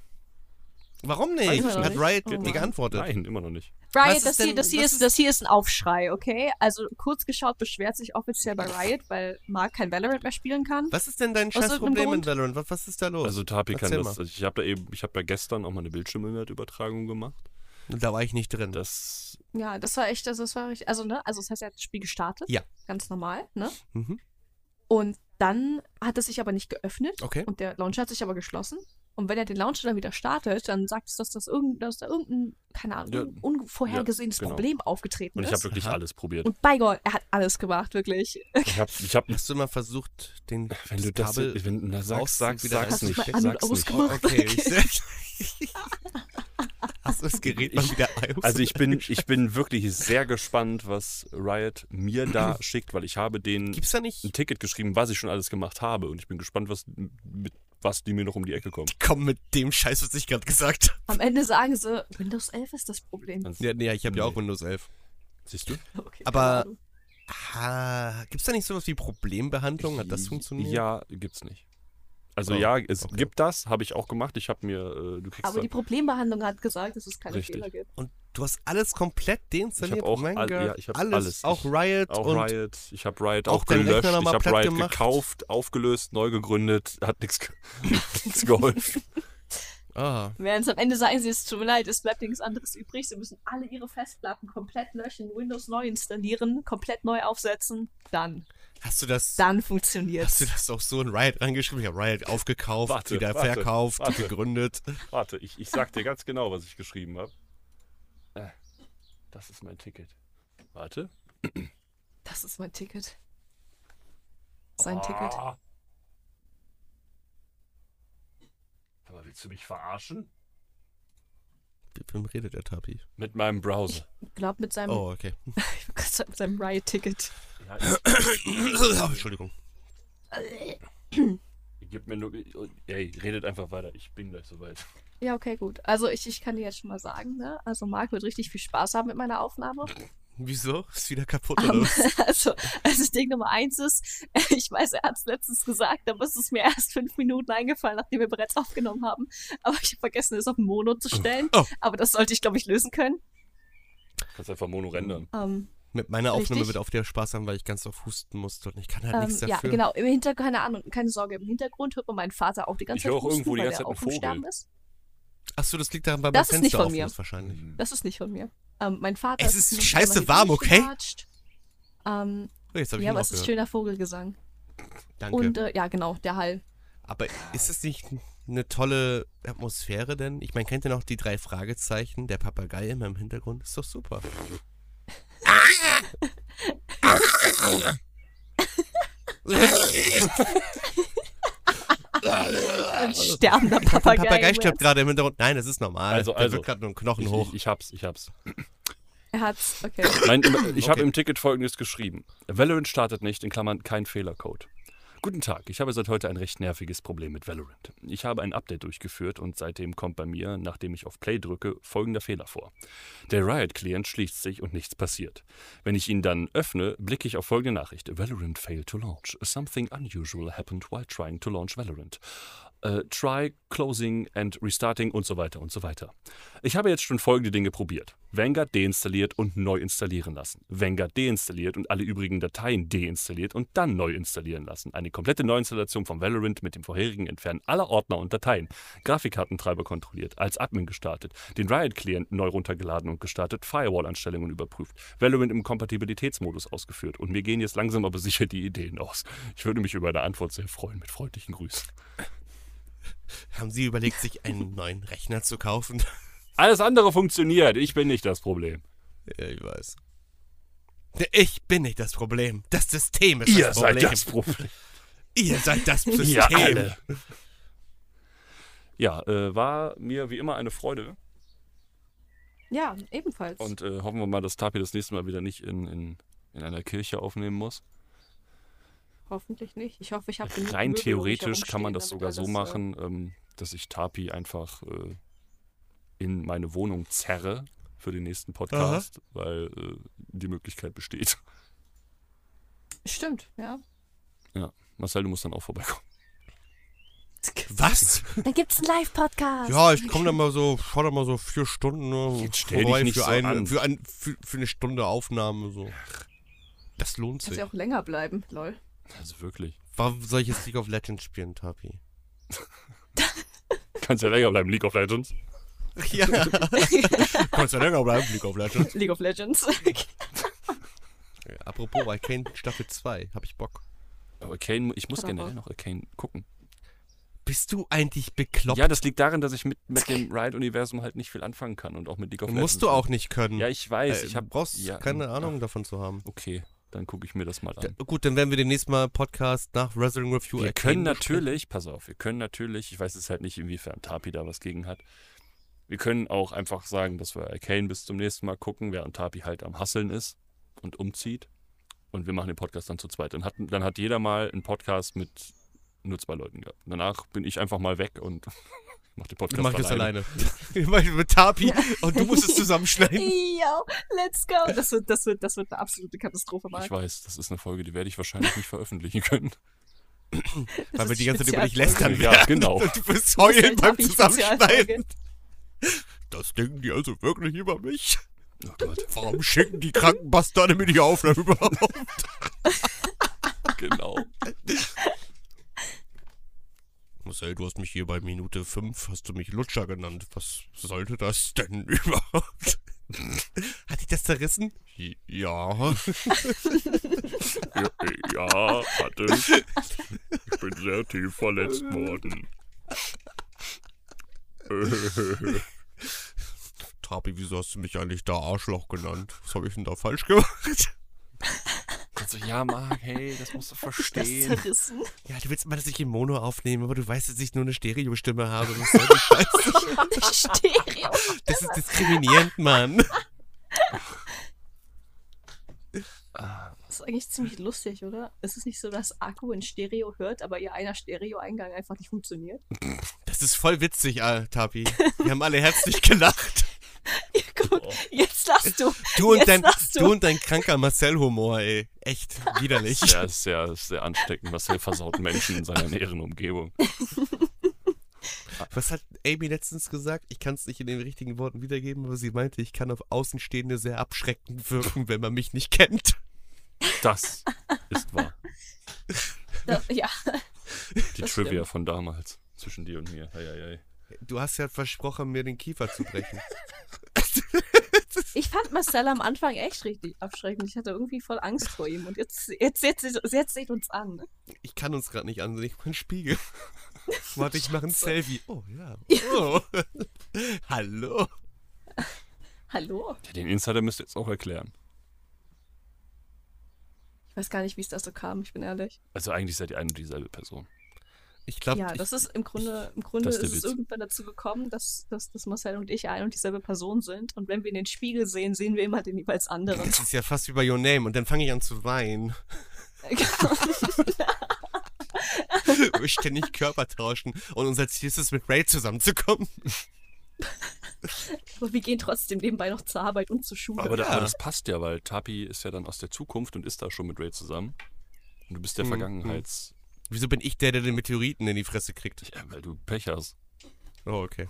Warum nicht? Weiß man doch Hat nicht. Riot Oh nicht Mann. geantwortet. Nein, immer noch nicht. Was Riot, ist das hier, denn- das, hier was ist, das hier ist ein Aufschrei, okay? Also kurz geschaut beschwert sich offiziell bei Riot, weil Mark kein Valorant mehr spielen kann. Was ist denn dein Aus scheiß irgendeinem Problem in Grund? Valorant? Was, was ist da Oh, los? Also Tapi kann Erzähl das. Also ich habe da eben, ich habe da gestern auch mal eine Bildschirminhaltübertragung gemacht. Da war ich nicht drin. Das Ja, das war echt, also das war richtig, also ne, also das heißt, er hat das Spiel gestartet. Ja. Ganz normal, ne? Mhm. Und dann hat es sich aber nicht geöffnet Okay. und der Launcher hat sich aber geschlossen. Und wenn er den Launcher dann wieder startet, dann sagt es, dass das irgend, dass da irgendein, keine Ahnung, Ja, irgendein unvorhergesehenes ja, genau. Problem aufgetreten und ich habe ist. wirklich Aha. alles probiert. und bei Gott, er hat alles gemacht, wirklich. Ich habe, ich habe, Hast du mal versucht, den wenn du das, Kabel wenn du das raus sagst, sagst, wieder sagst rein- nicht, Hast du mal an- und sag's nicht. ausgemacht? Mach okay, weg. ich seh- Hast du das Gerät mal Ich- wieder aus? Also ich bin, ich bin wirklich sehr gespannt, was Riot mir da schickt, weil ich habe denen Gibt's da ein nicht. Ticket geschrieben, was ich schon alles gemacht habe und ich bin gespannt, was mit was die mir noch um die Ecke kommen. Komm mit dem Scheiß, was ich gerade gesagt habe. Am Ende sagen sie, Windows 11 ist das Problem. Ganz- Ja, nee, ich habe ja auch Nee. Windows 11. Also, Siehst du? Okay, Aber- keine Ahnung. Ah, gibt's da nicht sowas wie Problembehandlung? Hat das funktioniert? Äh, Ja, gibt's nicht. Also Oh, ja, es okay. gibt das, habe ich auch gemacht. Ich habe mir, äh, du kriegst Aber da- die Problembehandlung hat gesagt, dass es keine Richtig. Fehler gibt. Und du hast alles komplett deinstalliert? Ich hab auch mein all- Gott. ja, ich hab alles. alles. Auch Ich- Riot auch und Riot, ich habe Riot auch auch deinen gelöscht, Rechner ich noch mal habe platt Riot gemacht. gekauft, aufgelöst, neu gegründet, hat nichts ge nichts geholfen. Ah, Während es am Ende sagen sie, es tut mir leid, es bleibt nichts anderes übrig. Sie müssen alle ihre Festplatten komplett löschen, Windows neu installieren, komplett neu aufsetzen. Dann. hast du das Dann funktioniert Hast du das auch so in Riot reingeschrieben? Ich habe Riot aufgekauft, Warte, wieder warte, verkauft, warte. gegründet. Warte, ich, ich sag dir ganz genau, was ich geschrieben habe. Äh, Das ist mein Ticket. Warte. Das ist mein Ticket. Sein Ticket. Ah. Aber willst du mich verarschen? Mit wem redet der Tapi? Mit meinem Browser. Ich glaube, mit seinem, Oh, okay. mit seinem Riot-Ticket. Ja, ich, Entschuldigung. ich gib mir nur. Ey, redet einfach weiter. Ich bin gleich soweit. Ja, okay, gut. Also ich, ich kann dir jetzt schon mal sagen, ne? Also Marc wird richtig viel Spaß haben mit meiner Aufnahme. Wieso? Ist wieder kaputt Ähm, oder was? Also, also Ding Nummer eins ist, ich weiß, er hat es letztens gesagt, aber es ist mir erst fünf Minuten eingefallen, nachdem wir bereits aufgenommen haben. Aber ich habe vergessen, es auf Mono zu stellen. Oh. Aber das sollte ich, glaube ich, lösen können. Kannst einfach Mono rendern. Ähm, Mit meiner Aufnahme Richtig. wird auf der Spaß haben, weil ich ganz oft husten musste und ich kann halt ähm, nichts ja, dafür. genau. Im Hintergrund, keine Ahnung, keine Sorge. Im Hintergrund hört man meinen Vater auch die ganze Ich Zeit. höre auch husten, irgendwo die weil ganze der Zeit auch einen im Sterben Vogel. Ist. Achso, das liegt daran, weil Das mein ist nicht Fenster von offen mir. ist wahrscheinlich. Hm. Das ist nicht von mir. Ähm, mein Vater Es ist nämlich scheiße einmal hier warm, okay? durchgelatscht. Ähm, Oh, jetzt habe ich ihn ja, aber auch es ist gehört. schöner Vogelgesang. Danke. Und äh, ja, genau, der Hall. aber ist das nicht eine tolle Atmosphäre denn? Ich meine, kennt ihr noch die drei Fragezeichen? Der Papagei immer im Hintergrund? Ist doch super. Ein sterbender Ein Papagei. Papagei stirbt gerade im Hintergrund. Nein, das ist normal. Also, Der also. wird gerade nur ein Knochen Ich, hoch. ich, ich hab's, ich hab's. Er hat's, okay. Nein, ich habe Okay. im Ticket folgendes geschrieben. Valorant startet nicht, in Klammern kein Fehlercode. Guten Tag, ich habe seit heute ein recht nerviges Problem mit Valorant. Ich habe ein Update durchgeführt und seitdem kommt bei mir, nachdem ich auf Play drücke, folgender Fehler vor. Der Riot-Client schließt sich und nichts passiert. Wenn ich ihn dann öffne, blicke ich auf folgende Nachricht. Valorant failed to launch. Something unusual happened while trying to launch Valorant. Äh, try closing and restarting und so weiter und so weiter. Ich habe jetzt schon folgende Dinge probiert. Vanguard deinstalliert und neu installieren lassen. Vanguard deinstalliert und alle übrigen Dateien deinstalliert und dann neu installieren lassen. Eine komplette Neuinstallation von Valorant mit dem vorherigen Entfernen aller Ordner und Dateien. Grafikkartentreiber kontrolliert, als Admin gestartet, den Riot-Client neu runtergeladen und gestartet, Firewall-Einstellungen überprüft, Valorant im Kompatibilitätsmodus ausgeführt. Und mir gehen jetzt langsam aber sicher die Ideen aus. Ich würde mich über eine Antwort sehr freuen. Mit freundlichen Grüßen. Haben Sie überlegt, sich einen neuen Rechner zu kaufen? Alles andere funktioniert. Ich bin nicht das Problem. Ja, ich weiß. Ich bin nicht das Problem. Das System ist Ihr das seid Problem. das Problem. Ihr seid das System. Ja, alle. Ja, äh, war mir wie immer eine Freude. Ja, ebenfalls. Und äh, hoffen wir mal, dass Tapi das nächste Mal wieder nicht in, in, in einer Kirche aufnehmen muss. Hoffentlich nicht. Ich hoffe, ich habe genug Rein Möbel, die theoretisch hier kann man rumstehen, das damit sogar so alles, äh, machen, ähm, dass ich Tapi einfach äh, in meine Wohnung zerre für den nächsten Podcast, weil äh, die Möglichkeit besteht. Stimmt, ja. Marcel, du musst dann auch vorbeikommen. Was? Dann gibt's einen Live-Podcast. Ja, ich komme dann mal so, schau dann mal so vier Stunden ne, Jetzt stell dich nicht für, so eine- an. Für, ein, für, für eine Stunde Aufnahme. So. Das lohnt Kannst sich. ja auch länger bleiben, lol. Also wirklich. Warum soll ich jetzt League of Legends spielen, Tapi? Kannst ja länger bleiben, League of Legends. Ja. Kannst ja länger bleiben, League of Legends. League of Legends. Apropos, bei Kane Staffel 2, hab ich Bock. Aber Arcane, ich muss Hat er generell Bock. noch Arcane gucken. Bist du eigentlich bekloppt? Ja, das liegt darin, dass ich mit, mit dem Riot-Universum halt nicht viel anfangen kann und auch mit League of Legends. Musst du auch nicht können. Ja, ich weiß. Äh, ich hab, brauchst ja, keine ähm, Ahnung davon zu haben. Okay, dann gucke ich mir das mal Da, an. gut, dann werden wir den nächsten Mal Podcast nach Wrestling Review Wir erkennen. können natürlich, pass auf, wir können natürlich, ich weiß es halt nicht, inwiefern Tapi da was gegen hat. Wir können auch einfach sagen, dass wir Arcane bis zum nächsten Mal gucken, während Tapi halt am Hasseln ist und umzieht. Und wir machen den Podcast dann zu zweit. Dann hat, dann hat jeder mal einen Podcast mit nur zwei Leuten gehabt. Danach bin ich einfach mal weg und mach den Ich Podcast mach das alleine. alleine. Ich mach mit Tapi und du musst es zusammenschneiden. Yo, let's go. Das wird, das, wird, das wird eine absolute Katastrophe, Marc. Ich weiß, das ist eine Folge, die werde ich wahrscheinlich nicht veröffentlichen können. Das Weil wir ist die ganze Zeit über dich lästern Spezialfolge. Ja, werden. genau. Und du wirst Das ist heulen eine beim Tapi-Spezialfolge. Zusammenschneiden. Das denken die also wirklich über mich? Oh Gott. Warum schicken die kranken Bastarde mir die Aufnahmen überhaupt? Genau. Marcel, du hast mich hier bei Minute 5, hast du mich Lutscher genannt. Was sollte das denn überhaupt? Hat dich das zerrissen? Ja. Ja, hatte ich. Ich bin sehr tief verletzt worden. Tapi, wieso hast du mich eigentlich da Arschloch genannt? Was habe ich denn da falsch gemacht? Also, ja, Marc, hey, das musst du Das verstehen. zerrissen. Ja, du willst mal, dass ich in Mono aufnehme, aber du weißt, dass ich nur eine Stereostimme habe. Was soll die Scheiße? Stereo. Das ist diskriminierend, Mann. Das ist eigentlich ziemlich lustig, oder? Es ist nicht so, dass Akku in Stereo hört, aber ihr einer Stereo-Eingang einfach nicht funktioniert. Das ist voll witzig, ah, Tapi. Wir haben alle herzlich gelacht. Ja, gut, jetzt lachst du. Du und, Jetzt dein, lachst du. du. und dein kranker Marcel-Humor, ey. Echt widerlich. Ja, ist sehr, ist sehr ansteckend, was er versaut Menschen in seiner näheren Umgebung. Was hat Amy letztens gesagt? Ich kann es nicht in den richtigen Worten wiedergeben, aber sie meinte, ich kann auf Außenstehende sehr abschreckend wirken, wenn man mich nicht kennt. Das ist wahr. Da, ja, Die Das Trivia stimmt. von damals. Zwischen dir und mir. Eieiei. Du hast ja versprochen, mir den Kiefer zu brechen. ich fand Marcel am Anfang echt richtig abschreckend. Ich hatte irgendwie voll Angst vor ihm. Und jetzt, jetzt, jetzt, jetzt, seht uns an. Ich kann uns gerade nicht ansehen, ich bin Spiegel. Warte, ich mache ein Selfie. Oh ja. Oh. Hallo. Hallo? Ja, Den Insider müsst ihr jetzt auch erklären. Ich weiß gar nicht, wie es da so kam, ich bin ehrlich. Also, eigentlich seid ihr eine und dieselbe Person. Ich glaube, ja, das ist im Grunde, im Grunde Das ist, ist der es Witz. irgendwann dazu gekommen, dass, dass, dass Marcel und ich ein und dieselbe Person sind. Und wenn wir in den Spiegel sehen, sehen wir immer den jeweils anderen. das ist ja fast wie bei Your Name und dann fange ich an zu weinen. Wo wir ständig Körper tauschen und unser Ziel ist es, mit Ray zusammenzukommen. Aber wir gehen trotzdem nebenbei noch zur Arbeit und zur Schule. Aber, da, Ja. aber das passt ja, weil Tapi ist ja dann aus der Zukunft und ist da schon mit Ray zusammen. Und du bist der Mhm. Vergangenheits. Wieso bin ich der, der den Meteoriten in die Fresse kriegt? Ja, weil du Pech hast. Oh, okay.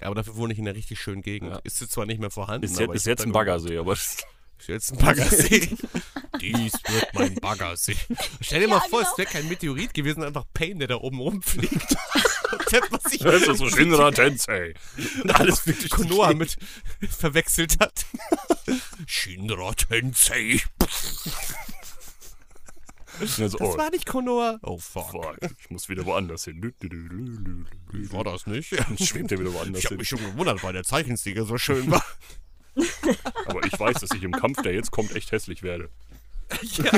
Aber dafür wohne ich in einer richtig schönen Gegend. Ja. Ist sie zwar nicht mehr vorhanden. Ist, aber jetzt, ist ich hab jetzt ein da noch- Baggersee, aber das, Ist jetzt ein Baggersee. Dies wird mein Baggersee. Stell dir Ja, mal vor, genau. es wäre kein Meteorit gewesen, einfach Pain, der da oben rumfliegt. Und der, was sich das ist so Shinra Tensei. Alles wirklich Konoha mit verwechselt hat. Shinra Tensei. Also, Das oh, war nicht Konoha. Oh fuck. fuck, ich muss wieder woanders hin. Ich war das nicht. Dann schwebt er wieder woanders Hm. Ich habe hin. mich schon gewundert, weil der Zeichensieger so schön war. Aber ich weiß, dass ich im Kampf, der jetzt kommt, echt hässlich werde. ja.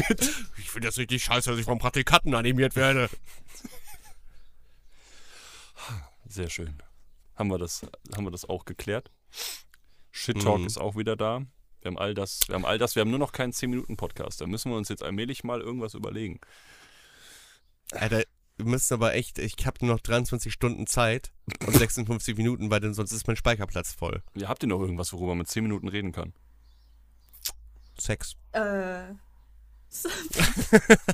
Ich finde das richtig scheiße, dass ich vom Praktikanten animiert werde. Sehr schön. Haben wir das, haben wir das auch geklärt. Shit Talk Mhm. ist auch wieder da. Wir haben all das, wir haben all das, wir haben nur noch keinen 10-Minuten-Podcast. Da müssen wir uns jetzt allmählich mal irgendwas überlegen. Alter, wir müssen aber echt, ich habe nur noch 23 Stunden Zeit und 56 Minuten, weil denn sonst ist mein Speicherplatz voll. Ja, habt ihr noch irgendwas, worüber man mit 10 Minuten reden kann? Sex. Äh. Ja,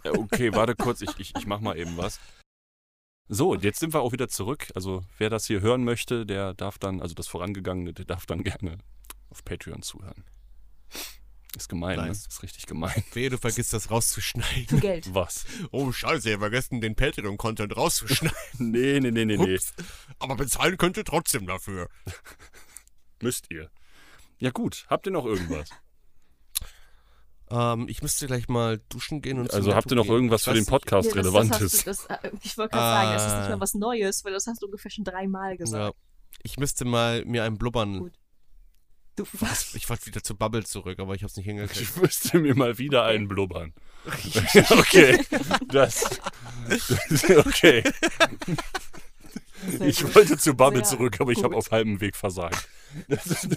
Äh, okay, warte kurz, ich, ich, ich mach mal eben was. So, und jetzt sind wir auch wieder zurück. Also, wer das hier hören möchte, der darf dann, also das Vorangegangene, der darf dann gerne auf Patreon zuhören. Ist gemein, Nein. das ist richtig gemein. Wehe, du vergisst das rauszuschneiden. Für Geld. Was? Oh, scheiße, ihr vergessen den Patreon-Content rauszuschneiden. Nee, nee, nee, nee, nee. Ups. Aber bezahlen könnt ihr trotzdem dafür. Müsst ihr. Ja, gut, habt ihr noch irgendwas? Ähm, ich müsste gleich mal duschen gehen und Also, zum habt ihr Netto noch gehen. irgendwas für Ich den weiß nicht. Podcast Ja, das- das Relevantes? hast du- das, äh, ich wollte gerade sagen, das ist nicht Ah. mehr was Neues, weil das hast du ungefähr schon dreimal Ja. gesagt. Ich müsste mal mir einen blubbern. Gut. Du, was? Ich wollte wieder zu Bubble zurück, aber ich hab's nicht hingekriegt. Ich müsste mir mal wieder einen blubbern. Okay, das. das okay. Sehr Ich gut. wollte zu Bubble Sehr zurück, aber ich habe gut. auf halbem Weg versagt.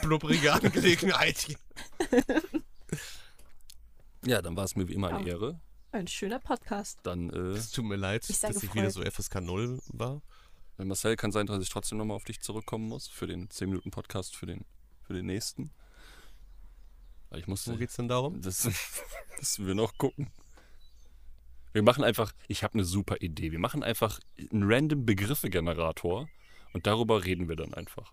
Blubbrige Angelegenheit. Ja, dann war es mir wie immer eine Ja. Ehre. Ein schöner Podcast. Dann, äh, Es tut mir leid, Ich sage dass ich voll. wieder so FSK 0 war. wenn Marcel, kann sein, dass ich trotzdem nochmal auf dich zurückkommen muss für den 10-Minuten-Podcast für den, für den nächsten. Weil ich Wo musste. geht's denn darum? Das müssen wir noch gucken. Wir machen einfach, ich habe eine super Idee. Wir machen einfach einen random Begriffe-Generator und darüber reden wir dann einfach.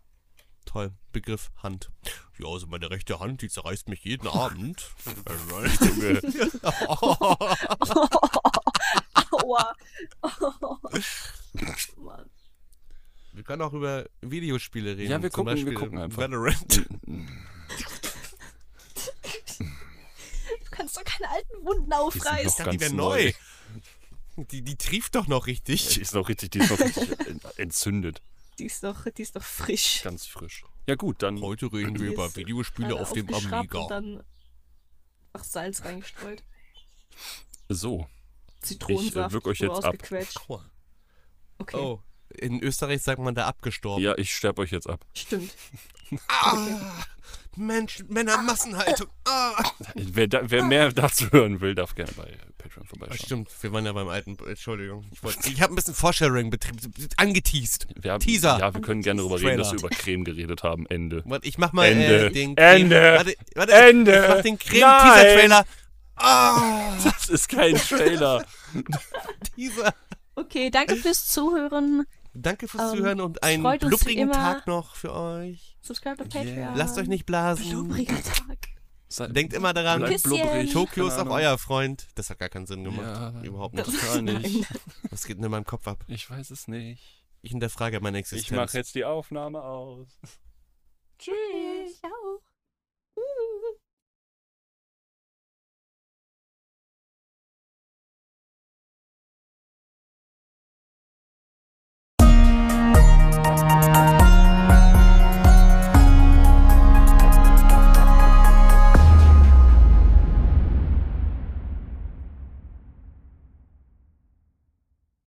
Toll, Begriff Hand. Ja, also meine rechte Hand, die zerreißt mich jeden Abend. Junge. Aua. Mann. wir können auch über Videospiele reden. Ja, wir zum gucken- wir Beispiel gucken einfach. Valorant. Du kannst doch keine alten Wunden Die sind aufreißen. Ist die wäre neu. Die, die trieft doch noch richtig. Die ist noch richtig, die ist noch richtig en- entzündet. Die ist doch, die ist doch frisch. Ganz frisch. Ja gut, dann Heute reden wir Die über ist Videospiele Gerade auf dem aufgeschraubt Und Amiga. dann einfach Salz reingestreut. so. Zitronensaft. würg euch wurde jetzt ab. ausgequetscht. Guck mal. Okay. Oh, in Österreich sagt man da abgestorben. Ja, ich sterbe euch jetzt ab. Stimmt. Ah, Mensch, Männermassenhaltung. Ah. Wer, da, wer mehr dazu hören will, darf gerne bei Patreon vorbeischauen. Stimmt, wir waren ja beim alten. Entschuldigung. Ich, wollte- ich habe ein bisschen Foreshadowing betrieben, angeteased. Wir haben, Teaser. Ja, wir können gerne darüber reden, dass wir Trailer. über Creme geredet haben. Ende. Warte, ich mach mal Ende. Äh, den Ende. Creme, warte, warte, Ende. Ich mach den Nein. Creme-Teaser-Trailer. Ah, Das ist kein Trailer. Teaser. Okay, danke fürs Zuhören. Danke fürs Ähm, Zuhören und einen freut uns wie blubbrigen immer. Tag noch für euch. Subscribe auf Patreon. Yeah. Lasst euch nicht blasen. Blubbriger Tag. Sei- Denkt immer daran, bleibt Küsschen. blubberig, Tokio ist keine auch Ahnung. euer Freund. Das hat gar keinen Sinn gemacht. Ja, Überhaupt nicht. Total nicht. Was geht denn in meinem Kopf ab? Ich weiß es nicht. Ich hinterfrage meine Existenz. Ich mache jetzt die Aufnahme aus. Tschüss. Ciao.